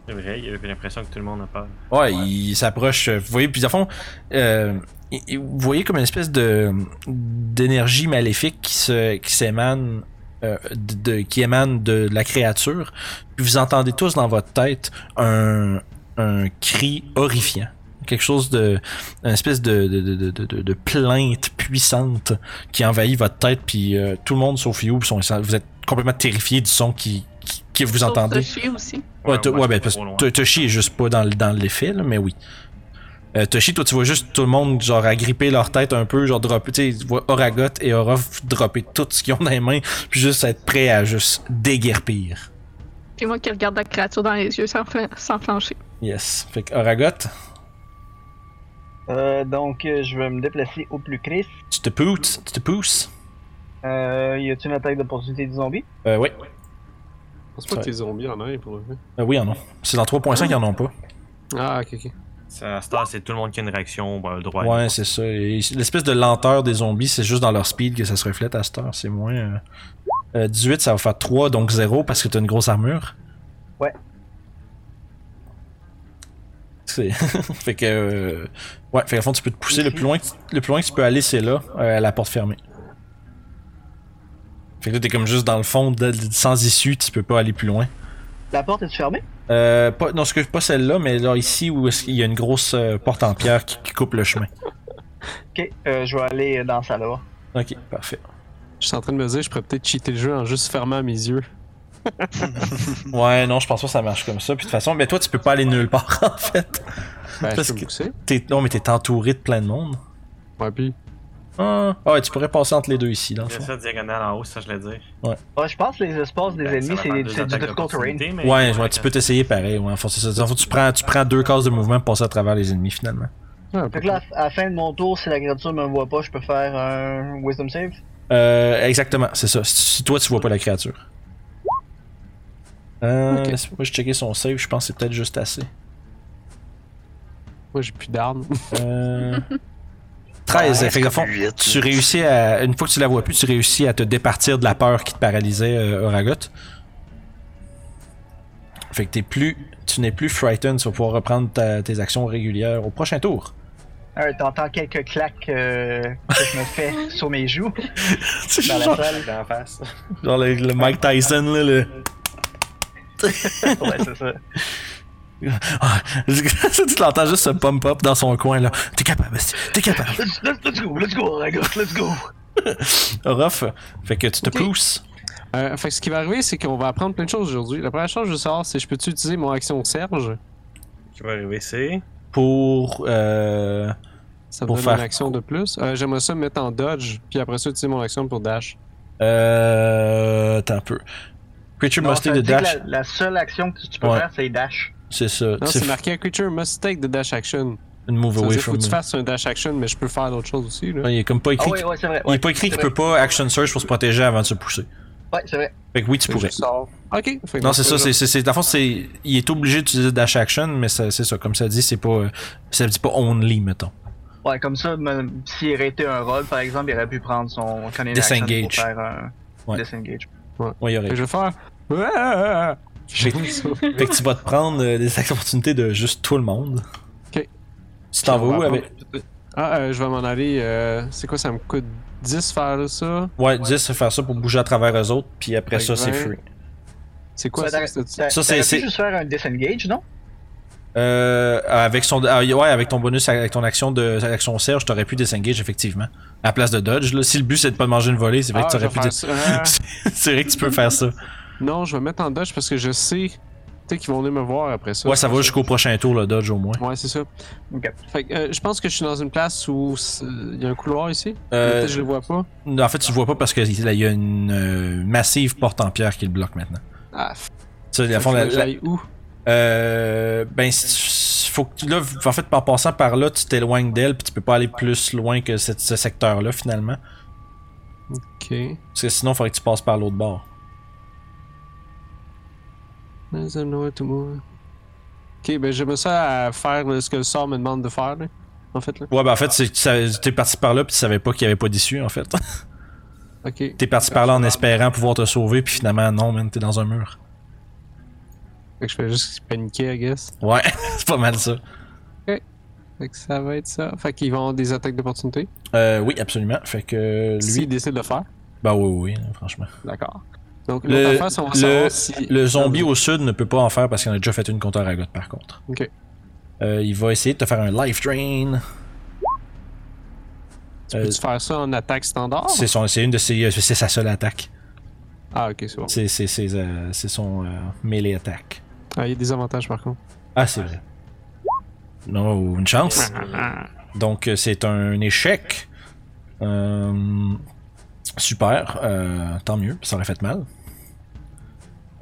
[SPEAKER 3] C'est vrai, il avait l'impression que tout le monde a peur.
[SPEAKER 1] Ouais, il s'approche. euh, Vous voyez, puis à fond, euh, il- il- vous voyez comme une espèce de d'énergie maléfique qui se qui s'émane, euh, de, de- qui émane de la créature. Puis vous entendez tous dans votre tête un un cri horrifiant, quelque chose de une espèce de de, de, de- de- de- de plainte puissante qui envahit votre tête. Puis euh, tout le monde sauf You, sont vous êtes complètement terrifiés du son qui qui- que vous
[SPEAKER 5] Sauf
[SPEAKER 1] entendez.
[SPEAKER 5] de chier aussi.
[SPEAKER 1] Ouais, to- ouais,
[SPEAKER 3] moi, je
[SPEAKER 1] ben,
[SPEAKER 3] suis pas
[SPEAKER 1] parce
[SPEAKER 3] trop loin.
[SPEAKER 1] que Toshi est juste pas dans, le- dans l'effet, là, mais oui. Euh, Toshi, toi, tu vois juste tout le monde, genre, agripper leur tête un peu, genre, dropper, tu sais, tu vois Oragot et Orof dropper tout ce qu'ils ont dans les mains, puis juste être prêt à juste déguerpir.
[SPEAKER 5] C'est moi qui regarde la créature dans les yeux sans, flan- sans flancher.
[SPEAKER 1] Yes. Fait que Oragot,
[SPEAKER 7] Euh, donc, euh, je vais me déplacer au plus Chris.
[SPEAKER 1] tu te poutes, tu te pousses.
[SPEAKER 7] Euh, y a-t-il une attaque d'opportunité du zombie
[SPEAKER 1] Euh, oui.
[SPEAKER 6] Je pense pas que tes zombies en aient pour le fait.
[SPEAKER 1] Euh, oui, en ont. C'est dans 3.5, ils en ont pas.
[SPEAKER 6] Ah, ok, ok.
[SPEAKER 3] Ça, à cette heure, c'est tout le monde qui a une réaction ben, droit.
[SPEAKER 1] Ouais, c'est ça. Et L'espèce de lenteur des zombies, c'est juste dans leur speed que ça se reflète à cette heure. C'est moins. euh, euh, 18, ça va faire 3, donc 0 parce que t'as une grosse armure.
[SPEAKER 7] Ouais.
[SPEAKER 1] C'est- (laughs) fait que. euh, Ouais, fait qu'à fond, tu peux te pousser le plus loin que, tu- le plus loin que tu peux aller, c'est là, euh, à la porte fermée. Fait que là, t'es comme juste dans le fond, de- de- sans issue, tu peux pas aller plus loin.
[SPEAKER 7] La porte est fermée?
[SPEAKER 1] Euh, pas, non, ce que, pas celle-là, mais là, ici où est-ce qu'il y a une grosse euh, porte en pierre qui, qui coupe le chemin.
[SPEAKER 7] Ok, euh, je vais aller dans ça là.
[SPEAKER 1] Ok, parfait.
[SPEAKER 6] Je suis en train de me dire, je pourrais peut-être cheater le jeu en juste fermant mes yeux.
[SPEAKER 1] Ouais, non, je pense pas que ça marche comme ça. Puis de toute façon, mais toi, tu peux pas aller nulle part, (laughs) en fait.
[SPEAKER 6] Ben,
[SPEAKER 1] Parce
[SPEAKER 6] je
[SPEAKER 1] que-
[SPEAKER 6] peux me pousser.
[SPEAKER 1] T'es, non, mais t'es entouré de plein de monde.
[SPEAKER 6] Ouais, puis.
[SPEAKER 1] Ah, ah ouais, tu pourrais passer entre les deux ici, dans le
[SPEAKER 3] C'est
[SPEAKER 1] fond.
[SPEAKER 3] ça, diagonale en haut, ça je l'ai dit.
[SPEAKER 7] Ouais, je pense que les espaces des
[SPEAKER 3] Ben, ça
[SPEAKER 7] ennemis,
[SPEAKER 3] va
[SPEAKER 7] c'est
[SPEAKER 3] faire
[SPEAKER 7] des-
[SPEAKER 3] deux
[SPEAKER 7] c'est du
[SPEAKER 3] attaques
[SPEAKER 7] difficult terrain.
[SPEAKER 3] d'opportunité, mais- euh,
[SPEAKER 1] Ouais, ouais, tu peux t'essayer pareil. Ouais, en fait, c'est ça. En fait, tu prends, tu prends deux cases de mouvement pour passer à travers les ennemis, finalement.
[SPEAKER 6] Ah,
[SPEAKER 7] Fait que là, à la fin de mon tour, si la créature me voit pas, je peux faire un Wisdom Save.
[SPEAKER 1] Euh, exactement, c'est ça. Si, si toi, tu vois pas la créature. Euh,
[SPEAKER 6] Ok.
[SPEAKER 1] Laisse-moi juste checker son save, je pense que c'est peut-être juste assez.
[SPEAKER 6] Moi, j'ai plus d'armes.
[SPEAKER 1] Euh,
[SPEAKER 6] (laughs)
[SPEAKER 1] 13, fait que, au fond,
[SPEAKER 4] Huit.
[SPEAKER 1] tu réussis à. Une fois que tu la vois plus, tu réussis à te départir de la peur qui te paralysait, euh, Oragot. Fait que t'es plus. Tu n'es plus frightened, tu vas pouvoir reprendre ta- tes actions régulières au prochain tour.
[SPEAKER 7] Euh, T'entends quelques claques euh, que je me fais sur mes joues dans la
[SPEAKER 1] (laughs) genre,
[SPEAKER 7] salle.
[SPEAKER 1] (laughs)
[SPEAKER 8] D'en face.
[SPEAKER 1] genre le, le Mike Tyson, là, le. (laughs)
[SPEAKER 7] Ouais, c'est ça.
[SPEAKER 1] Ah, (laughs) tu l'entends juste se pump-up dans son coin, là. T'es capable, Asti, t'es capable.
[SPEAKER 7] Let's, let's- let's go, let's go, Ragot, let's go.
[SPEAKER 1] Ruff, fait que tu te
[SPEAKER 6] Ok.
[SPEAKER 1] pousses.
[SPEAKER 6] Euh, fait que ce qui va arriver, c'est qu'on va apprendre plein de choses aujourd'hui. La première chose que je veux savoir, c'est je peux-tu utiliser mon action Serge
[SPEAKER 3] Ce qui va arriver, c'est.
[SPEAKER 1] Pour. Euh,
[SPEAKER 6] Ça me
[SPEAKER 1] Pour
[SPEAKER 6] donne
[SPEAKER 1] faire
[SPEAKER 6] une action de plus. Euh, J'aimerais ça me mettre en dodge, puis après ça, utiliser mon action pour dash.
[SPEAKER 1] euh. Attends un peu. Creature
[SPEAKER 7] Non,
[SPEAKER 1] must
[SPEAKER 7] ça
[SPEAKER 1] take the
[SPEAKER 7] dit que
[SPEAKER 1] dash.
[SPEAKER 7] la, la seule action que tu peux
[SPEAKER 1] Ouais.
[SPEAKER 7] faire, c'est dash.
[SPEAKER 1] C'est ça.
[SPEAKER 6] Non,
[SPEAKER 1] C'est
[SPEAKER 6] c'est marqué à creature must take the dash action.
[SPEAKER 1] une move
[SPEAKER 6] Ça veut
[SPEAKER 1] away
[SPEAKER 6] dire faut
[SPEAKER 1] from
[SPEAKER 6] que tu
[SPEAKER 1] me.
[SPEAKER 6] fasses un dash action, mais je peux faire d'autres choses aussi. Là.
[SPEAKER 1] Ouais, Il est comme pas
[SPEAKER 7] Ah
[SPEAKER 1] écrit.
[SPEAKER 7] ouais, ouais, c'est vrai.
[SPEAKER 1] Il est
[SPEAKER 7] Ouais,
[SPEAKER 1] pas écrit qu'il
[SPEAKER 7] c'est
[SPEAKER 1] peut pas action search pour se protéger avant de se pousser.
[SPEAKER 7] ouais c'est vrai.
[SPEAKER 1] Fait que oui, tu
[SPEAKER 6] Fait que
[SPEAKER 1] pourrais.
[SPEAKER 6] je sors. Ok. Fait que
[SPEAKER 1] Non,
[SPEAKER 6] dans
[SPEAKER 1] c'est
[SPEAKER 6] ce
[SPEAKER 1] ça,
[SPEAKER 6] cas-là-
[SPEAKER 1] c'est, c'est, c'est, dans le fond, c'est, il est obligé d'utiliser dash action, mais ça- c'est ça, comme ça dit, c'est pas, euh, ça dit pas only, mettons.
[SPEAKER 7] Ouais, comme ça, même s'il aurait été un roll, par exemple, il aurait pu prendre son cannon action pour
[SPEAKER 1] Disengage.
[SPEAKER 7] faire un
[SPEAKER 1] Ouais.
[SPEAKER 7] disengage.
[SPEAKER 1] Ouais, il y aurait.
[SPEAKER 6] Fait que je vais faire. Ah, ah, (laughs) ah.
[SPEAKER 1] Fait
[SPEAKER 6] Ok.
[SPEAKER 1] Fait que tu vas te prendre euh, des (laughs) opportunités de juste tout le monde.
[SPEAKER 6] Ok.
[SPEAKER 1] Tu t'en vas
[SPEAKER 6] On
[SPEAKER 1] où
[SPEAKER 6] va
[SPEAKER 1] avec.
[SPEAKER 6] prendre- Ah, euh, je vais m'en aller. euh, C'est quoi, ça me coûte 10 faire ça
[SPEAKER 1] Ouais, 10, c'est faire ça pour bouger à travers eux autres, puis après
[SPEAKER 6] Fait
[SPEAKER 1] ça,
[SPEAKER 6] que
[SPEAKER 1] c'est
[SPEAKER 6] 20.
[SPEAKER 1] free.
[SPEAKER 6] C'est quoi
[SPEAKER 7] Ouais,
[SPEAKER 6] ça
[SPEAKER 7] t'as-
[SPEAKER 6] c'est-
[SPEAKER 7] T'as-
[SPEAKER 1] Ça, c'est-
[SPEAKER 7] t'aurais pu
[SPEAKER 1] c'est-
[SPEAKER 7] juste faire un disengage, non?
[SPEAKER 1] Euh, avec son, ah, ouais, avec ton bonus, avec ton action de, action serge, t'aurais pu disengage, effectivement. À la place de dodge, là. Si le but c'est de pas te manger une volée, c'est vrai
[SPEAKER 6] Ah,
[SPEAKER 1] que
[SPEAKER 6] je
[SPEAKER 1] t'aurais
[SPEAKER 6] vais
[SPEAKER 1] pu
[SPEAKER 6] faire
[SPEAKER 1] dis-
[SPEAKER 6] ça. Ah.
[SPEAKER 1] (laughs) C'est vrai que tu peux faire ça.
[SPEAKER 6] Non, je vais mettre en dodge parce que je sais tu sais, qu'ils vont venir me voir après ça.
[SPEAKER 1] Ouais, ça va jusqu'au prochain tour, le dodge au moins.
[SPEAKER 6] Ouais, c'est ça.
[SPEAKER 7] Ok.
[SPEAKER 6] Fait que, euh, je pense que je suis dans une place où c'est- il y a un couloir ici.
[SPEAKER 1] Euh,
[SPEAKER 6] Peut-être que je le vois pas.
[SPEAKER 1] Non, En fait, tu le vois pas parce qu'il y a une euh, massive porte en pierre qui le bloque maintenant.
[SPEAKER 6] Ah, f-
[SPEAKER 1] Ça, à fond,
[SPEAKER 6] faut
[SPEAKER 1] la- la-
[SPEAKER 6] que j'aille où
[SPEAKER 1] Euh, ben, si tu- faut que tu- là, en fait, en passant par là, tu t'éloignes d'elle, puis tu peux pas aller plus loin que cette- ce secteur-là, finalement.
[SPEAKER 6] Ok.
[SPEAKER 1] Parce que sinon, il faudrait que tu passes par l'autre bord.
[SPEAKER 6] There's nowhere to move. Ok, ben j'aime ça à faire euh, ce que le sort me demande de faire, là, en fait. Là.
[SPEAKER 1] Ouais, ben, en fait, c'est- tu savais- t'es parti par là, puis tu savais pas qu'il y avait pas d'issue, en fait. (laughs)
[SPEAKER 6] Ok.
[SPEAKER 1] t'es parti par là en espérant pouvoir te sauver, puis finalement, non, man, t'es dans un mur.
[SPEAKER 6] Fait que je fais juste paniquer, I guess.
[SPEAKER 1] Ouais, (laughs) c'est pas mal ça.
[SPEAKER 6] Fait que ça va être ça. Fait qu'ils vont avoir des attaques d'opportunité.
[SPEAKER 1] Euh, oui, absolument. Fait que
[SPEAKER 6] Lui, il
[SPEAKER 1] lui.
[SPEAKER 6] décide de le faire.
[SPEAKER 1] Bah, oui, oui, franchement.
[SPEAKER 6] D'accord. Donc,
[SPEAKER 1] Le-
[SPEAKER 6] l'autre affaire, c'est on va
[SPEAKER 1] le-
[SPEAKER 6] savoir si.
[SPEAKER 1] Le zombie au sud ne peut pas en faire parce qu'il en a déjà fait une contre Aragot, par contre.
[SPEAKER 6] Ok.
[SPEAKER 1] Euh, il va essayer de te faire un life drain.
[SPEAKER 6] Tu peux-tu faire ça en attaque standard
[SPEAKER 1] Euh, C'est son- c'est une de ses, euh, c'est sa seule attaque.
[SPEAKER 6] Ah, ok, c'est bon.
[SPEAKER 1] C'est, c'est, c'est, euh, c'est son euh, melee attaque.
[SPEAKER 6] Ah, il y a des avantages par contre.
[SPEAKER 1] Ah, c'est vrai. Non, une chance. Donc, euh, c'est un échec. Euh, super. Euh, tant mieux. Ça aurait fait mal.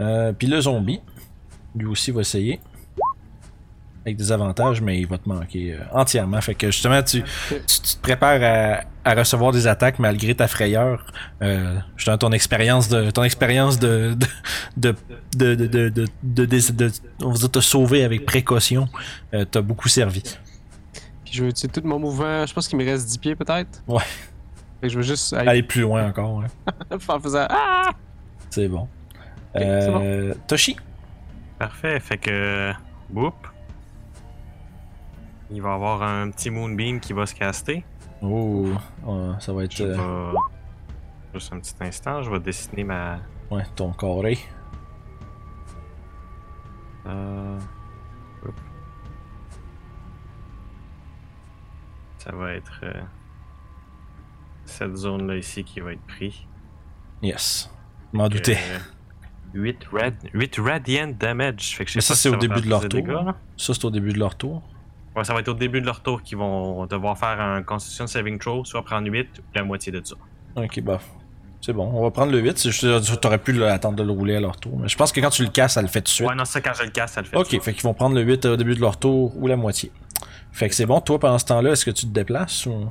[SPEAKER 1] Euh, Puis le zombie, lui aussi, va essayer. avec des avantages, mais il va te manquer euh, entièrement. Fait que justement, tu, tu, tu te prépares à, à recevoir des attaques malgré ta frayeur. Euh, justement, ton expérience de ton expérience de de de de de, de, de, de- de- on va dire te sauver avec précaution euh, t'a beaucoup servi.
[SPEAKER 6] Puis je vais utiliser tout mon mouvement. Je pense qu'il me reste 10 pieds peut-être.
[SPEAKER 1] Ouais.
[SPEAKER 6] Fait que je vais juste aller (laughs)
[SPEAKER 1] Aller plus loin encore, hein. ouais.
[SPEAKER 6] en faisant. Ah!
[SPEAKER 1] c'est bon.
[SPEAKER 6] Ok, c'est bon.
[SPEAKER 1] Euh, Toshi,
[SPEAKER 3] Parfait, fait que. Boop. Il va avoir un petit moonbeam qui va se caster.
[SPEAKER 1] oh, euh, ça va être
[SPEAKER 3] Je
[SPEAKER 1] euh,
[SPEAKER 3] vais. Juste un petit instant, je vais dessiner ma.
[SPEAKER 1] ouais, ton carré.
[SPEAKER 3] Euh, hop. Ça va être. euh, Cette zone-là ici qui va être prise.
[SPEAKER 1] Yes. Je M'en doutais.
[SPEAKER 3] 8, Euh, rad... 8 radiant damage. Fait que je sais
[SPEAKER 1] Mais ça,
[SPEAKER 3] pas si
[SPEAKER 1] c'est au
[SPEAKER 3] va
[SPEAKER 1] début
[SPEAKER 3] faire
[SPEAKER 1] de leur
[SPEAKER 3] des
[SPEAKER 1] tour,
[SPEAKER 3] dégâts,
[SPEAKER 1] hein.
[SPEAKER 3] là.
[SPEAKER 1] Ça, c'est au début de leur tour.
[SPEAKER 3] Ouais, ça va être au début de leur tour qu'ils vont devoir faire un Constitution Saving Throw, soit prendre 8 ou la moitié de ça.
[SPEAKER 1] Ok, bah. C'est bon, on va prendre le 8. C'est juste- T'aurais pu le- attendre de le rouler à leur tour. Mais je pense que quand tu le casses, ça le fait tout de suite.
[SPEAKER 3] Ouais, non, ça, quand je le casse, ça le fait.
[SPEAKER 1] ok, fait qu'ils vont prendre le 8 au début de leur tour ou la moitié. Fait que c'est bon, toi pendant ce temps-là, est-ce que tu te déplaces ou.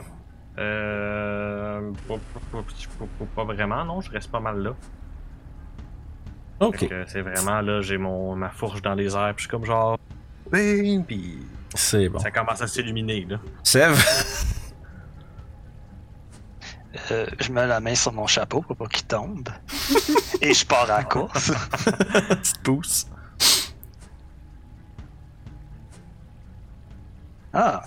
[SPEAKER 3] Euh. Pas, pas- pas- pas- pas vraiment, non, je reste pas mal là. Fait
[SPEAKER 1] Ok,
[SPEAKER 3] que C'est vraiment là, j'ai mon ma fourche dans les airs, puis je suis comme genre. Bing, Puis
[SPEAKER 1] c'est bon.
[SPEAKER 3] ça commence à s'illuminer, là.
[SPEAKER 1] Sève, (laughs)
[SPEAKER 4] Euh, je mets la main sur mon chapeau pour pas qu'il tombe. (laughs) Et je pars à la course.
[SPEAKER 1] tu te pousses.
[SPEAKER 4] Ah!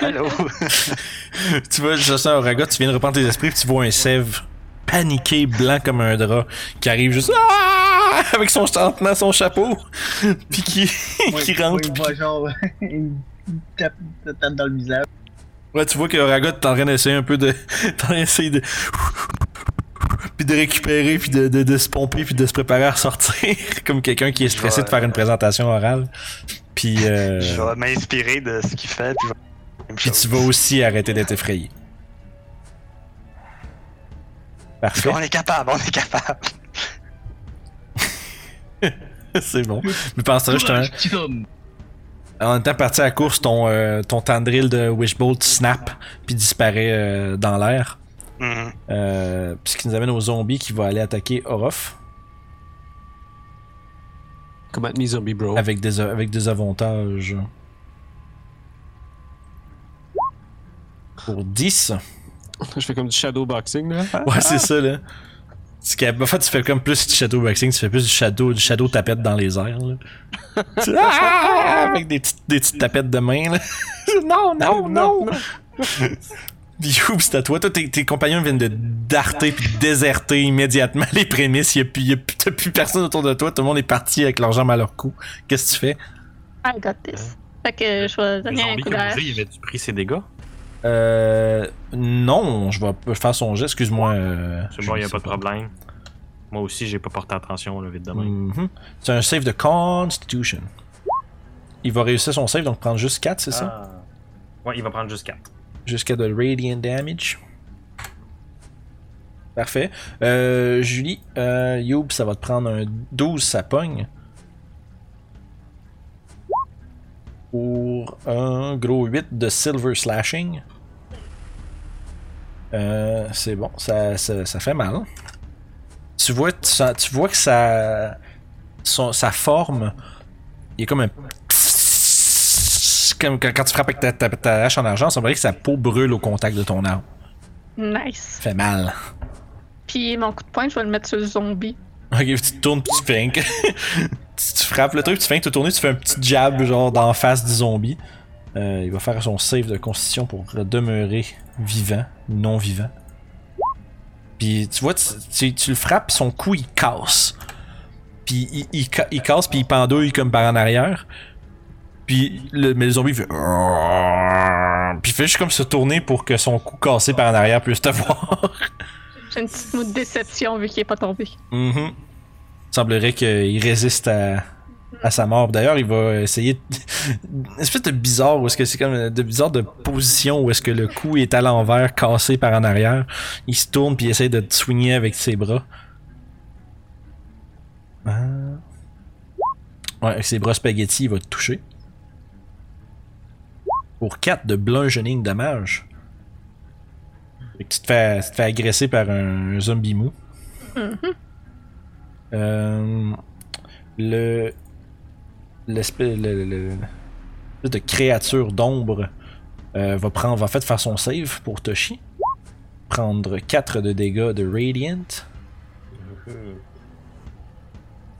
[SPEAKER 4] Allô?
[SPEAKER 1] tu vois, Justin Oraga, tu viens de reprendre tes esprits, puis tu vois un Sève paniqué, blanc comme un drap, qui arrive juste. Ah! Avec son en tenant son chapeau, (laughs) puis qui, qui rentre.
[SPEAKER 7] Il voit genre (laughs) une tape, une tape dans le visage.
[SPEAKER 1] Ouais, tu vois que Ragot t'es en train d'essayer un peu de. (laughs) T'es en train d'essayer de. Puis de récupérer, puis de, de, de se pomper, puis de se préparer à sortir, (laughs) comme quelqu'un qui est stressé de faire une présentation orale. Puis, euh,
[SPEAKER 4] Je vais m'inspirer de ce qu'il fait. Puis, je vais faire la même
[SPEAKER 1] puis
[SPEAKER 4] chose.
[SPEAKER 1] tu vas aussi arrêter d'être effrayé. Parfait,
[SPEAKER 4] On est capable, on est capable.
[SPEAKER 1] (laughs) c'est bon. Mais pense ça, justement,
[SPEAKER 2] Courage, petit homme.
[SPEAKER 1] en étant parti à la course, ton, euh, ton tendril de Wishbolt snap, puis disparaît euh, dans l'air.
[SPEAKER 4] Mhm.
[SPEAKER 1] Euh, puis ce qui nous amène au zombie qui va aller attaquer Orof.
[SPEAKER 6] Comment me zombie bro?
[SPEAKER 1] Avec des, avec des avantages. Pour 10.
[SPEAKER 6] (laughs) Je fais comme du shadow boxing là.
[SPEAKER 1] Ouais, c'est ça, là. Ce qui- En fait, tu fais comme plus du shadow boxing, tu fais plus du shadow, du shadow tapette dans les airs, (laughs) là. Tu- Ah! Avec des petites, des petites tapettes de main, là. (laughs) non, non, non! Youp, c'est à toi. Toi, tes, tes compagnons viennent de darter puis de déserter immédiatement les prémices. Il n'y a, plus- t'as plus personne autour de toi. Tout le monde est parti avec leurs jambes à leur cou. Qu'est-ce que tu fais?
[SPEAKER 5] I got this. Fait que je vais
[SPEAKER 3] Le
[SPEAKER 5] donner un
[SPEAKER 3] zombie,
[SPEAKER 5] coup
[SPEAKER 3] comme je
[SPEAKER 5] d'œil.
[SPEAKER 3] disais, il avait-tu pris ses dégâts?
[SPEAKER 1] Euh. Non, je vais pas faire son jet, excuse-moi. euh,
[SPEAKER 3] C'est
[SPEAKER 1] je
[SPEAKER 3] bon, y a
[SPEAKER 1] sais
[SPEAKER 3] pas de problème. Moi aussi, j'ai pas porté attention, là, vite demain.
[SPEAKER 1] Mhm. C'est un save de Constitution. Il va réussir son save, donc prendre juste 4, c'est ça
[SPEAKER 3] Ah. Ouais, il va prendre juste 4.
[SPEAKER 1] Jusqu'à de Radiant Damage. Parfait. Euh, Julie, euh, Youb, ça va te prendre un 12, ça pogne. Pour un gros 8 de Silver Slashing. Euh, c'est bon, ça, ça, ça fait mal. Tu vois, tu, sens- tu vois que ça, son- sa forme, il est comme un. Comme quand, quand tu frappes avec ta, ta- ta hache en argent, ça me paraît que sa peau brûle au contact de ton arme.
[SPEAKER 5] Nice.
[SPEAKER 1] Ça fait mal. (laughs)
[SPEAKER 5] Puis mon coup de poing, je vais le mettre sur le zombie.
[SPEAKER 1] Ok, tu te tournes, puis tu fais que- (laughs) tu, tu frappes le truc, tu fais que tu tournes, tu fais un petit jab, genre, d'en face du zombie. Euh, il va faire son save de constitution pour demeurer vivant, non vivant. Puis tu vois, tu, tu- tu le frappes, son cou il casse. Puis il, il ca- il casse, puis il pendouille comme par en arrière. Puis le, mais le zombie il fait. Puis il fait juste comme se tourner pour que son cou cassé par en arrière puisse te (laughs) voir.
[SPEAKER 5] J'ai une petite moue de déception vu qu'il est pas tombé.
[SPEAKER 1] Mhm. Il semblerait qu'il résiste à, à sa mort. D'ailleurs, il va essayer de- (laughs) une espèce de bizarre où est-ce que c'est comme de bizarre de position où est-ce que le cou est à l'envers, cassé par en arrière. Il se tourne puis il essaie de te soigner avec ses bras. Ah. Ouais, avec ses bras spaghetti, il va te toucher. Pour 4 de bludgeoning damage. Fait que tu te fais, tu te fais agresser par un zombie mou.
[SPEAKER 5] Mhm.
[SPEAKER 1] Euh, le. L'espèce. Le, le- le- l'espèce de créature d'ombre euh, va prendre. Va en fait faire son save pour Toshi. Prendre 4 de dégâts de Radiant.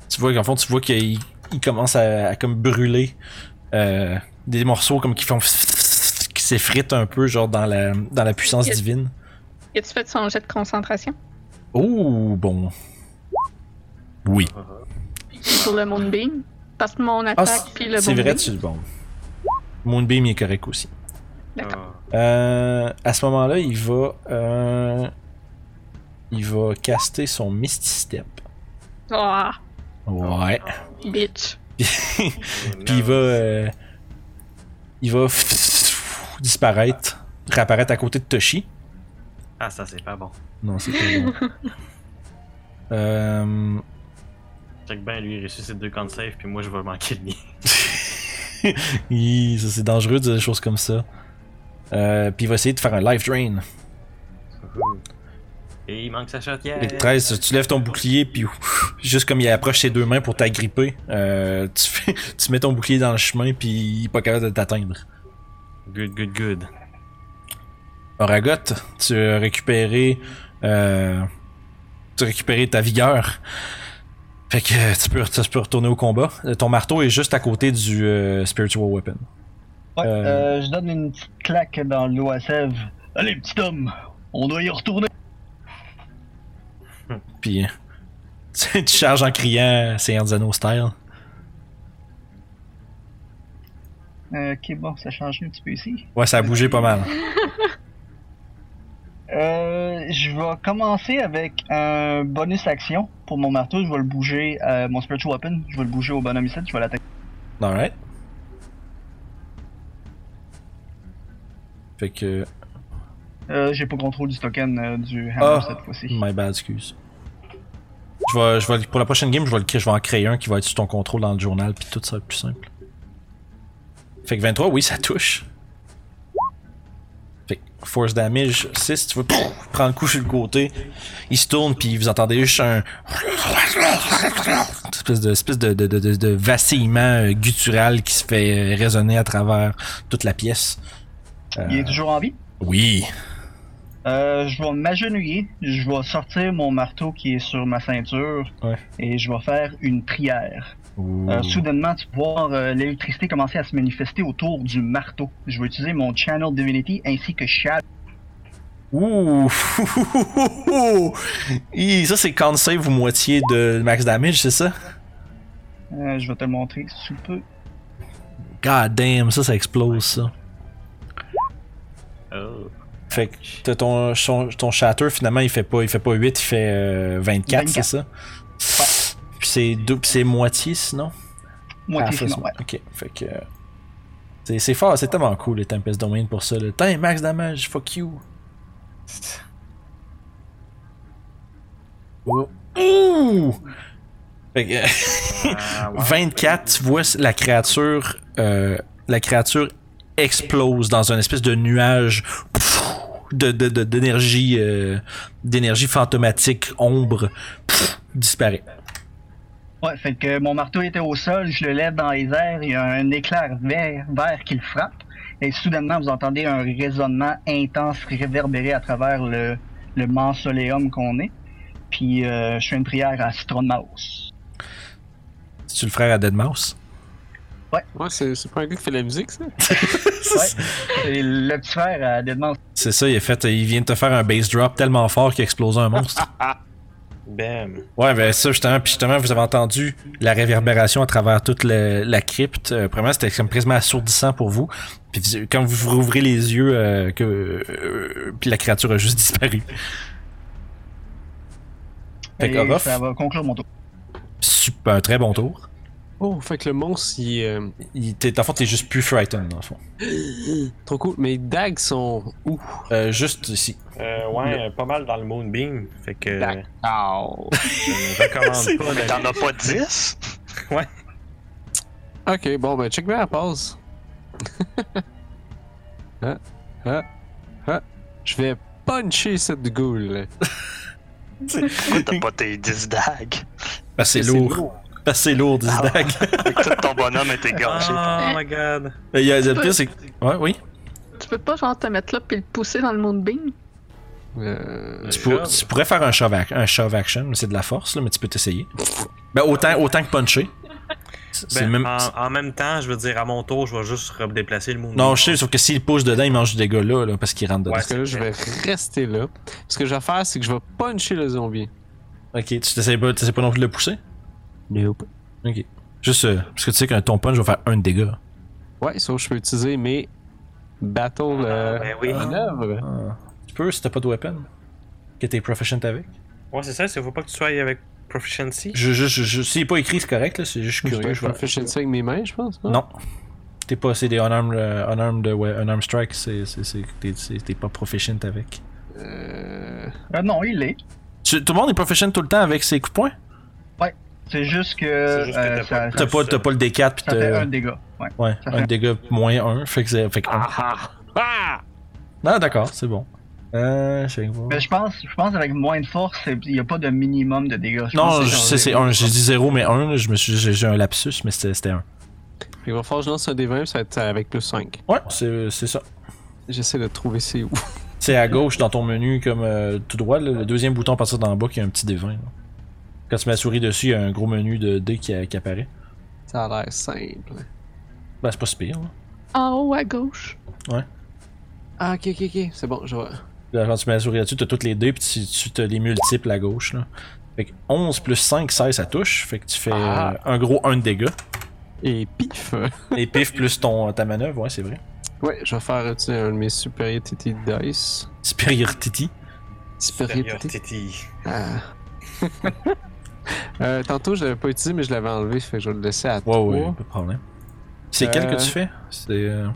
[SPEAKER 1] Tu vois qu'en fond, tu vois qu'il il commence à, à comme brûler euh, des morceaux comme qui font qui s'effritent un peu genre dans la dans la puissance
[SPEAKER 5] Yes.
[SPEAKER 1] divine.
[SPEAKER 5] Et tu fais de son jet de concentration
[SPEAKER 1] Oh bon. Oui.
[SPEAKER 5] sur le Moonbeam. Parce que mon
[SPEAKER 1] Ah,
[SPEAKER 5] attaque puis le
[SPEAKER 1] c'est vrai,
[SPEAKER 5] Moonbeam.
[SPEAKER 1] tu bon. Moonbeam il est correct aussi.
[SPEAKER 3] Oh,
[SPEAKER 5] D'accord.
[SPEAKER 1] Euh, à ce moment-là, il va euh, il va caster son Misty Step.
[SPEAKER 5] Ah,
[SPEAKER 1] Ouais.
[SPEAKER 5] bitch.
[SPEAKER 1] Puis il va. euh, il va disparaître, réapparaître à côté de Toshi.
[SPEAKER 3] Ah, ça, c'est pas bon.
[SPEAKER 1] Non, c'est pas bon. Euh,
[SPEAKER 3] Check ben, lui, il ressuscite deux camps de save, puis moi, je vais manquer de mien.
[SPEAKER 1] hi, ça, c'est dangereux de dire des choses comme ça. Euh, puis il va essayer de faire un life drain.
[SPEAKER 3] (laughs) Et il manque sa shot, yeah!
[SPEAKER 1] Les 13, tu lèves ton bouclier, puis (laughs) ouf, juste comme il approche ses deux mains pour t'agripper, euh, tu, fais- (laughs) tu mets ton bouclier dans le chemin, puis il est pas capable de t'atteindre.
[SPEAKER 3] Good, good, good.
[SPEAKER 1] Oragot, tu as récupéré. euh, tu as récupéré ta vigueur. Fait que euh, tu peux, tu peux retourner au combat. Euh, Ton marteau est juste à côté du euh, Spiritual Weapon.
[SPEAKER 2] Ouais,
[SPEAKER 1] Euh.
[SPEAKER 2] euh, je donne une petite claque dans l'eau à sève. Allez, petit homme, on doit y retourner.
[SPEAKER 1] Puis (laughs) tu, tu charges en criant Seigneur des Anneaux style.
[SPEAKER 2] Euh, ok, bon, ça a changé un petit peu ici.
[SPEAKER 1] Ouais, ça a bougé pas mal.
[SPEAKER 2] Euh, je vais commencer avec un bonus action pour mon marteau. Je vais le bouger, euh, mon spiritual weapon. Je vais le bouger au bonhomme ici. Je vais l'attaquer.
[SPEAKER 1] Alright. Fait que.
[SPEAKER 2] Euh, J'ai pas contrôle du token euh, du hammer
[SPEAKER 1] Ah.
[SPEAKER 2] cette fois-ci.
[SPEAKER 1] My bad, excuse. Je vais, je vais, pour la prochaine game, je vais, le, créer- je vais en créer un qui va être sur ton contrôle dans le journal, puis tout ça va être plus simple. Fait que 23, oui, ça touche. Fait que force damage 6, tu vois, pouf, prends le coup sur le côté. Il se tourne, puis vous entendez juste un. espèce de, espèce de, de, de, de- de vacillement euh, guttural qui se fait euh, résonner à travers toute la pièce. Euh.
[SPEAKER 2] Il est toujours en vie.
[SPEAKER 1] Oui.
[SPEAKER 2] Euh, je vais m'agenouiller. Je vais sortir mon marteau qui est sur ma ceinture.
[SPEAKER 1] Ouais.
[SPEAKER 2] Et je vais faire une prière.
[SPEAKER 1] Ouh.
[SPEAKER 2] Euh, soudainement, tu vas voir euh, l'électricité commencer à se manifester autour du marteau. Je vais utiliser mon Channel Divinity ainsi que Shadow.
[SPEAKER 1] Ouh! (laughs) Hi, ça, c'est con save ou moitié de max damage, c'est ça?
[SPEAKER 2] Euh, je vais te le montrer sous peu.
[SPEAKER 1] God damn, ça, ça explose, ça.
[SPEAKER 3] Oh.
[SPEAKER 1] Fait que t'as ton, son- ton shatter, finalement, il fait pas, il fait pas 8, il fait euh, 24,
[SPEAKER 2] 24.
[SPEAKER 1] c'est ça? Puis c'est deux- puis c'est moitié, sinon? Ah,
[SPEAKER 2] Moitié
[SPEAKER 1] ça,
[SPEAKER 2] sinon, ouais.
[SPEAKER 1] c'est- Ok, fait que... euh, c'est- C'est fort, c'est tellement cool, les Tempest Domain, pour ça. Le Tiens, max damage, fuck you! Ouh! Fait que... euh,
[SPEAKER 3] Ah, wow.
[SPEAKER 1] 24, tu vois la créature, euh, la créature explose dans un espèce de nuage pfff, de- de- de- d'énergie, euh, d'énergie fantomatique, ombre, pfff, disparaît.
[SPEAKER 2] Ouais, fait que mon marteau était au sol, je le lève dans les airs, il y a un éclair vert, vert qui le frappe, et soudainement vous entendez un résonnement intense réverbéré à travers le, le mansoleum qu'on est. Puis euh, je fais une prière à Stromaos.
[SPEAKER 1] C'est-tu le frère à Deadmau5?
[SPEAKER 6] Ouais, c'est c'est pas un gars qui fait de la musique, ça.
[SPEAKER 2] Ouais, c'est le petit frère euh, à Deadmau5.
[SPEAKER 1] C'est ça, il est fait, il vient de te faire un bass drop tellement fort qu'il a explosé un monstre.
[SPEAKER 8] Bam.
[SPEAKER 1] Ouais, ben ça, justement, puis justement, vous avez entendu la réverbération à travers toute le- la crypte. Euh, premièrement, c'était comme presque assourdissant pour vous. Puis vous- quand vous rouvrez les yeux, euh, que euh, puis la créature a juste (laughs) disparu. Fait que
[SPEAKER 2] Et
[SPEAKER 1] Orof,
[SPEAKER 2] ça va conclure mon tour.
[SPEAKER 1] super, un très bon tour.
[SPEAKER 6] Oh, fait que le monstre, il. euh,
[SPEAKER 1] Il, t'es, en fait, t'es juste plus frightened, dans le fond.
[SPEAKER 6] Trop cool. Mais les dagues sont où
[SPEAKER 1] Euh, juste ici.
[SPEAKER 8] Euh, ouais, euh, pas mal dans le Moonbeam. Fait que euh, (laughs)
[SPEAKER 6] D'accord.
[SPEAKER 3] (laughs)
[SPEAKER 8] je ne recommande pas
[SPEAKER 1] (laughs)
[SPEAKER 4] Mais t'en as pas 10?
[SPEAKER 6] Ok, bon, ben, check bien la pause. (laughs) ah, ah, ah. Je vais puncher cette goule.
[SPEAKER 4] Pourquoi t'as pas tes 10 dagues?
[SPEAKER 1] Parce que c'est lourd. Parce que c'est lourd, dis
[SPEAKER 4] Ah.
[SPEAKER 1] Dag.
[SPEAKER 4] Fait que tout ton bonhomme était
[SPEAKER 3] Ah,
[SPEAKER 4] gâché.
[SPEAKER 8] Oh my god.
[SPEAKER 1] (laughs) Il y a- le
[SPEAKER 5] peux-
[SPEAKER 1] pire, c'est que- Ouais, oui.
[SPEAKER 5] Tu peux pas, genre, te mettre là puis le pousser dans le Moonbeam?
[SPEAKER 6] Euh,
[SPEAKER 1] Tu, pour- tu pourrais faire un shove, ac- un shove action, mais c'est de la force, là, mais tu peux t'essayer. Ben, autant, autant que puncher. C'est c'est
[SPEAKER 3] Ben,
[SPEAKER 1] même...
[SPEAKER 3] en, en même temps, je veux dire, à mon tour, je vais juste redéplacer le moon.
[SPEAKER 1] Non, je sais, sauf que s'il pousse dedans, il mange du dégât là, là, parce qu'il rentre dedans.
[SPEAKER 3] Ouais,
[SPEAKER 6] parce que là, je vais rester là. Ce que je vais faire, c'est que je vais puncher le zombie.
[SPEAKER 1] Ok, tu t'essayes pas, t'essayes pas non plus de le pousser?
[SPEAKER 6] Nope.
[SPEAKER 1] Ok. Juste, euh, parce que tu sais qu'un ton punch va faire un de dégâts.
[SPEAKER 6] Ouais, sauf que je peux utiliser mes battle euh,
[SPEAKER 3] Ben oui.
[SPEAKER 6] manœuvres.
[SPEAKER 1] Tu peux si t'as pas de weapon? Que t'es proficient avec?
[SPEAKER 8] Ouais, c'est ça, c'est faut pas que tu sois avec proficiency.
[SPEAKER 1] Je, je, je, je- s'il est pas écrit, c'est correct, là, c'est juste
[SPEAKER 6] Je peux
[SPEAKER 1] curieux. je vais-
[SPEAKER 6] proficiency avec mes mains, je pense. hein?
[SPEAKER 1] Non. T'es pas, c'est des unarmed, euh, unarmed, euh, ouais, unarmed strike, c'est, c'est, c'est, t'es, c'est- t'es pas proficient avec.
[SPEAKER 6] Euh,
[SPEAKER 2] Ah non, il l'est.
[SPEAKER 1] Tu- tout le monde est proficient tout le temps avec ses coups de poing?
[SPEAKER 2] C'est juste que,
[SPEAKER 8] C'est juste que
[SPEAKER 2] euh,
[SPEAKER 8] t'as
[SPEAKER 2] ça,
[SPEAKER 8] pas-
[SPEAKER 1] T'as
[SPEAKER 2] ça-
[SPEAKER 1] pas, t'as pas le D4 pis
[SPEAKER 2] ça fait
[SPEAKER 1] t'as.
[SPEAKER 2] un dégât. Ouais.
[SPEAKER 1] Ouais,
[SPEAKER 2] ça fait
[SPEAKER 1] un
[SPEAKER 2] un.
[SPEAKER 1] dégât moins un, fait que c'est. Fait que un.
[SPEAKER 6] Ah ah! Ah!
[SPEAKER 1] Non, d'accord, c'est bon. Euh, je sais pas.
[SPEAKER 2] Mais je pense, je pense avec moins de force, c'est- il n'y a pas de minimum de dégâts. Je pense
[SPEAKER 1] Non,
[SPEAKER 2] que
[SPEAKER 1] je
[SPEAKER 2] genre
[SPEAKER 1] sais, c'est
[SPEAKER 2] zéro.
[SPEAKER 1] un. J'ai dit 0 mais 1, je me suis, j'ai, j'ai un lapsus, mais c'était, c'était 1.
[SPEAKER 6] Il va falloir que je lance un D20, ça va être avec plus 5.
[SPEAKER 1] Ouais, c'est, c'est ça.
[SPEAKER 6] J'essaie de trouver c'est où.
[SPEAKER 1] C'est à gauche dans ton menu, comme euh, tout droit, là, le deuxième bouton à partir d'en bas, qui a un petit D20. là. Quand tu mets la souris dessus, il y a un gros menu de D qui, qui apparaît.
[SPEAKER 6] Ça a l'air simple.
[SPEAKER 1] Ben, c'est pas si pire. Là.
[SPEAKER 5] En haut à gauche.
[SPEAKER 6] Ah, ok, ok, ok, c'est bon, je vois.
[SPEAKER 1] Là, Quand tu mets la souris dessus, t'as toutes les dés, puis tu, tu t'as les multiples à gauche. Là. Fait que 11 plus 5, 16, ça touche. Fait que tu fais
[SPEAKER 6] Ah.
[SPEAKER 1] euh, un gros 1 de dégâts.
[SPEAKER 6] Et pif!
[SPEAKER 1] Et pif plus ton, euh, ta manœuvre, ouais, c'est vrai.
[SPEAKER 6] Ouais, je vais faire tu sais, un de mes supériorités dice.
[SPEAKER 1] Superior Titi.
[SPEAKER 8] Supérieur
[SPEAKER 6] Supériorité.
[SPEAKER 8] Titi.
[SPEAKER 6] Ah. (laughs) euh, tantôt, je l'avais pas utilisé, mais je l'avais enlevé, fait que je vais le laisser à
[SPEAKER 1] Ouais,
[SPEAKER 6] toi.
[SPEAKER 1] ouais, pas de problème. C'est quel
[SPEAKER 6] Euh.
[SPEAKER 1] que tu fais C'est. euh,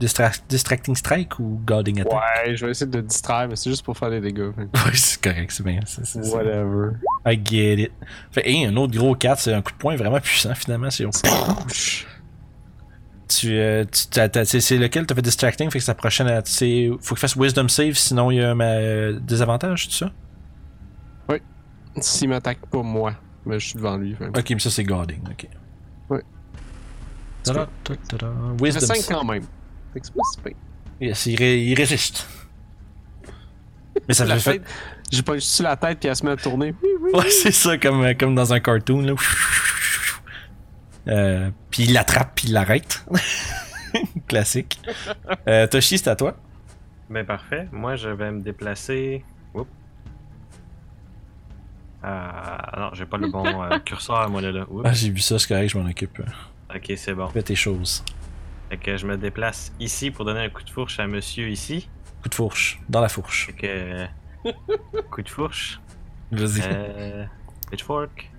[SPEAKER 1] Distra- Distracting Strike ou Guarding Attack
[SPEAKER 6] Ouais, je vais essayer de le distraire, mais c'est juste pour faire des dégâts. fait
[SPEAKER 1] Ouais, (laughs) c'est correct, c'est bien. c'est- c'est-
[SPEAKER 6] que-
[SPEAKER 1] c'est-
[SPEAKER 6] Whatever.
[SPEAKER 1] I get it. Fait, hey, un autre gros 4, c'est un coup de poing vraiment puissant finalement. C'est, tu, euh, tu, t'as- t'as- c'est, c'est lequel t'as fait distracting, fait que sa prochaine. euh, C'est, faut qu'il fasse Wisdom Save, sinon il y a ma, euh, des avantages, tout ça.
[SPEAKER 6] S'il m'attaque pas, moi. Mais je suis devant lui. Fait. que-
[SPEAKER 1] Ok, mais ça c'est Guarding, ok.
[SPEAKER 6] Ouais.
[SPEAKER 1] Ta-da, ta- ta-da.
[SPEAKER 6] Il fait
[SPEAKER 1] Wisdom
[SPEAKER 6] 5
[SPEAKER 1] Save.
[SPEAKER 6] quand même. Fait que c'est pas si pire.
[SPEAKER 1] Yes, il, ré- il résiste. (laughs) Mais ça
[SPEAKER 6] La
[SPEAKER 1] fait.
[SPEAKER 6] tête, j'ai pas juste la tête, puis elle se met à tourner.
[SPEAKER 1] Ouais, c'est ça, comme, euh, comme dans un cartoon. Là. Euh, puis il l'attrape, puis il l'arrête. (laughs) Classique. Euh, Toshi, c'est à toi.
[SPEAKER 3] Ben parfait. Moi, je vais me déplacer. Oups. Ah, non, j'ai pas le bon euh, curseur, moi, là. là. Oups.
[SPEAKER 1] Ah, j'ai vu ça, c'est correct, je m'en occupe.
[SPEAKER 3] Ok, c'est bon.
[SPEAKER 1] Fais tes choses.
[SPEAKER 3] Fait que je me déplace ici pour donner un coup de fourche à monsieur ici.
[SPEAKER 1] Coup de fourche. Dans la fourche.
[SPEAKER 3] Fait que. euh, coup de fourche.
[SPEAKER 1] Vas-y.
[SPEAKER 3] Euh, pitchfork.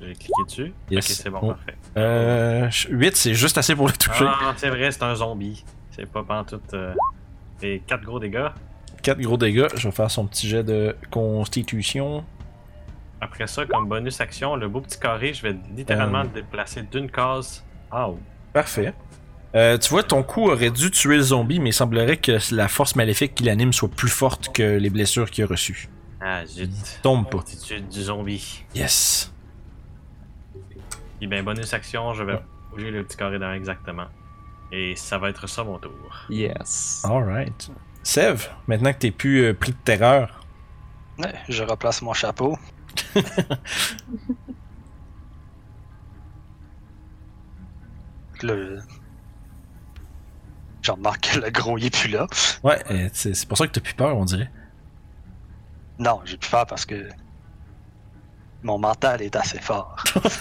[SPEAKER 3] J'ai cliqué dessus.
[SPEAKER 1] Yes.
[SPEAKER 3] Ok, c'est bon,
[SPEAKER 1] Oh.
[SPEAKER 3] parfait.
[SPEAKER 1] Euh, 8, c'est juste assez pour le toucher.
[SPEAKER 3] Ah, c'est vrai, c'est un zombie. C'est pas pantoute. Euh... Et 4 gros dégâts.
[SPEAKER 1] 4 gros dégâts. Je vais faire son petit jet de constitution.
[SPEAKER 3] Après ça, comme bonus action, le beau petit carré, je vais littéralement le déplacer d'une case Oh, à haut.
[SPEAKER 1] Parfait. Euh, tu vois, ton coup aurait dû tuer le zombie, mais il semblerait que la force maléfique qui l'anime soit plus forte que les blessures qu'il a reçues.
[SPEAKER 3] Ah, zut.
[SPEAKER 1] Tombe pas.
[SPEAKER 3] Attitude du zombie.
[SPEAKER 1] Yes.
[SPEAKER 3] Et bien, bonus action, je vais bouger le petit carré dans exactement. Et ça va être ça mon
[SPEAKER 6] (laughs)
[SPEAKER 3] tour.
[SPEAKER 6] Yes.
[SPEAKER 1] Ah, Alright. Sev, maintenant que t'es plus euh, pris de terreur,
[SPEAKER 4] Ouais, je replace mon chapeau. le... Je remarque que le gros il est plus là.
[SPEAKER 1] ouais, euh, c'est c'est pour ça que t'as plus peur, on dirait. (laughs)
[SPEAKER 4] Non, j'ai plus peur parce que mon mental est assez fort.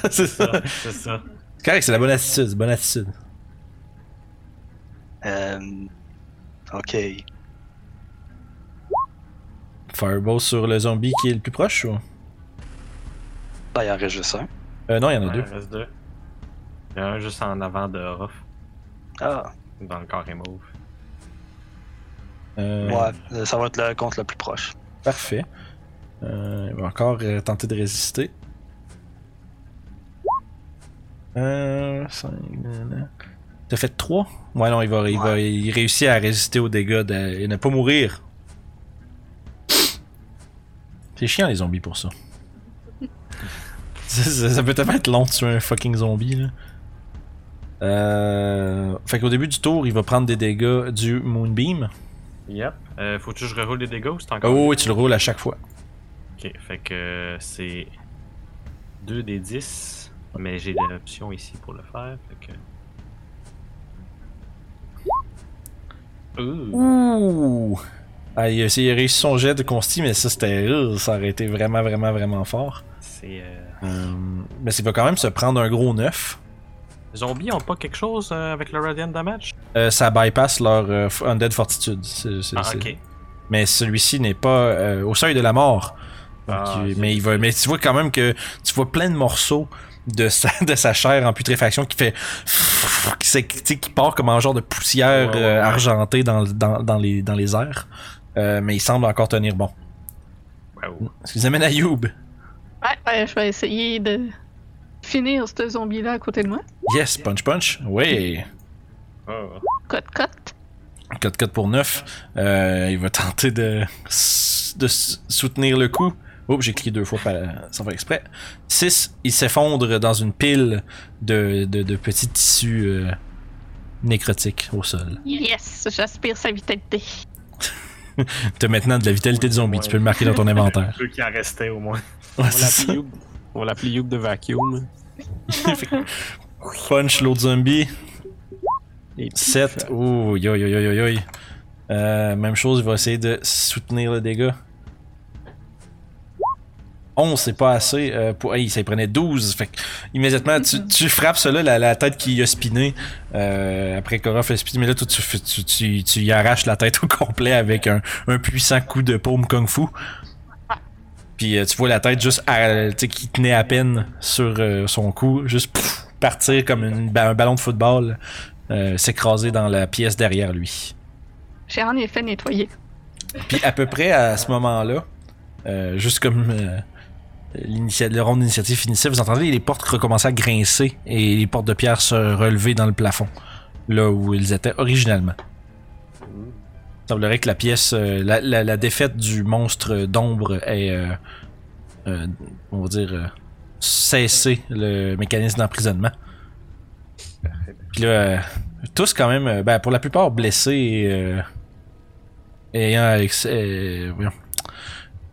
[SPEAKER 1] c'est
[SPEAKER 3] Ça, c'est ça.
[SPEAKER 1] C'est correct, c'est la bonne attitude, c'est bonne attitude.
[SPEAKER 4] Euh... Ok.
[SPEAKER 1] Fireball sur le zombie qui est le plus proche ou
[SPEAKER 4] Ben, il en reste juste un.
[SPEAKER 1] euh, Non, il y en a
[SPEAKER 3] Ouais,
[SPEAKER 1] deux.
[SPEAKER 3] il reste deux. Il y en a un juste en avant de Ruff,
[SPEAKER 4] Ah,
[SPEAKER 3] dans le carré mauve.
[SPEAKER 1] Euh,
[SPEAKER 4] ouais, euh, ça va être le compte le plus proche.
[SPEAKER 1] Parfait. Euh, il va encore euh, tenter de résister. Euh, cinq, nanana. T'as fait 3 Ouais, non, il va, il va, il réussit à résister aux dégâts de- et ne pas mourir. C'est chiant les zombies pour ça. (laughs) ça, ça- ça peut tellement être long de tuer un fucking zombie là. Euh... Fait qu'au début du tour, il va prendre des dégâts du Moonbeam.
[SPEAKER 3] Yep. Euh, Faut-tu que je reroule les dégâts ou c'est encore.
[SPEAKER 1] Oh, oui, tu le roules à chaque fois.
[SPEAKER 3] Ok, fait que euh, c'est 2 des 10, mais j'ai l'option ici pour le faire. Fait que. Ouh.
[SPEAKER 1] Ouh! Ah, il, a, il a réussi son jet de consti, mais ça c'était. euh, Ça aurait été vraiment, vraiment, vraiment fort.
[SPEAKER 3] C'est. euh,
[SPEAKER 1] Euh, mais il va quand même se prendre un gros 9.
[SPEAKER 3] Les zombies ont pas quelque chose euh, avec le Radiant Damage
[SPEAKER 1] Euh, ça bypass leur euh, f- Undead Fortitude. C'est- c'est-
[SPEAKER 3] Ah,
[SPEAKER 1] c'est-
[SPEAKER 3] ok.
[SPEAKER 1] Mais celui-ci n'est pas euh, au seuil de la mort. Donc,
[SPEAKER 3] Ah,
[SPEAKER 1] il-
[SPEAKER 3] c'est-
[SPEAKER 1] mais, il va, mais tu vois quand même que tu vois plein de morceaux de sa, (laughs) de sa chair en putréfaction qui fait. (laughs) qui, s'é- tu sais, qui part comme un genre de poussière
[SPEAKER 3] Ouais, ouais,
[SPEAKER 1] euh,
[SPEAKER 3] ouais.
[SPEAKER 1] argentée dans, le- dans, dans les, dans les airs. Euh, mais il semble encore tenir bon.
[SPEAKER 3] Wow.
[SPEAKER 1] Ce qui nous amène à Youb.
[SPEAKER 5] Ouais, ouais, je vais essayer de finir ce zombie-là à côté de moi.
[SPEAKER 1] Yes, punch punch. Oui.
[SPEAKER 3] (laughs) Oh.
[SPEAKER 5] Cote, cote.
[SPEAKER 1] 4-4 pour 9. Euh, il va tenter de, s- de s- soutenir le coup. Oups, j'ai cliqué deux fois par- sans faire exprès. 6. Il s'effondre dans une pile de, de, de petits tissus euh, nécrotiques au sol.
[SPEAKER 5] Yes, j'aspire sa vitalité.
[SPEAKER 1] T'as maintenant de la vitalité de zombie. Tu peux le marquer dans ton inventaire.
[SPEAKER 3] Ceux qui en restaient au moins.
[SPEAKER 1] Ouais,
[SPEAKER 6] On
[SPEAKER 1] c'est ça.
[SPEAKER 6] l'appelle Youb. On l'appelle Youb de vacuum.
[SPEAKER 1] Fait que- Punch l'autre zombie. 7. Ouh, yo, yo, yo, yo, yo. Euh, même chose, il va essayer de soutenir le dégât. 11, c'est pas assez. euh, pour... hey, ça y prenait 12. Fait que, immédiatement, tu, tu frappes cela, la, la tête qui a spiné. euh, après qu'Orof a spiné, mais là, toi, tu, fais- tu, tu, tu y arraches la tête au complet avec un, un puissant coup de paume kung-fu. Puis euh, tu vois la tête juste à- tu sais, qui tenait à peine sur euh, son cou, juste pff, partir comme une ba- un ballon de football, euh, s'écraser dans la pièce derrière lui.
[SPEAKER 5] J'ai en effet nettoyé.
[SPEAKER 1] Puis à peu près à ce moment-là, euh, juste comme euh, l'initia- le rond d'initiative finissait, vous entendez les portes recommencer à grincer et les portes de pierre se relever dans le plafond, là où ils étaient originalement. Il semblerait que la pièce, euh, la, la- la défaite du monstre d'ombre ait, euh, euh, on va dire, euh, cessé le mécanisme d'emprisonnement. Puis là, euh, tous quand même, euh, ben, pour la plupart blessés et, euh, ayant ex- euh, voyons,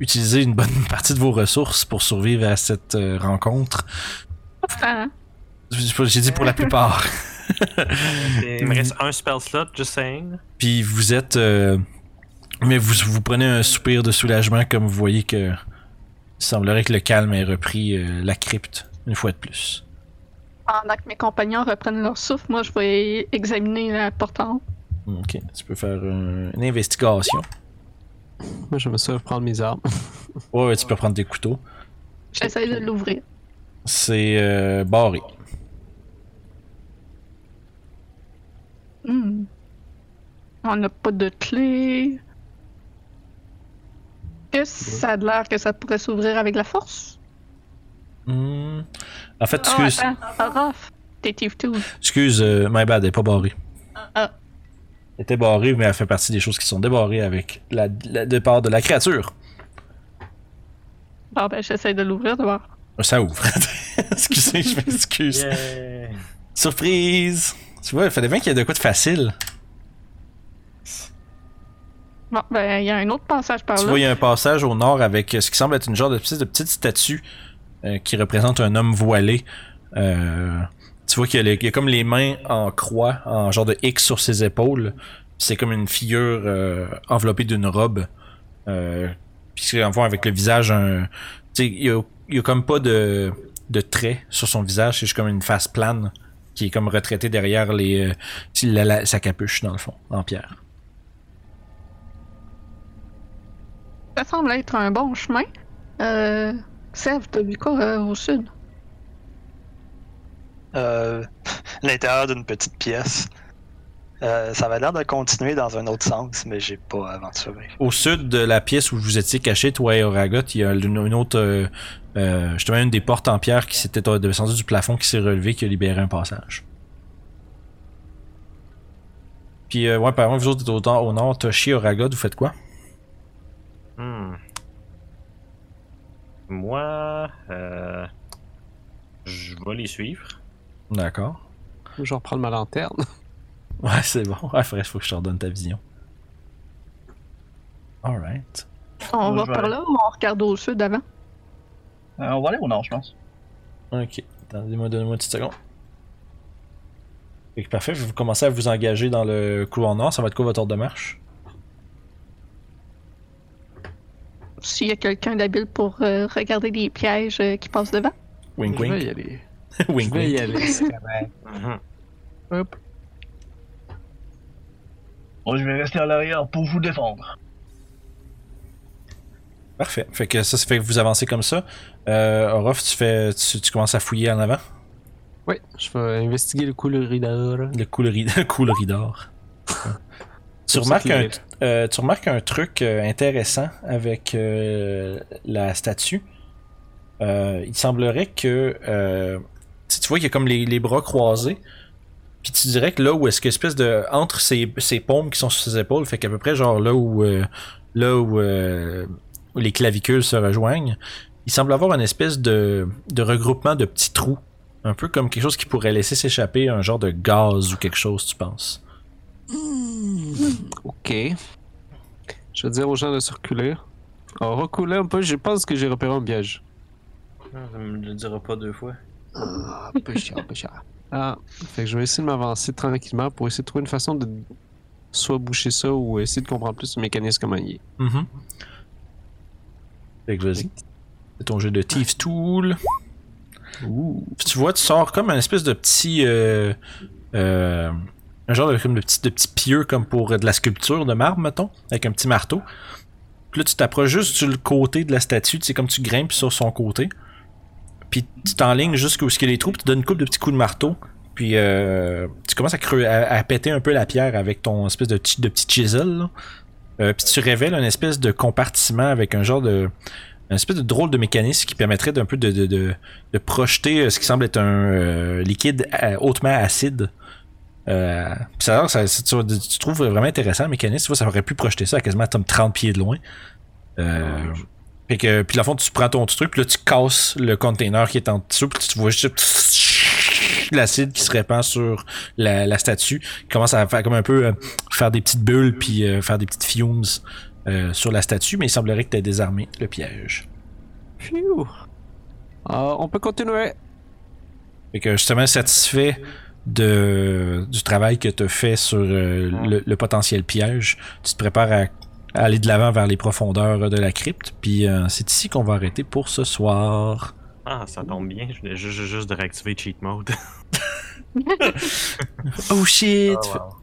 [SPEAKER 1] utilisé une bonne (laughs) partie de vos ressources pour survivre à cette euh, rencontre.
[SPEAKER 5] Ah,
[SPEAKER 1] J'ai dit pour la plupart.
[SPEAKER 3] Il me reste un spell slot, just saying.
[SPEAKER 1] Puis vous êtes. euh, mais vous, vous prenez un soupir de soulagement comme vous voyez que. Il semblerait que le calme ait repris euh, la crypte une fois de plus.
[SPEAKER 5] Pendant que mes compagnons reprennent leur souffle, moi je vais examiner la porte en haut.
[SPEAKER 1] Ok, tu peux faire un- une investigation.
[SPEAKER 6] Moi, je me suis prendre mes armes.
[SPEAKER 1] Ouais, ouais, tu peux prendre des couteaux.
[SPEAKER 5] J'essaie de l'ouvrir.
[SPEAKER 1] C'est euh, barré.
[SPEAKER 5] Hmm. On n'a pas de clé. Que ça a de l'air que ça pourrait s'ouvrir avec la force?
[SPEAKER 1] Hmm. En fait,
[SPEAKER 5] Oh,
[SPEAKER 1] excuse,
[SPEAKER 5] attends, Orof, t'es Thief Tooth.
[SPEAKER 1] excuse, euh, my bad, elle est pas barrée.
[SPEAKER 5] Ah.
[SPEAKER 1] Elle était barrée, mais elle fait partie des choses qui sont débarrées avec la, le départ de la créature.
[SPEAKER 5] Bon, ben, j'essaie de l'ouvrir d'abord.
[SPEAKER 1] Euh, Ça ouvre. (laughs) Excusez, je m'excuse.
[SPEAKER 3] (laughs) Yeah.
[SPEAKER 1] Surprise! Tu vois, il fallait bien qu'il y ait de quoi de facile.
[SPEAKER 5] Bon, ben, il y a un autre passage par
[SPEAKER 1] Tu
[SPEAKER 5] là.
[SPEAKER 1] vois, il y a un passage au nord avec euh, ce qui semble être une genre de petite, de petite statue euh, qui représente un homme voilé. Euh, tu vois qu'il y, a les- il y a comme les mains en croix, en genre de X sur ses épaules. C'est comme une figure euh, enveloppée d'une robe. Euh, Puis c'est en fond avec le visage, un, tu sais, il y a, il y a comme pas de, de traits sur son visage. C'est juste comme une face plane qui est comme retraitée derrière les, euh, la- la- sa capuche, dans le fond, en pierre.
[SPEAKER 5] Ça semble être un bon chemin. Euh. Sèvres, t'as vu quoi euh, au sud?
[SPEAKER 4] (laughs) Euh, L'intérieur d'une petite pièce. Euh, ça avait l'air de continuer dans un autre sens, mais j'ai pas aventuré.
[SPEAKER 1] Au sud de la pièce où vous étiez caché, toi et Oragot, il y a une, une autre. euh, euh, justement, une des portes en pierre qui s'était euh, descendue du plafond qui s'est relevée, qui a libéré un passage. Puis, euh, ouais, par exemple, vous autres, vous êtes au, au nord, Toshi, Oragot, vous faites quoi
[SPEAKER 3] Hmm. Moi, euh, je vais les suivre.
[SPEAKER 1] D'accord. (laughs)
[SPEAKER 6] Je reprends ma lanterne.
[SPEAKER 1] Ouais, c'est bon. Ouais, faudrait- faut que je te redonne ta vision. Alright.
[SPEAKER 2] Moi,
[SPEAKER 5] On va
[SPEAKER 2] je vais
[SPEAKER 5] par
[SPEAKER 2] aller.
[SPEAKER 5] là ou on regarde au sud avant?
[SPEAKER 2] Euh, on va aller au nord, je pense.
[SPEAKER 1] Ok. Attendez-moi, donnez-moi une petite seconde. Fait que parfait, vous commencez à vous engager dans le couloir nord. Ça va être quoi votre ordre de marche
[SPEAKER 5] S'il y a quelqu'un d'habile pour euh, regarder les pièges euh, qui passent devant.
[SPEAKER 1] Wink
[SPEAKER 6] Je vais
[SPEAKER 1] wink.
[SPEAKER 6] y aller. Je
[SPEAKER 1] (laughs) wink
[SPEAKER 6] vais
[SPEAKER 1] wink.
[SPEAKER 6] y aller. Mm-hmm.
[SPEAKER 3] Mhm.
[SPEAKER 6] Hop.
[SPEAKER 2] Moi, je vais rester à l'arrière pour vous défendre.
[SPEAKER 1] Parfait. Fait que ça, ça fait que vous avancez comme ça. Euh, Orof, tu fais, tu, tu commences à fouiller en avant.
[SPEAKER 6] Oui, je vais investiguer le couloir.
[SPEAKER 1] Le coulerie, (laughs) le coulerie d'or. tu remarques un, euh, tu remarques un truc euh, intéressant avec euh, la statue. Euh, il semblerait que euh, tu tu vois qu'il y a comme les, les bras croisés. Puis tu dirais que là où est-ce que espèce de entre ses, ses paumes qui sont sur ses épaules, fait qu'à peu près genre là où euh, là où, euh, où les clavicules se rejoignent, il semble avoir une espèce de, de regroupement de petits trous, un peu comme quelque chose qui pourrait laisser s'échapper un genre de gaz ou quelque chose, tu penses
[SPEAKER 6] Ok. Je vais dire aux gens de circuler. On recouler un peu, je pense que j'ai repéré un piège.
[SPEAKER 8] Ah, Ça me le dira pas deux fois.
[SPEAKER 6] Ah, peu cher, peu cher. Ah, fait que je vais essayer de m'avancer tranquillement pour essayer de trouver une façon de soit boucher ça ou essayer de comprendre plus le mécanisme comment il est.
[SPEAKER 1] Mhm. Fait que vas-y. C'est ton jeu de Thieves Tool.
[SPEAKER 6] Ouh.
[SPEAKER 1] Puis tu vois, tu sors comme un espèce de petit. euh, euh, un genre de, comme de, petit, de petit pieu, comme pour euh, de la sculpture de marbre, mettons, avec un petit marteau. Puis là, tu t'approches juste sur le côté de la statue, tu sais, comme tu grimpes sur son côté. Puis tu t'enlignes jusqu'où ce qu'il y a les trous, puis tu donnes une coupe de petits coups de marteau. Puis euh, tu commences à, creu- à, à péter un peu la pierre avec ton espèce de, petit- de petit chisel. là. Euh, puis tu révèles un espèce de compartiment avec un genre de. Un espèce de drôle de mécanisme qui permettrait d'un peu de- de- de de projeter euh, ce qui semble être un euh, liquide euh, hautement acide. Euh, puis ça, a l'air que ça- ça- tu, tu trouves vraiment intéressant le mécanisme. Tu vois, ça aurait pu projeter ça à quasiment comme 30 pieds de loin. Euh, fait que, puis, dans le fond, tu prends ton petit truc, puis là, tu casses le container qui est en dessous, puis tu vois juste l'acide qui se répand sur la, la statue, qui commence à faire comme un peu euh, faire des petites bulles, puis euh, faire des petites fumes euh, sur la statue, mais il semblerait que tu aies désarmé le piège.
[SPEAKER 6] Phew. Ah, on peut continuer.
[SPEAKER 1] Fait que justement satisfait de, du travail que tu fait sur euh, le, le potentiel piège, tu te prépares à, à aller de l'avant vers les profondeurs de la crypte. Puis euh, c'est ici qu'on va arrêter pour ce soir.
[SPEAKER 3] Ah, ça tombe bien, je voulais juste, juste de réactiver cheat mode.
[SPEAKER 1] Oh shit!
[SPEAKER 3] Ah, wow.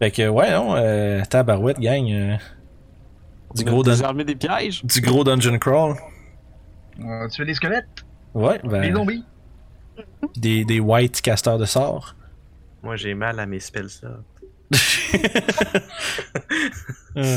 [SPEAKER 1] Fait que ouais, non, euh, tabarouette gang. euh, du, gros dun-
[SPEAKER 6] Désarmer des pièges.
[SPEAKER 1] du gros dungeon crawl.
[SPEAKER 2] Euh, tu veux des squelettes
[SPEAKER 1] Ouais,
[SPEAKER 2] Des
[SPEAKER 1] ben,
[SPEAKER 2] zombies
[SPEAKER 1] des, des white casteurs de sorts.
[SPEAKER 3] Moi, j'ai mal à mes spells, ça.
[SPEAKER 1] Mm.